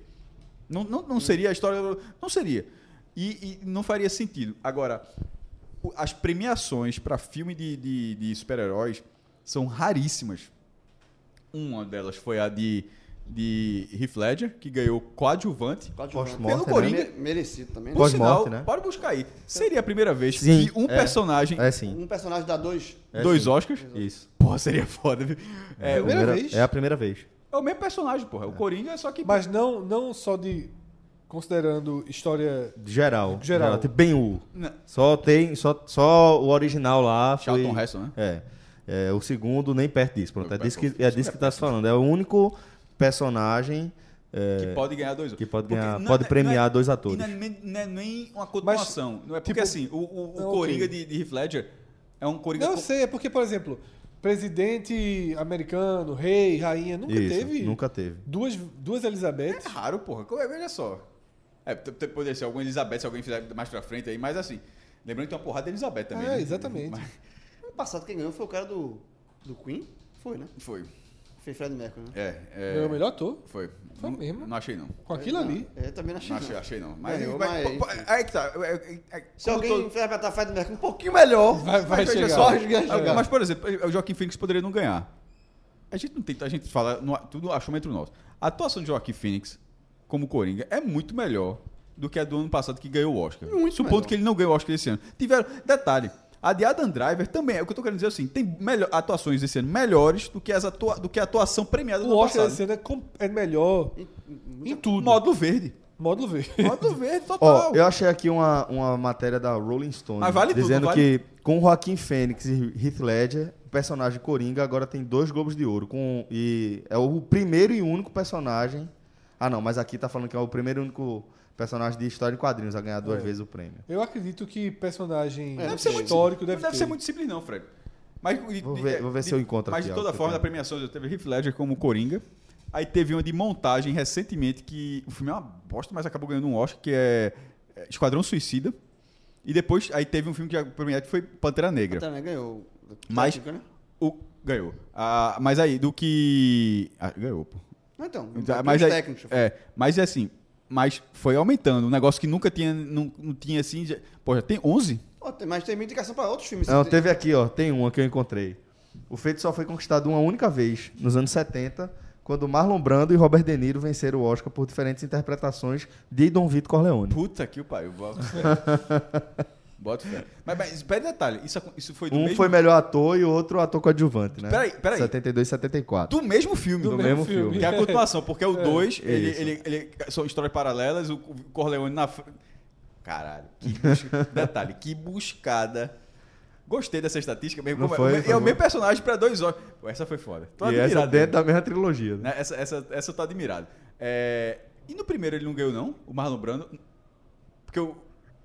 S4: Não, não, não seria a história. Não seria. E, e não faria sentido. Agora, o- as premiações para filme de, de, de super-heróis são raríssimas. Uma delas foi a de, de Heath Ledger, que ganhou coadjuvante.
S3: Coadjuvante.
S2: Pós-morte,
S4: Pelo Coringa.
S3: Me- Merecido também. né?
S2: Pós-
S4: Por sinal,
S2: Pós-morte, né?
S4: pode buscar aí. Seria a primeira vez
S2: Sim,
S4: que um
S2: é.
S4: personagem,
S2: É sim.
S3: Um personagem dá dois.
S2: é
S4: dois
S2: sim.
S4: Oscars.
S2: Isso.
S4: Porra, seria foda, viu? É, o-
S5: Primeira vez.
S2: é a primeira vez.
S4: é o mesmo personagem, porra. O Coringa é só que.
S5: Mas não, não só de. Considerando história.
S2: Geral. Tipo,
S5: Geral.
S2: Tem bem o.
S4: Não.
S2: Só tem. Só, só o original lá. Foi,
S4: Charlton Heston, né?
S2: É. É, O segundo nem perto disso. Pronto. É
S4: Perto,
S2: disso que, é disso que tá se falando. É o único personagem. é,
S4: Que pode ganhar dois
S2: que pode
S4: Porque
S2: ganhar-
S4: não-
S2: pode
S4: não é-
S2: premiar
S4: não é-
S2: dois atores.
S4: e Não é, nem- não é nem uma continuação. não é porque
S5: tipo,
S4: assim, o, o- o
S5: não,
S4: Coringa
S5: ok.
S4: de, de Heath Ledger é um Coringa.
S5: Não eu
S4: com-
S5: sei, é porque, por exemplo, presidente americano, rei, rainha, nunca
S2: Isso,
S5: teve.
S2: Nunca teve.
S5: Duas, duas Elizabeth.
S4: É raro, porra. Co- Olha só. É, t- t- poderia ser alguma Elizabeth, se alguém fizer mais pra frente aí, mas assim. Lembrando que tem uma porrada de Elizabeth também.
S5: É,
S4: né?
S5: exatamente.
S4: Mas-
S3: Ano um passado quem ganhou foi o cara do, do Queen? Foi, né?
S4: foi.
S3: Foi Fred Mercury, né?
S4: É. é,
S5: Ganhou o melhor ator.
S4: Foi.
S5: Foi
S4: Não-
S5: mesmo.
S4: Não achei, não.
S5: Com aquilo
S3: Não,
S5: ali.
S3: É, também não achei.
S4: Não achei,
S3: não.
S4: achei não. Mas,
S3: Ganhou,
S4: mas,
S3: mas-
S4: pô, pô, aí que tá. é- é- é-
S3: Se alguém
S4: como todo-
S3: interpretar Fred Mercury um pouquinho melhor,
S5: Vai, vai
S4: mas veja
S5: chegar.
S4: só,
S3: Vai chegar.
S4: Mas, por exemplo, o Joaquim Phoenix poderia não ganhar. A gente não tenta, a gente fala, no- tudo achômetro nosso. A atuação de Joaquim Phoenix como Coringa é muito melhor do que a do ano passado que ganhou o Oscar. Supondo
S3: melhor.
S4: que ele não ganhou o Oscar esse ano. Tiveram, detalhe, a de Adam Driver também, é o que eu tô querendo dizer assim, tem melhor, atuações esse ano melhores do que, as atua, do que a atuação premiada do
S5: O
S4: ano
S5: Oscar
S4: passado.
S5: desse ano é, com- é melhor
S3: Em- em-
S5: em tudo.
S4: Módulo verde.
S5: Módulo verde.
S4: Módulo verde
S2: Ó,
S4: total.
S2: eu achei aqui uma, uma matéria da Rolling Stone
S4: Tá Mas vale tudo,
S2: dizendo
S4: não vale?
S2: que com Joaquim Fênix e Heath Ledger, o personagem Coringa agora tem dois Globos de Ouro. Com, e é o primeiro e único personagem. Ah, não, mas aqui tá falando que é o primeiro e único personagem de história em quadrinhos a ganhar duas
S4: É.
S2: vezes o prêmio.
S5: Eu acredito que personagem
S3: É,
S4: Deve ser muito
S5: histórico
S4: simples.
S5: deve,
S4: Não deve
S5: ter.
S4: ser muito simples, não, Fred. Mas, de-
S2: Vou
S4: de-
S2: ver- vou ver
S4: de-
S2: se eu encontro
S4: Mas
S2: aqui
S4: de
S2: algo
S4: toda
S2: que eu
S4: forma, da
S2: tenho.
S4: premiação já teve Heath Ledger como Coringa. Aí teve uma de montagem recentemente que o filme é uma bosta, mas acabou ganhando um Oscar, que é é, Esquadrão Suicida. E depois, aí teve um filme que já premiado que foi Pantera Negra.
S3: Também ganhou.
S4: Mas-
S3: Técnico, né?
S4: O, ganhou. Ah, mas aí, do que... Ah, ganhou, pô.
S3: Não, Então,
S4: Então,
S3: aqui
S4: mas
S3: os
S4: é,
S3: técnicos.
S4: é, mas é assim, mas foi aumentando. Um negócio que nunca tinha, não, não tinha assim... Já, pô, já tem 11?
S3: Ó, tem- mas tem muita indicação pra outros filmes. assim,
S2: Não,
S3: Tem-
S2: teve aqui, ó, tem uma que eu encontrei. O feito só foi conquistado uma única vez, nos anos 70, quando Marlon Brando e Robert De Niro venceram o Oscar por diferentes interpretações de Dom Vito Corleone.
S4: Puta que o pai, eu boto fé. boto fé. Mas, mas pera aí, detalhe, isso, acon- isso foi do
S2: Um
S4: mesmo
S2: foi melhor ator e o outro ator coadjuvante, né?
S4: Peraí, peraí.
S2: 72 74.
S4: do mesmo filme,
S2: Do mesmo filme.
S4: Que é a continuação, porque o 2,
S2: é
S4: ele,
S2: isso.
S4: ele, ele- são histórias paralelas, o o Corleone na fr- Caralho, que busca... detalhe, que buscada. Gostei dessa estatística mesmo.
S2: Não
S4: como é-
S2: foi,
S4: é,
S2: foi
S4: o
S2: bom.
S4: meu personagem pra dois olhos. Pô, Essa foi foda. Tô
S2: E essa é
S4: admirado,
S2: dentro
S4: né?
S2: da mesma trilogia. Né?
S4: Né? Essa, essa, essa eu tô admirado. É, E no primeiro ele não ganhou, não? O Marlon Brando. Porque o-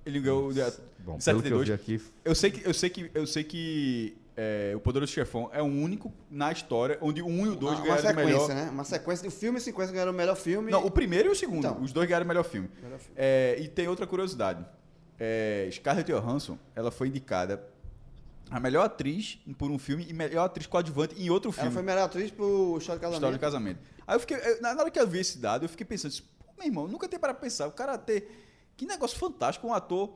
S4: ele ganhou o de-
S2: Bom, pelo que eu
S4: 72.
S2: vi aqui,
S4: Eu sei que, eu sei que, eu sei que é, o Poderoso Chefão é o único na história onde o 1 um e o 2
S3: uma, uma
S4: ganharam o melhor.
S3: sequência, né? Uma sequência de um filme e sequência ganharam o melhor filme.
S4: Não, o primeiro e o segundo.
S3: Então.
S4: Os dois ganharam o melhor filme.
S3: Melhor filme.
S4: É, e tem outra curiosidade. É, Scarlett Johansson, ela foi indicada a melhor atriz por um filme e melhor atriz coadjuvante em outro
S3: Ela
S4: filme.
S3: foi melhor atriz pro História de
S4: História
S3: Casamento.
S4: de casamento. Aí eu fiquei, eu- na na hora que eu vi esse dado, eu fiquei pensando, assim, pô, meu irmão, eu nunca tem para pensar, o cara ter Que negócio fantástico, um ator.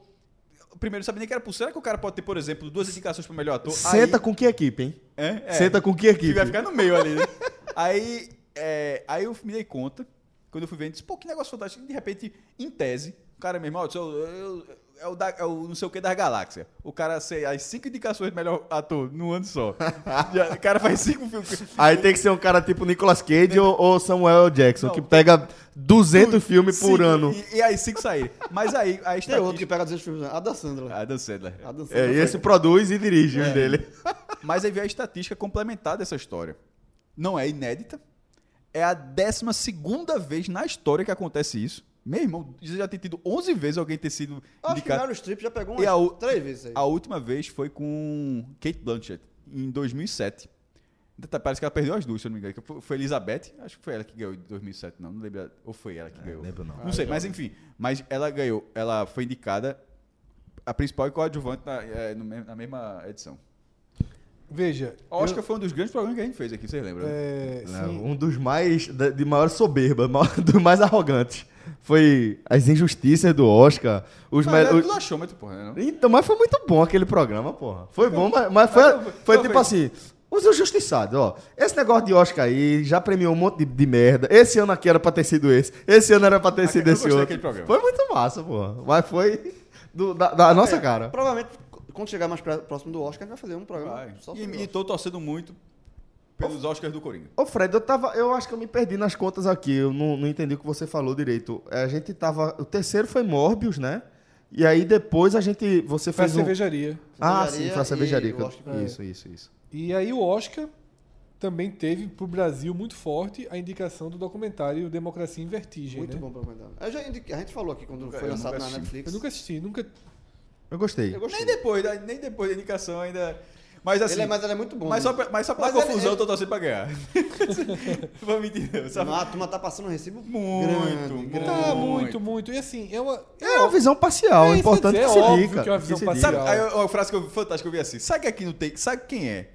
S4: Primeiro, sabe nem que era pulseira que o cara pode ter, por exemplo, duas indicações para melhor ator.
S2: Senta
S4: aí,
S2: com que equipe, hein?
S4: é, é,
S2: Senta com que
S4: que
S2: equipe?
S4: vai ficar no meio ali, né? aí, é, aí eu me dei conta, quando eu fui vendo, disse, pô, que negócio fantástico. E de repente, em tese, o cara, meu irmão, eu, eu- é, o da, é o não sei o que das galáxias. O cara, sei, as cinco indicações de melhor ator num ano só. Já- o cara faz cinco filmes.
S2: Aí tem que ser um cara tipo Nicolas Cage ou, ou Samuel L. Jackson,
S4: Não,
S2: que pega 200 filmes por
S4: Cinco,
S2: ano.
S4: E, e aí cinco saíram. Mas aí,
S3: Tem outro Ah,
S4: a
S3: que
S4: estatística...
S3: pega 200 filmes. né? A da Sandra.
S4: Adam Sandler.
S3: A da Sandra.
S2: É, e esse produz e dirige
S4: É.
S2: os dele.
S4: Mas aí veio a estatística complementar dessa história. Não é inédita. É a 12 segunda vez na história que acontece isso. Meu irmão, isso já tem tido 11 vezes alguém ter sido
S3: Acho que o
S4: indicado.
S3: Meryl Streep já pegou
S4: E a o-
S3: umas três vezes aí.
S4: A última vez foi com Kate Blanchett, em 2007. Até tá, Parece que ela perdeu as duas, se eu não me engano. que foi- Foi Elizabeth, acho que foi ela que ganhou em 2007, não, não lembro. Ou foi ela que ganhou.
S2: É, lembro não.
S4: Não sei, mas enfim. Mas ela ganhou, ela foi indicada a principal e coadjuvante na, eh, no mesmo- na mesma edição.
S5: Veja.
S4: Oscar
S5: eu-
S4: foi um dos grandes programas que a gente fez aqui, vocês lembram? né?
S5: é,
S2: É,
S5: sim,
S2: um dos mais, da- de maior soberba, ma- dos mais arrogantes. Foi as injustiças do Oscar, os...
S4: Mas é
S3: é,
S2: me-
S4: era
S2: os-
S4: tudo achômetro, porra, né? Não?
S2: Então, mas foi muito bom aquele programa, porra. Foi bom, mas, mas foi,
S4: Mas não-
S2: foi
S4: não
S2: tipo
S4: foi.
S2: assim. Os injustiçados, ó. Esse negócio de Oscar aí já premiou um monte de, de merda. Esse ano aqui era pra ter sido esse. Esse ano era pra ter sido
S4: eu
S2: esse
S4: gostei
S2: outro.
S4: daquele programa.
S2: Foi muito massa, porra. Mas foi do- da, da nossa
S4: É.
S2: cara.
S3: Provavelmente, quando chegar mais pra- próximo do Oscar, a gente vai fazer um programa
S4: Vai.
S3: só sobre
S4: E, e
S3: Oscar.
S4: tô torcendo muito pelos Oscars do Coringa.
S2: Ô, Fred, eu tava. Eu acho que eu me perdi nas contas aqui. Eu não, não entendi o que você falou direito. É, A gente tava. O terceiro foi Morbius, né? E aí depois a gente. Você
S5: foi a
S2: fez. Um...
S5: cervejaria.
S2: Ah, sim, foi a cervejaria.
S3: E
S2: que eu-
S3: Oscar.
S2: Isso, isso, isso.
S5: E aí o Oscar também teve pro Brasil muito forte a indicação do documentário Democracia em Vertigem.
S3: Muito
S5: né?
S3: bom pra comentar. Eu já indiquei- A gente falou aqui quando foi
S4: eu
S3: lançado
S4: nunca
S3: na
S4: assisti.
S3: Netflix.
S5: Eu nunca assisti, nunca.
S2: Eu gostei.
S3: Eu gostei.
S4: Nem depois, da- nem depois da indicação ainda. Mas assim.
S3: Ele é, mas ele é muito bom.
S4: mas, só,
S3: né?
S4: pra- mas só pra
S3: Mas ele-
S4: confusão,
S3: ele-
S4: eu tô torcendo pra ganhar. Vou mentir, não, sabe?
S3: Ah, a turma tá passando um recibo
S4: Muito,
S3: grande,
S4: muito.
S5: Tá, muito,
S4: Muito.
S5: muito. E assim, é uma.
S2: É uma visão parcial, é
S5: É isso
S2: importante
S5: que eu
S2: que
S5: ia
S2: se
S5: dizer, é
S2: liga.
S5: óbvio que é uma visão
S2: se
S5: parcial.
S2: liga.
S4: Sabe, aí eu- uma frase que eu, fantástica que eu vi assim. Sabe que aqui não tem. Sabe quem é?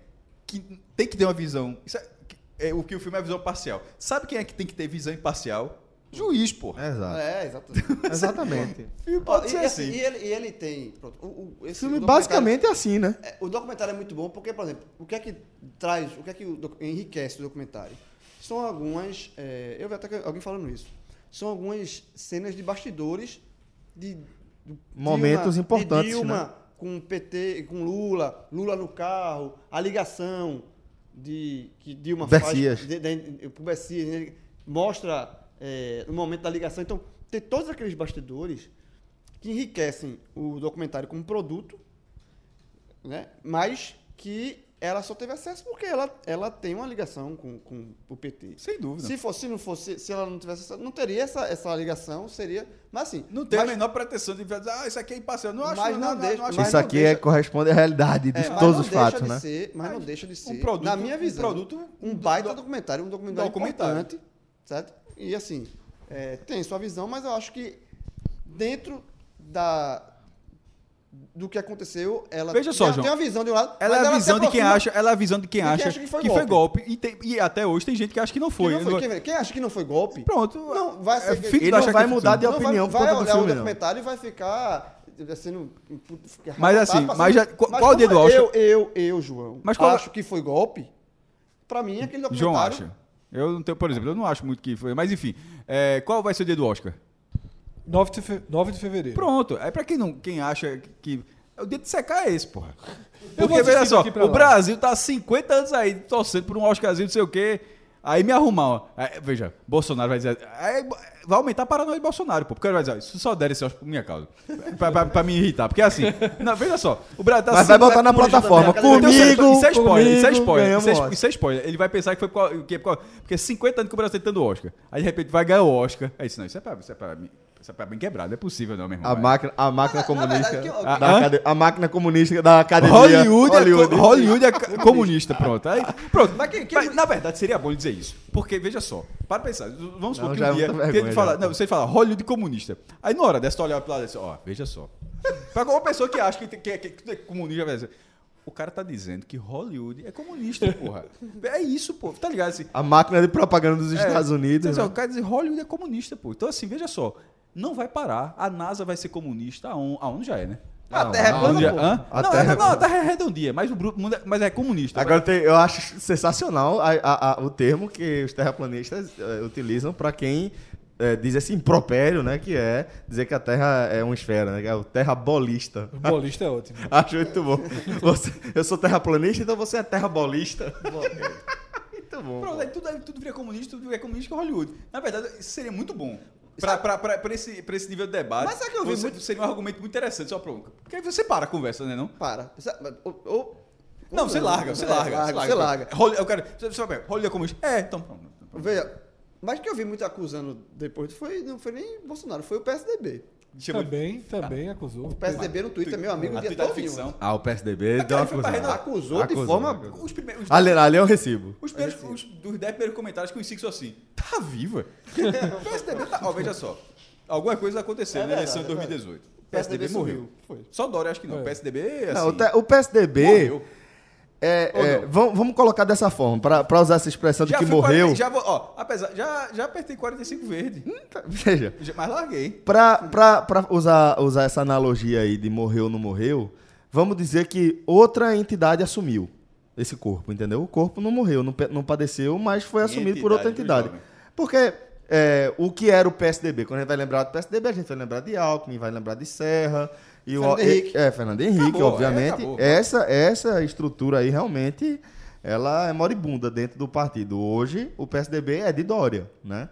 S4: Que tem que ter uma visão. sabe- é, o que o filme é visão parcial. Sabe quem é que tem que ter visão imparcial? Juiz, porra.
S2: Exato.
S3: É, exatamente.
S2: Exatamente.
S4: Filme
S3: Ó,
S4: pode
S3: e,
S4: ser
S3: assim,
S4: assim.
S3: e ele, e ele tem. Pronto, o, o,
S2: O
S3: esse
S2: filme
S3: documentário-
S2: basicamente é assim, né?
S3: é, o documentário é muito bom porque, por exemplo, o que é que traz, o que é que o docu- enriquece o documentário? São algumas. é, eu vi até que alguém falando isso. São algumas cenas de bastidores de. do
S2: Momentos
S3: de
S2: importantes,
S3: Dilma
S2: né?
S3: com o PT, com Lula, Lula no carro, a ligação de que Dilma
S2: Messias.
S3: faz de, de, pro Messias, né? mostra é, no momento da ligação. Então, tem todos aqueles bastidores que enriquecem o documentário como produto, né? mas que ela só teve acesso porque ela, ela tem uma ligação com, com o PT.
S4: Sem dúvida.
S3: Se fosse, se não fosse, se ela não tivesse, essa- não teria essa, essa ligação, seria, mas assim,
S4: Não tem
S3: mas,
S4: a menor pretensão de dizer, ah, isso aqui é imparcial. Não acho,
S3: Mas
S4: não,
S3: não deixa-
S4: acho
S3: mas
S2: Isso
S3: não
S2: aqui
S3: deixa-
S2: é, corresponde à realidade de
S3: é, mas
S2: todos
S3: não
S2: os
S3: deixa
S2: fatos,
S3: de
S2: né?
S3: ser- mas não deixa de ser,
S4: produto-
S3: na minha
S4: um
S3: visão,
S4: produto-
S3: um baita
S4: do-
S3: documentário, um documentário,
S4: documentário.
S3: importante, certo? E assim, é, tem sua visão, mas eu acho que dentro da do que aconteceu, ela
S4: Veja só,
S3: ela
S4: João.
S3: tem uma visão de um lado,
S4: Ela
S3: mas
S4: é a
S3: se
S4: visão de quem
S3: aproxima-
S4: acha, ela é a visão de quem
S3: de quem
S4: acha que foi golpe. E, tem- e até hoje tem gente que acha que não
S3: que
S4: foi. né?
S3: não foi- Quem, quem acha que não foi golpe?
S4: Pronto. é
S3: Não, vai ser-
S4: fico
S2: Ele
S4: de
S2: não
S4: achar
S2: vai
S4: que-
S2: mudar de
S3: Não, vai-
S2: opinião por
S3: vai
S2: conta do
S3: olhar
S2: filme,
S3: o
S2: não.
S3: documentário e vai ficar eh, sendo
S4: Mas assim, mas já- qual- qual o dedo
S3: como é?
S4: acha?
S3: Eu, eu, eu, João.
S4: Mas qual-
S3: acho que foi golpe. Pra mim aquele documentário.
S4: João acha. Eu não tenho, por exemplo, eu não acho muito que foi. Mas enfim, é, qual vai ser o dia do Oscar?
S5: 9 de, fe- 9 de fevereiro.
S4: Pronto. É pra quem, não, quem acha que. O dia de secar é esse, porra.
S5: Eu vou
S4: Porque, veja
S5: assistir
S4: só,
S5: daqui pra
S4: o
S5: lá.
S4: Brasil tá há 50 anos aí torcendo por um Oscarzinho, não sei o quê. Aí me arrumar, ó. Aí, veja, Bolsonaro vai dizer. aí vai aumentar a paranoia de Bolsonaro, pô. Porque ele vai dizer, ó, isso só der esse Oscar por minha causa. pra, pra- pra me irritar. Porque assim, não, veja só, o Brasil tá
S2: Mas vai
S4: 50
S2: botar na plataforma.
S4: Então,
S2: Comigo,
S4: isso é spoiler, isso é
S2: comigo,
S4: spoiler. Isso é,
S2: ganhamos
S4: isso é spoiler. Ele vai pensar que foi por causa- que é por causa- porque 50 anos que o Brasil tá tentando o Oscar. Aí de repente vai ganhar o Oscar. Aí isso não, isso é pra, isso é pra, mim- isso é pra bem quebrado, não é possível não, meu irmão.
S2: A
S4: Vai.
S2: máquina, a máquina
S3: é,
S2: comunista.
S3: verdade, que-
S2: da
S4: Hã?
S2: acade- a máquina comunista da academia.
S4: Hollywood, É, co- Hollywood é ca- comunista, pronto. Aí, pronto. Mas, é
S3: que- que-
S4: na verdade, seria bom ele dizer isso. Porque, veja só, para pensar. Vamos supor
S2: Não,
S4: que
S2: já é
S4: um dia
S2: muita
S4: tem
S2: vergonha,
S4: de falar.
S2: já.
S4: Não, você fala Hollywood comunista. Aí na hora dessa, tu olhar pro lado e dizer, ó, veja só. Pra qualquer pessoa que acha que, tem- que, é- que, é comunista, vai dizer. O cara tá dizendo que Hollywood é comunista, porra. É isso, pô. Tá ligado? Assim,
S2: A máquina de propaganda dos Estados
S4: é,
S2: Unidos.
S4: quer dizer,
S2: né?
S4: O cara diz Hollywood é comunista, pô. Então, assim, veja só. Não vai parar. A NASA vai ser comunista. A ONU, a ONU já é, né?
S3: A Terra é
S4: A
S3: plana,
S4: ONU já-
S3: pô.
S4: hã?
S2: A
S4: não,
S2: Terra
S4: não,
S2: é
S4: não, a Terra é redondinha, mas, o Bru- mundo é- mas é comunista.
S2: Agora tem- eu acho sensacional a- a- a- o termo que os terraplanistas eh, utilizam para quem eh, diz esse impropério, né? Que é dizer que a Terra é uma esfera, né? Que é o terrabolista.
S5: O bolista é ótimo.
S2: Acho muito bom. Você- eu sou terraplanista, então você é terrabolista. muito bom.
S4: Pronto, aí tudo, aí tudo vira comunista, tudo vira comunista que é Hollywood. Na verdade, isso seria muito bom. Pra, pra, pra, pra esse, pra esse nível de debate.
S3: é- Mas sabe que eu vi
S4: você-
S3: muito-
S4: Seria um argumento muito interessante, só pra um. Porque aí você para a conversa, né? Não,
S3: Para. Ou, ou-
S4: não você larga, você
S3: É,
S4: larga.
S3: Você larga.
S4: Hollywood, eu quero. Você você vai ver, Hollywood é comunista. É, então pronto.
S3: Veja, mas que eu vi muito acusando depois foi, não foi nem Bolsonaro, foi o PSDB.
S2: Tá
S4: Chama-
S5: Também, também acusou.
S3: O PSDB no Twitter, meu amigo,
S4: A
S3: o dia
S4: Twitter
S3: todo.
S4: é ficção.
S2: Ah, o PSDB
S4: Mas,
S2: deu
S4: cara,
S2: uma
S4: foi pra
S2: acusada.
S3: Acusou de
S2: Acusou,
S3: forma.
S2: acusou.
S4: Os primeiros. Os,
S2: Ali, ali eu recibo.
S4: os primeiros os, dos 10 primeiros comentários que eu insisto assim. Tá viva? o PSDB tá. Ó, veja só. Alguma coisa
S3: É
S4: aconteceu né, na eleição de 2018. O PSDB, morreu.
S3: Foi.
S4: Só Dória, acho que não.
S5: É.
S4: O PSDB. Assim,
S2: Não, o te- o PSDB.
S4: morreu.
S2: É,
S4: Ou
S2: é,
S4: não?
S2: vamos, vamos colocar dessa forma, pra, pra usar essa expressão de que
S4: fui
S2: morreu.
S4: 40 já, vou- ó, apesar, já, já apertei 45 verde.
S2: Veja,
S4: Já- Mas larguei.
S2: pra, pra, pra usar, usar essa analogia aí de morreu ou não morreu, vamos dizer que outra entidade assumiu esse corpo, entendeu? O corpo não morreu, não, pe- não padeceu, mas foi assumido por outra entidade.
S4: Entidade do jovem.
S2: Porque é, o que era o PSDB? Quando a gente vai lembrar do PSDB, a gente vai lembrar de Alckmin, vai lembrar de Serra. E o-
S3: Fernando Henrique.
S2: É, Fernando Henrique,
S4: Acabou, é,
S2: obviamente.
S4: acabou.
S2: essa, essa estrutura aí realmente ela é moribunda dentro do partido. Hoje o PSDB é de Dória, né?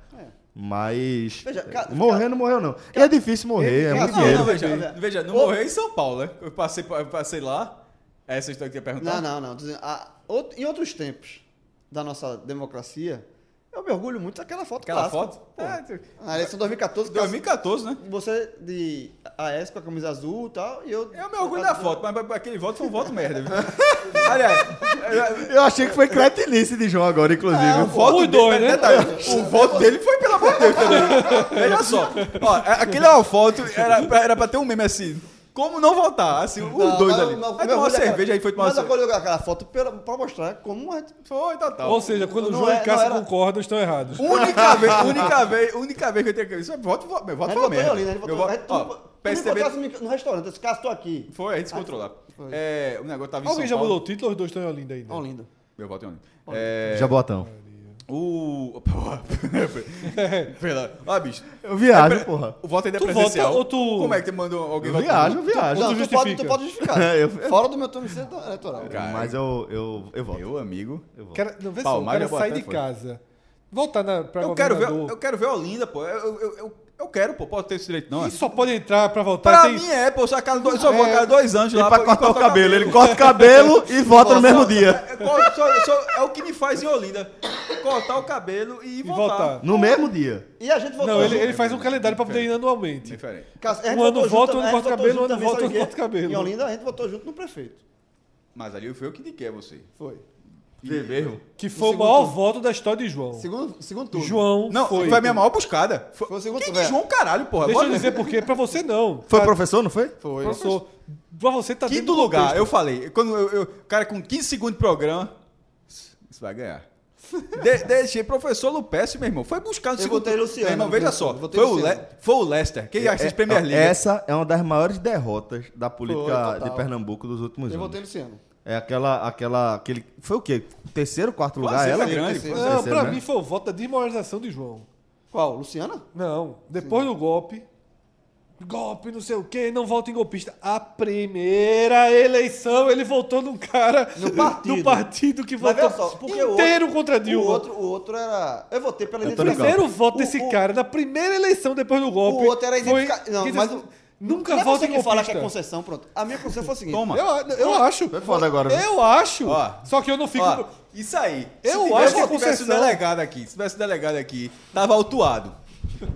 S2: Mas.
S3: É. Veja, ca-
S2: morrer não morreu, não. E é difícil morrer, é
S3: ca-
S2: muito
S4: Não,
S2: dinheiro.
S4: não, veja, veja, não
S3: Ô.
S4: morreu em São Paulo, né? Eu passei, eu passei lá. Essa história que eu ia
S3: Não,
S4: perguntar.
S3: não, não. Tô dizendo, a- out- em outros tempos da nossa democracia, eu me orgulho muito daquela foto
S4: Aquela
S3: clássica. Ah,
S4: foto?
S3: Pô,
S4: É, tu-
S3: Na eleição de 2014,
S4: 2014, né?
S3: você de AS com a camisa azul e tal, e eu.
S4: Eu me É orgulho da foto, mas mas aquele voto foi um voto merda. viu? Aliás,
S2: né? Eu achei que foi cretinice de João agora, inclusive.
S4: o voto
S5: os
S4: dele,
S5: dois, né?
S2: tá-
S4: detalhe, o voto dele foi pelo amor de Deus também. Veja só. Ó, a- aquele é uma foto, era pra, era pra ter um meme assim. Como não votar? Assim, os
S3: Não,
S4: dois
S3: mas-
S4: ali.
S3: mas- meu
S4: aí tomou uma
S3: orgulho daquela-
S4: cerveja, aí foi tomar uma
S3: Mas é eu
S4: cerveja.
S3: coloquei aquela foto pela- pra mostrar como a gente
S4: Foi, tá, tal, tal.
S5: Ou seja, quando o
S3: Não
S5: João
S3: é-
S5: e
S3: não
S5: Cássio
S3: era-
S5: concordam, estão errados.
S4: Um, Única vez, única vez, única vez que eu tenho que isso. é Voto, voto, meu voto
S3: Aí
S4: foi uma
S3: votou
S4: merda.
S3: ali, né? Ele
S4: Meu
S3: votou.
S4: voto-
S3: Aí tu-
S4: ó,
S3: tu me
S4: PSDB
S3: botasse no no restaurante, esse caso, tô aqui.
S4: foi, a gente se controlava.
S3: assim. Ah, Foi.
S4: É, o negócio tava em
S5: Alguém
S4: São
S5: já
S4: Paulo.
S5: mudou o título, os dois estão em Olinda ainda. né?
S3: Ó, lindo.
S4: Meu voto é onde? É,
S2: Jabotão.
S4: o...
S5: É,
S4: Perdão. Ó, bicho.
S2: Eu viajo, porra.
S4: O voto ainda é
S5: Tu vota
S4: presencial.
S5: ou tu-
S4: Como é que tu mandou alguém
S2: Eu
S4: votar?
S2: viajo, eu
S3: Não,
S2: viajo.
S5: tu
S3: tu pode,
S5: justifica.
S3: tu pode justificar.
S2: É, eu-
S3: Fora do meu tom de eleitoral.
S4: Cara,
S2: Mas eu, eu, eu volto.
S4: Meu amigo.
S2: Eu volto.
S5: Cara, não vê só, o
S4: Palmares
S5: cara
S4: ou
S5: sai de
S4: Botafogo?
S5: casa. Voltar na, pra
S4: Eu quero, ver,
S5: governador.
S4: eu quero ver a Olinda, pô. Eu, eu, eu, eu quero, pô. Posso ter esse direito, não?
S5: E é só pode entrar pra voltar.
S4: Pra
S5: tem-
S4: mim é, pô. Só, a cada dois, só vou a cada dois anos
S2: Ele
S4: lá.
S2: pra
S4: pô, e
S2: cortar o
S4: corto
S2: cabelo. Ele corta o cabelo e volta no mesmo dia.
S4: É, corto- só- só- é o que me faz em Olinda. Cortar o cabelo e
S5: E
S4: voltar.
S5: voltar.
S2: No mesmo dia.
S3: E a
S4: é
S3: gente votou.
S5: Não, ele,
S3: junto.
S5: ele faz um calendário pra poder ir anualmente.
S4: Diferente.
S3: Cássio, a gente
S5: um ano
S3: votou
S5: volta,
S3: junto,
S5: um ano
S3: a gente
S5: corta
S3: votou junto
S5: cabelo, um ano
S3: também,
S5: volta,
S3: sabe
S5: um
S3: quê?
S5: corta cabelo.
S3: Em Olinda, a gente votou junto no prefeito.
S4: Mas ali foi eu que indiquei você.
S3: Foi.
S2: Erro.
S5: Que foi o maior voto da história de João.
S3: Segundo, segundo turno.
S5: João
S4: Não, foi,
S5: foi.
S4: a minha maior buscada. Foi,
S3: Foi o segundo
S4: Quem
S3: turno,
S4: diz
S3: é.
S4: João caralho, porra?
S5: Deixa eu
S4: Bora-
S5: dizer por quê. Pra você não.
S2: Foi professor, não foi?
S3: Foi.
S5: Professor, pra você tá
S4: Quinto
S5: dentro do
S4: lugar,
S5: contexto.
S4: eu falei. Quando eu, eu- o cara com 15 segundos de programa, isso vai ganhar. De- deixei professor Lupécio, meu irmão. Foi buscar no
S3: Eu
S4: segundo.
S3: votei Luciano,
S4: Meu irmão,
S3: no
S4: veja
S3: primeiro
S4: só.
S3: turno,
S4: Foi
S3: votei
S4: o,
S3: Luciano.
S4: Le- foi o Leicester. Quem assiste Premier League?
S2: É, Essa é uma das maiores derrotas da política
S3: Foi, total.
S2: de Pernambuco dos últimos
S3: Eu
S2: anos.
S3: votei Luciano.
S2: É aquela, aquela, aquele. Foi o quê? Terceiro, quarto lugar?
S4: Quase
S2: Ela? é
S4: foi grande,
S2: Terceiro,
S4: foi.
S5: Não,
S2: terceiro,
S5: pra
S2: né?
S5: mim foi o voto da desmoralização de João.
S3: Qual? Luciana?
S5: Não, depois do golpe. Golpe, não sei o quê, não volta em golpista. A primeira eleição ele votou num cara
S3: No partido.
S5: do partido que
S3: Mas
S5: votou
S3: veja só, porque o
S5: inteiro
S3: outro-
S5: contra
S3: O
S5: Dilma.
S3: outro, o outro era. Eu votei pela
S5: o
S3: identificação.
S5: primeiro voto
S3: O-
S5: desse
S3: o-
S5: cara, na primeira eleição depois do golpe.
S3: O outro era
S5: foi-
S3: identificação. Não,
S5: quer dizer,
S3: mas. o-
S5: Nunca
S3: Não é
S5: volta
S3: você
S5: em
S3: que
S5: golpista.
S3: fala que é concessão, pronto. A minha concessão foi a seguinte.
S4: Toma.
S5: Eu, eu acho.
S2: Foi foda agora,
S3: né?
S2: viu?
S5: Eu acho.
S4: Ó.
S5: Só que eu não fico.
S4: Ó, isso aí.
S5: Eu
S4: se tivesse,
S5: acho que a
S4: se tivesse um
S5: Conceição-
S4: delegado aqui, se tivesse um delegado aqui, tava autuado.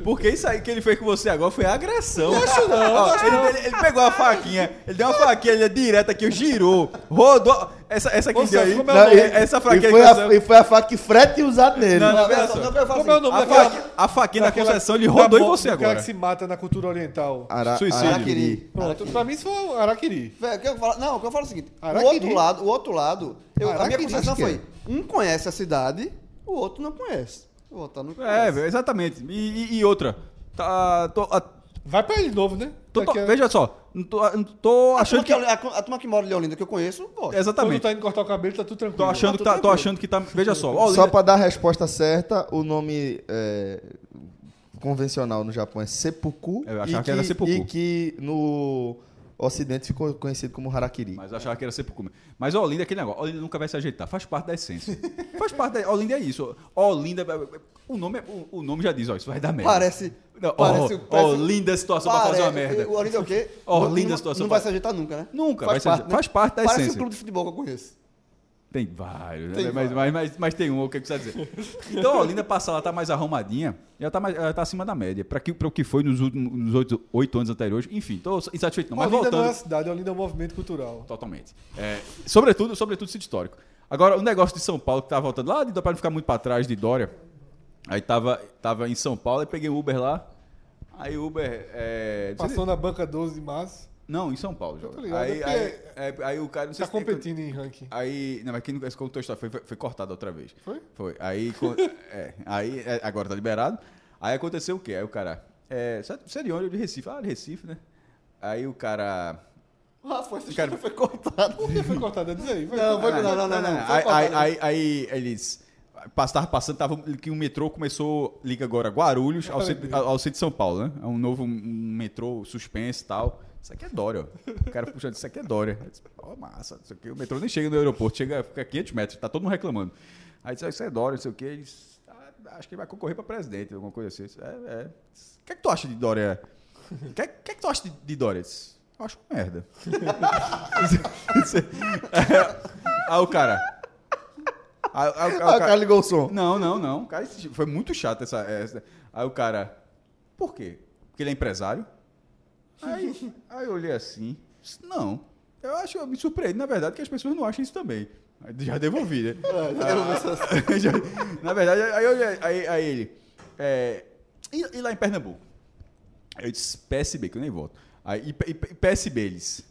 S4: Porque isso aí que ele fez com você agora foi agressão. Não acho não. ele, ele- ele pegou a faquinha, ele deu uma faquinha ele é direta aqui, girou, rodou. Essa, essa aqui
S5: Ou seja,
S4: deu aí.
S5: como é o
S2: Não,
S5: nome?
S2: e-
S4: essa fraquinha
S2: e foi,
S4: que você-
S2: a, e foi a faca que Fred tinha usado nele.
S4: Não, não,
S3: Não,
S4: veja
S3: pera só,
S4: só.
S3: não, pera, eu falo
S5: Como é o
S3: assim.
S5: nome
S4: A
S5: daquela-
S4: faquinha, a faquinha da
S5: daquela-
S4: concessão ele
S5: da
S4: rodou em
S5: morte
S4: você
S5: do cara
S4: agora.
S5: que se mata na cultura oriental.
S2: Ara-
S4: Suicídio.
S2: Araquiri.
S5: Pronto, pra mim isso foi um araquiri.
S3: Velho, o que eu falo- Não, o que eu falo é o seguinte.
S2: Ah,
S5: Araquiri.
S3: O outro lado, o outro lado, eu- a minha
S5: Araquiri,
S3: concessão
S2: acho que
S3: foi: um conhece a cidade, o outro não conhece. O outro não conhece.
S4: É, velho, exatamente. E, e- e outra. Tá, tô- a-
S5: Vai pra ele de novo, né?
S4: Tô- tô-
S5: Daqui a-
S4: Veja só, não tô, não tô
S3: A turma
S4: achando
S3: que,
S4: que.
S3: a, a turma que mora em Olinda que eu conheço, gosta.
S5: Quando
S4: Exatamente.
S5: tá indo cortar o cabelo, tá tudo tranquilo.
S4: Tô achando que tá. Tô achando que tá. Veja só. ó,
S2: Só
S4: Olinda-
S2: pra dar a resposta certa, o nome é, convencional no Japão é seppuku.
S4: Eu achava
S2: e
S4: que era seppuku.
S2: E que no ocidente ficou conhecido como harakiri.
S4: Mas eu achava que era sempre cume. Mas Olinda é aquele negócio. Olinda nunca vai se ajeitar. Faz parte da essência. Faz parte da. Olinda é isso. Olinda. O nome, é- o- o nome já diz, ó, isso vai dar merda.
S3: Parece.
S4: Não,
S3: parece-
S4: ó,
S3: parece-
S4: Olinda é situação pra fazer uma merda.
S3: O Olinda é o quê?
S4: Ó, Olinda,
S3: Não-
S4: situação
S3: Não vai
S4: pra-
S3: se ajeitar nunca, né?
S4: Nunca, vai
S3: faz
S4: se
S3: parte,
S4: ajeitar. Faz parte da
S3: Parece um
S4: essência.
S3: clube de futebol que eu conheço.
S4: Tem vários, né?
S3: Tem
S4: mas, mas, mas, mas tem um, o que é que precisa dizer? Então a Olinda passa, ela tá mais arrumadinha, e ela tá, mais, ela tá acima da média, pra, que, pra o que foi nos últimos nos oito, oito anos anteriores. Enfim, tô insatisfeito não, mas
S5: Olinda
S4: voltando.
S5: não é a cidade, Olinda é um movimento cultural.
S4: Totalmente. É, sobretudo, sobretudo sítio histórico. Agora, o negócio de São Paulo que tava voltando lá, de- pra não ficar muito pra trás de Dória, aí tava, tava em São Paulo, aí peguei o Uber lá, aí o Uber... É,
S5: Passou na banca 12 de março,
S4: Não, em São Paulo.
S5: tô
S4: João.
S5: ligado,
S4: Aí,
S5: é
S4: aí,
S5: porque
S4: é, aí o cara... Não sei
S5: tá
S4: se tem-
S5: competindo em ranking.
S4: Aí, não, mas quem não conhece contou a história, foi, foi, foi cortado outra vez.
S5: Foi?
S4: Foi. Aí, co- é, aí é, agora tá liberado. Aí aconteceu o quê? Aí o cara, é, você você é de onde? Eu de Recife. Ah, de Recife, né? Aí o cara...
S3: Ah, foi, essa
S4: Cara,
S3: história foi cortada.
S5: Ah, Por que foi cortada? Diz aí. Vai,
S3: Não,
S5: vai.
S3: foi não, não, não, né? não. Foi
S4: Aí, aí,
S3: cortada.
S4: aí, aí eles... pass- Tava passando, tava, que o metrô começou, liga agora Guarulhos ao centro, ao- ao centro de São Paulo, né? É um novo um metrô suspense e tal. Isso aqui é Dória, ó. O cara puxando, isso aqui é Dória. Aí disse, Ó, massa, isso aqui, o metrô nem chega no aeroporto, chega, fica a 500 metros, tá todo mundo reclamando. Aí disse, ah, isso é Dória, não sei o quê. Ele disse, "Ah, acho que ele vai concorrer pra presidente, alguma coisa assim. Eu disse, é, é. O que é que tu acha de Dória? O que, é- o que é que tu acha de, de Dória? Eu disse, Eu acho uma merda. Aí o cara. Aí, aí o-
S2: Ah,
S4: aí o
S2: o cara
S4: cara.
S2: ligou o som.
S4: Não, não, não. Cara, esse- foi muito chato essa, essa. Aí o cara. Por quê? Porque ele é empresário? Aí, aí eu olhei assim. disse, Não. Eu acho, eu me surpreendo, na verdade, que as pessoas não acham isso também. Aí já devolvi, né? Já- na verdade, aí, eu olhei- aí, aí ele. é, e, e lá em Pernambuco? Eu disse PSB, que eu nem voto. Aí, e, P- e P- PSB, eles.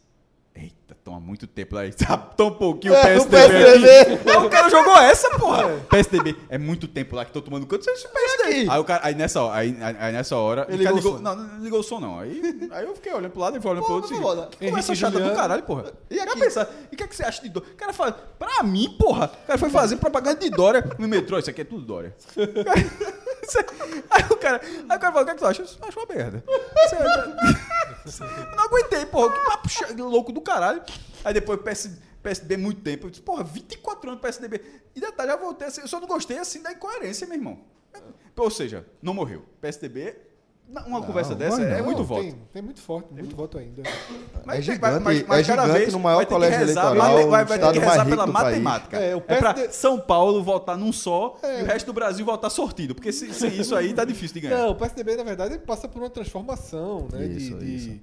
S4: Eita, toma muito tempo lá. Tá tão pouquinho o
S2: É, o
S4: PSDB.
S2: PSDB.
S4: aqui. É O cara jogou essa, porra. PSDB, é muito tempo lá que tô tomando conta. Isso é PSDB. Aí, o cara, aí, nessa, hora- aí, aí- aí nessa hora.
S3: Ele
S4: o cara
S3: ligou o
S4: ligou, não, não ligou o som, não. Aí, aí eu fiquei olhando pro lado e foi olhando
S3: Pô,
S4: pro outro.
S3: mas
S4: assim,
S3: foda.
S5: Henrique
S4: Conversa chata do
S5: Juliano.
S4: caralho, porra. E aqui? Pensar, e o que, é que você acha de Dória? O cara fala, pra mim, porra, o cara foi fazer propaganda de Dória no metrô. Isso aqui é tudo Dória. Isso é- Aí o cara, aí o cara fala, o que é que tu acha? Eu acho uma merda. Isso é- Eu não aguentei, porra. Que papo cha- louco do caralho. Aí depois PS, PSD muito tempo. Eu disse, porra, 24 anos PSDB. E detalhe, já voltei assim. Eu só não gostei assim da incoerência, meu irmão. Ou seja, não morreu. PSDB, na- uma conversa dessa é
S5: Não,
S4: muito
S5: tem,
S4: voto.
S5: Tem muito forte, muito voto ainda.
S2: É
S4: tem-
S2: gigante, é
S4: cada
S2: gigante
S4: vez
S2: no maior
S4: vai ter que
S2: colégio
S4: rezar,
S2: eleitoral,
S4: vai ter- vai- vai ter
S2: estado
S4: que
S2: mais
S4: rezar
S2: rico
S4: pela
S2: do país. É.
S4: matemática.
S5: É,
S4: É,
S5: o
S4: pra
S5: PSD
S4: São Paulo votar num só e o resto do Brasil votar sortido, porque se- sem isso aí tá difícil de ganhar.
S5: Não, o PSDB, na verdade, ele passa por uma transformação, né? de-
S2: Isso,
S5: de,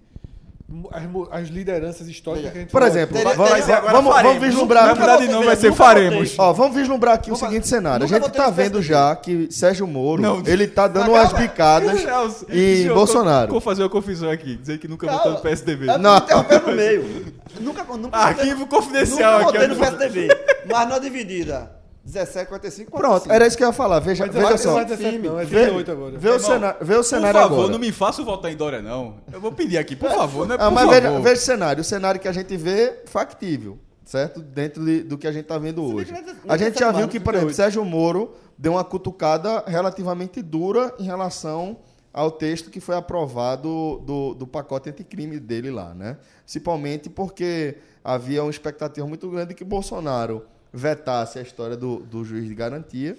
S5: as mu- As, lideranças históricas que a gente
S2: Por
S5: falou.
S2: exemplo,
S3: Teria-
S2: vamos,
S3: teria-
S2: vamos- vamos
S4: faremos.
S2: vislumbrar
S4: Vai
S2: aqui.
S4: é mudar de nome, vai ser faremos.
S2: Ó, vamos vislumbrar aqui o seguinte cenário. A
S3: nunca
S2: gente
S3: votei
S2: tá
S3: no
S2: vendo
S3: PSDB.
S2: já que Sérgio Moro,
S4: Não,
S2: ele tá dando
S4: Calma. É
S2: umas picadas
S4: Chelsea,
S2: em
S4: eu Vou
S2: Bolsonaro.
S4: fazer uma confissão aqui, dizer que nunca
S3: Calma.
S4: votou no PSDB.
S3: É,
S2: Não.
S3: Interrompendo no meio. Nunca, nunca
S4: Arquivo confidencial
S3: Nunca
S4: aqui.
S3: votei no
S4: ó.
S3: PSDB. mas na dividida. 17, 45,
S2: Pronto,
S3: 45.
S2: era isso que eu ia falar. Veja,
S5: Mas agora
S2: veja só.
S5: não é 17 não, é
S2: Vê-
S5: 38 agora.
S2: Vê o
S4: Irmão,
S2: cena- vê é o
S4: Por
S2: cenário
S4: favor,
S2: agora.
S4: não me faça votar em Dória, não. Eu vou pedir aqui, por favor, não é por
S2: Ah, mas
S4: favor.
S2: veja, veja o cenário. O cenário que a gente vê, factível, certo? Dentro de- do que a gente tá vendo hoje.
S3: que não é- não
S2: A
S3: é
S2: gente já
S3: semana,
S2: viu que, por exemplo, Sérgio Moro deu uma cutucada relativamente dura em relação ao texto que foi aprovado do, do pacote anticrime dele lá, né? Principalmente porque havia uma expectativa muito grande que Bolsonaro vetasse a história do, do juiz de garantia,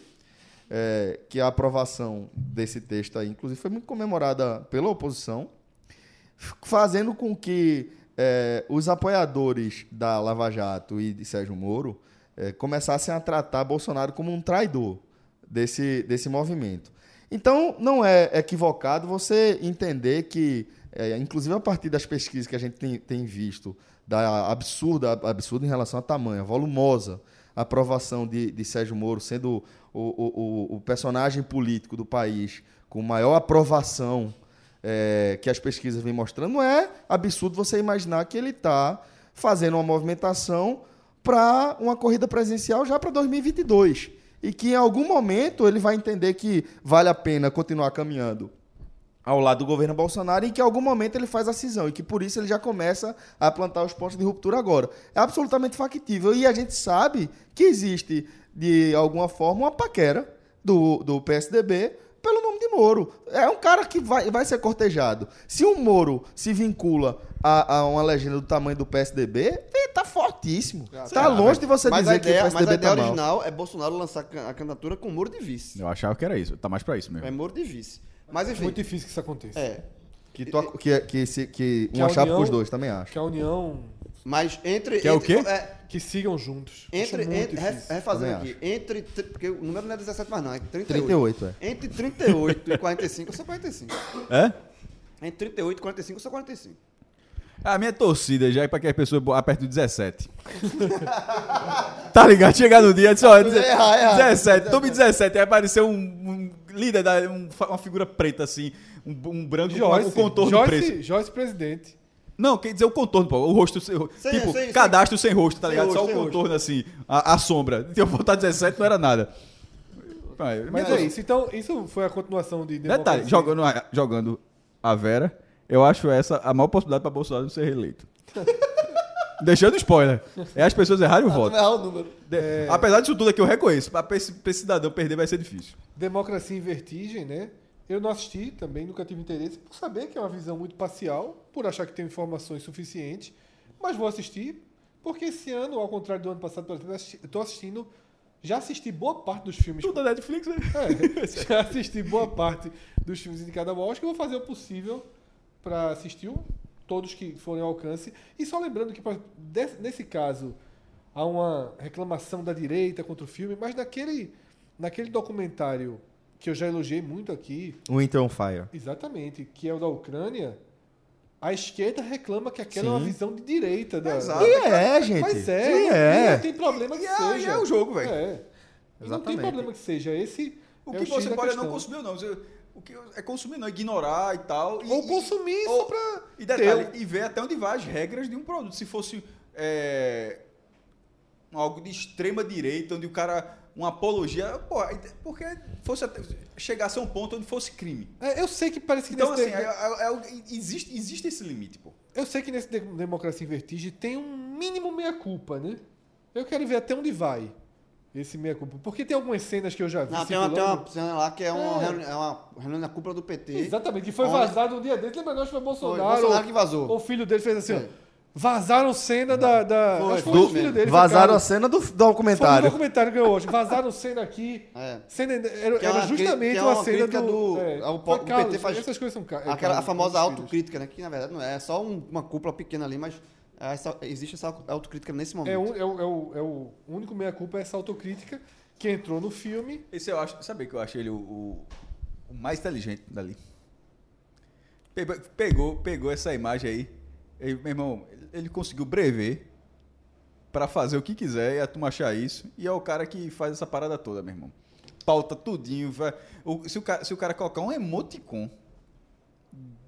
S2: é, que a aprovação desse texto aí, inclusive, foi muito comemorada pela oposição, fazendo com que eh, os apoiadores da Lava Jato e de Sérgio Moro eh, começassem a tratar Bolsonaro como um traidor desse, desse movimento. Então, não é equivocado você entender que, eh, inclusive a partir das pesquisas que a gente tem, tem visto, da absurda, absurda em relação a tamanho, volumosa aprovação de, de Sérgio Moro sendo o, o- o- o personagem político do país com maior aprovação é, que as pesquisas vêm mostrando, não é absurdo você imaginar que ele está fazendo uma movimentação para uma corrida presidencial já para 2022. E que em algum momento ele vai entender que vale a pena continuar caminhando ao lado do governo Bolsonaro e que em algum momento ele faz a cisão e que por isso ele já começa a plantar os pontos de ruptura agora. É absolutamente factível e a gente sabe que existe, de alguma forma, uma paquera do, do PSDB pelo nome de Moro. É um cara que vai, vai ser cortejado. Se o Moro se vincula a, a uma legenda do tamanho do PSDB, ele tá fortíssimo. tá longe de você
S3: Mas a
S2: dizer que
S3: ideia,
S2: o
S3: mas a
S2: PSDB
S3: ideia
S2: tá mal.
S3: original é Bolsonaro lançar can- a candidatura com Moro de vice.
S4: Eu achava que era isso. Tá mais pra isso mesmo.
S3: É Moro de vice. Mas enfim,
S5: É Muito difícil que isso aconteça.
S3: é.
S2: Que, tu ac- que, que, se- que
S5: Que
S2: uma
S5: a
S2: chapa
S5: união-
S2: com os dois, também acho.
S5: Que a União.
S3: Mas entre.
S4: Que é o
S3: entre-
S4: quê?
S3: é,
S5: Que sigam juntos.
S3: entre,
S5: Acho muito
S3: entre re-
S5: difícil.
S3: refazendo
S2: Também
S3: aqui, entre. tri- Porque o número não é 17 mais, não, é 38.
S2: 38, é.
S3: Entre 38 e 45, eu sou 45.
S4: É?
S3: Entre 38 e 45, eu sou 45.
S4: A minha torcida já é pra que as pessoas bo- apertem o 17. tá ligado? Chegar no dia, só
S2: É,
S3: errar, errar.
S4: 17, tome 17. Aí apareceu um, um líder, da, um fa- uma figura preta assim, um, um branco com
S5: Joyce,
S4: um contorno
S5: Joyce,
S4: preto.
S5: Joyce presidente.
S4: Não, quer dizer o contorno, pô, o rosto sem rosto.
S3: Sem-
S4: Tipo,
S3: sem- sem-
S4: cadastro sem rosto, tá
S3: sem
S4: ligado?
S3: rosto,
S4: só
S3: sem
S4: o contorno assim, a, a sombra. Se eu botar 17 não era nada. Mas,
S5: Mas é isso. Então, isso foi a continuação de.
S4: Detalhe,
S5: democracia.
S4: jogando, a- jogando a Vera, eu acho essa a maior possibilidade pra Bolsonaro não ser reeleito. Deixando spoiler. É as pessoas errarem o voto.
S3: Errar o número.
S4: De-
S3: é.
S4: Apesar disso tudo aqui, eu reconheço. Pra pra esse, pra esse cidadão perder vai ser difícil.
S5: Democracia em Vertigem, né? Eu não assisti também, nunca tive interesse, por saber que é uma visão muito parcial, por achar que tem informações suficientes, mas vou assistir, porque esse ano, ao contrário do ano passado, por exemplo, eu assisti- eu tô assistindo, já assisti boa parte dos filmes.
S4: Tudo da Netflix, né?
S5: É, já assisti boa parte dos filmes indicados ao Oscar, eu vou fazer o possível para assistir o- todos que forem ao alcance. E só lembrando que, pra- des- nesse caso, há uma reclamação da direita contra o filme, mas naquele, naquele documentário que eu já elogiei muito aqui,
S2: Winter Um on Fire.
S5: exatamente, que é o da Ucrânia, a esquerda reclama que aquela é uma
S2: Sim.
S5: visão de direita. Da,
S2: E é, gente.
S5: mas é,
S2: E
S5: não-
S2: é.
S5: não tem problema que
S4: E é- e
S5: seja.
S4: é o jogo, velho.
S5: É. E Não tem
S2: Exatamente.
S5: problema que seja. Esse
S4: O
S5: é
S4: que
S5: X
S4: você
S5: da
S4: pode é
S5: questão.
S4: não consumir, não. Você- O que é consumir, não. Ignorar e tal. E,
S5: Ou
S4: e-
S5: consumir só
S4: ou-
S5: pra
S4: E detalhe,
S5: ter
S4: e ver até onde vai as regras de um produto. Se fosse é, algo de extrema direita, onde o cara. Uma apologia. Pô, porque fosse até- chegasse a um ponto onde fosse crime.
S5: É, eu sei que parece que
S4: Então, assim,
S5: nesse
S4: é-
S5: de-
S4: é- é- existe, existe esse limite, pô.
S5: eu sei que nesse de- Democracia em Vertigem tem um mínimo meia-culpa, né? Eu quero ver até onde vai esse meia-culpa. Porque tem algumas cenas que eu já vi.
S3: Não, tem uma, tem
S5: circulando-
S3: uma cena lá que é uma,
S5: É.
S3: reuni- é uma reunião na cúpula do PT.
S5: Exatamente, que foi
S3: Olha.
S5: vazado um dia desse. Lembra, não, acho que foi Bolsonaro.
S3: Bolsonaro que vazou.
S5: O filho dele fez assim,
S3: É.
S5: ó. Vazaram cena da. da
S3: Foi,
S5: acho que
S3: foi
S5: o
S3: isso mesmo.
S5: dele. foi
S2: Vazaram a
S5: Carlos.
S2: cena do
S5: Foi um
S2: documentário.
S5: documentário que eu hoje. Vazaram cena aqui.
S3: É.
S5: Cena, era
S3: Que é uma
S5: era justamente
S3: crítica- que é
S5: uma
S3: uma
S5: cena
S3: crítica
S5: do.
S3: do-
S5: é,
S3: ao-
S5: foi
S3: o PT
S5: Carlos,
S3: faz-
S5: Essas coisas são. ca- é,
S3: Aquela, a
S5: Carlos,
S3: famosa
S5: Carlos Filhos.
S3: autocrítica, né? Que na verdade não é, é só um- uma cúpula pequena ali, mas essa- existe essa autocrítica nesse momento.
S5: É, o- é o- é o- é o único meia-culpa, é essa autocrítica que entrou no filme.
S4: Esse eu acho. Sabe que eu achei ele o, o- o mais inteligente dali? Pe- Pegou, pegou essa imagem aí. Ele, meu irmão, ele conseguiu brever pra fazer o que quiser e a turma achar isso. E é o cara que faz essa parada toda, meu irmão. Pauta tudinho. Vai. O- se, o cara, se o cara colocar um emoticon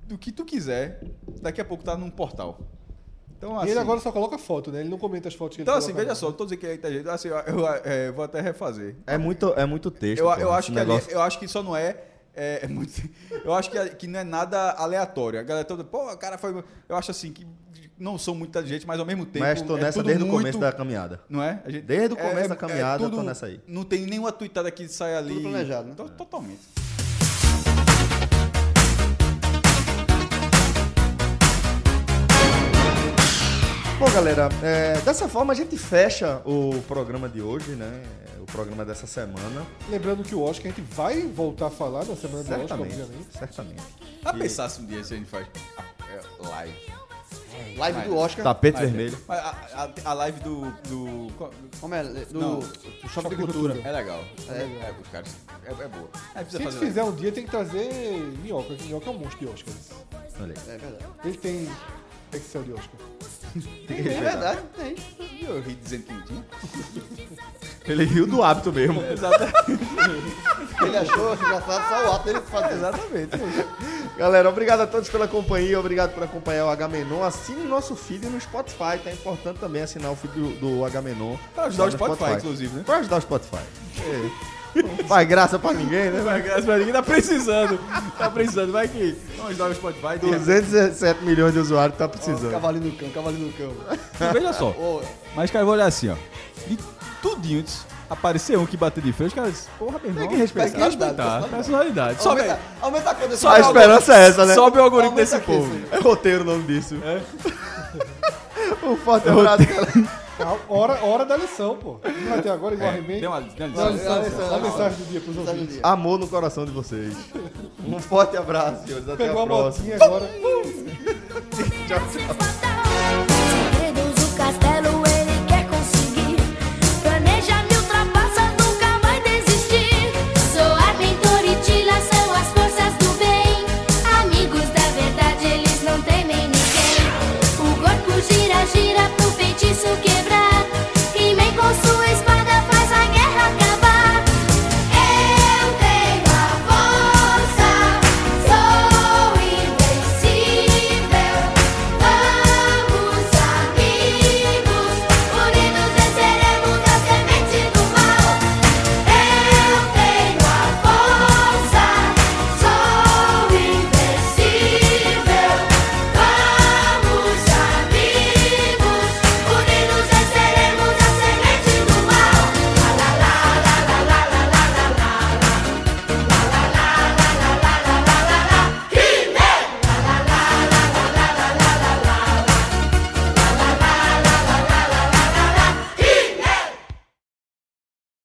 S4: do que tu quiser, daqui a pouco tá num portal. Então,
S5: e ele
S4: assim-
S5: agora só coloca foto, né? Ele não comenta as fotos que
S4: Então,
S5: ele
S4: assim,
S5: coloca,
S4: veja
S5: não.
S4: só, não tô dizendo que é inteligente. Assim, eu, eu, é, vou até refazer.
S2: É muito, é muito texto.
S4: Eu,
S2: pô,
S4: eu, acho
S2: esse
S4: que ali-
S2: negócio.
S4: eu acho que só não é. é, é muito- eu acho que, que não é nada aleatório. A galera toda, pô, o cara foi. Eu acho assim que não sou muito inteligente, mas ao mesmo tempo.
S2: Mas tô
S4: é
S2: nessa
S4: tudo
S2: desde o
S4: muito-
S2: começo da caminhada.
S4: Não é? A gente-
S2: Desde o
S4: é-
S2: começo
S4: é-
S2: da
S4: é
S2: caminhada, eu tô nessa aí.
S4: Não tem nenhuma tuitada que sai ali.
S3: Tudo planejado, né?
S4: To- Totalmente.
S2: Bom, galera, é, dessa forma a gente fecha o programa de hoje, né? É, O programa dessa semana.
S5: Lembrando que o Oscar a gente vai voltar a falar na semana do Oscar,
S2: Certamente.
S5: obviamente.
S2: Certamente.
S4: A pensar se um dia se a gente faz é, live.
S3: Live do Oscar.
S2: Tapete vermelho.
S4: Mas A, a- a live do. do- qual-
S3: Como é? Do,
S4: Não.
S3: do Shopping Cultura.
S4: é legal. É, é, os caras- é, é boa. Aí precisa
S5: Se a gente
S4: fazer. live.
S5: fizer um dia, tem que trazer Minhoca. que Minhoca é um monstro de Oscars.
S2: Olha aí.
S3: É verdade.
S5: Ele tem Excel de Oscar.
S3: É verdade, tem.
S4: E eu ri dizendo que não tinha.
S2: Ele riu do hábito mesmo.
S3: Ele achou engraçado só o ato dele fazer.
S2: Exatamente. Galera, obrigado a todos pela companhia, obrigado por acompanhar o Hmenon. Assine o nosso feed no Spotify, tá importante também assinar o feed do, do Hmenon.
S4: Tá, Pra ajudar o Spotify, inclusive, né?
S2: Pra ajudar o Spotify. É. Faz graça pra ninguém, né?
S4: Vai, graças a Deus, tá precisando. Tá precisando. Vai que. Vamos lá no Spotify. tem-
S2: 217 milhões de usuários tá
S3: Ó,
S2: precisando.
S3: Cavalinho no cão, cavalinho no cão.
S4: Veja só.
S3: Ô,
S4: Mas, cara, eu vou olhar assim, ó. De tudinho, disse, apareceu um que bateu de frente, os caras disse, porra, meu irmão. Tem que respeitar.
S3: personalidade,
S4: personalidade. Sobe,
S3: aumenta, aumenta a conta desse
S4: Só
S2: A
S3: cara.
S2: esperança é essa, né?
S4: sobe o algoritmo
S3: Aumenta
S4: desse
S3: aqui,
S4: povo.
S3: sim.
S2: É roteiro o nome disso. Um forte abraço, galera.
S5: Cal- É Hora, hora da lição, pô. Não vai ter agora igual remake.
S4: É, Tem uma, tem uma
S5: Dá a
S4: lição.
S5: lição,
S3: Dá a lição,
S5: dá a mensagem do dia pros
S3: Sabe o
S5: ouvintes.
S3: dia?
S2: Amor no coração de vocês. Um forte abraço, senhores. Até
S5: Pegou
S2: a
S5: a
S2: próxima.
S5: motinha agora.
S1: Just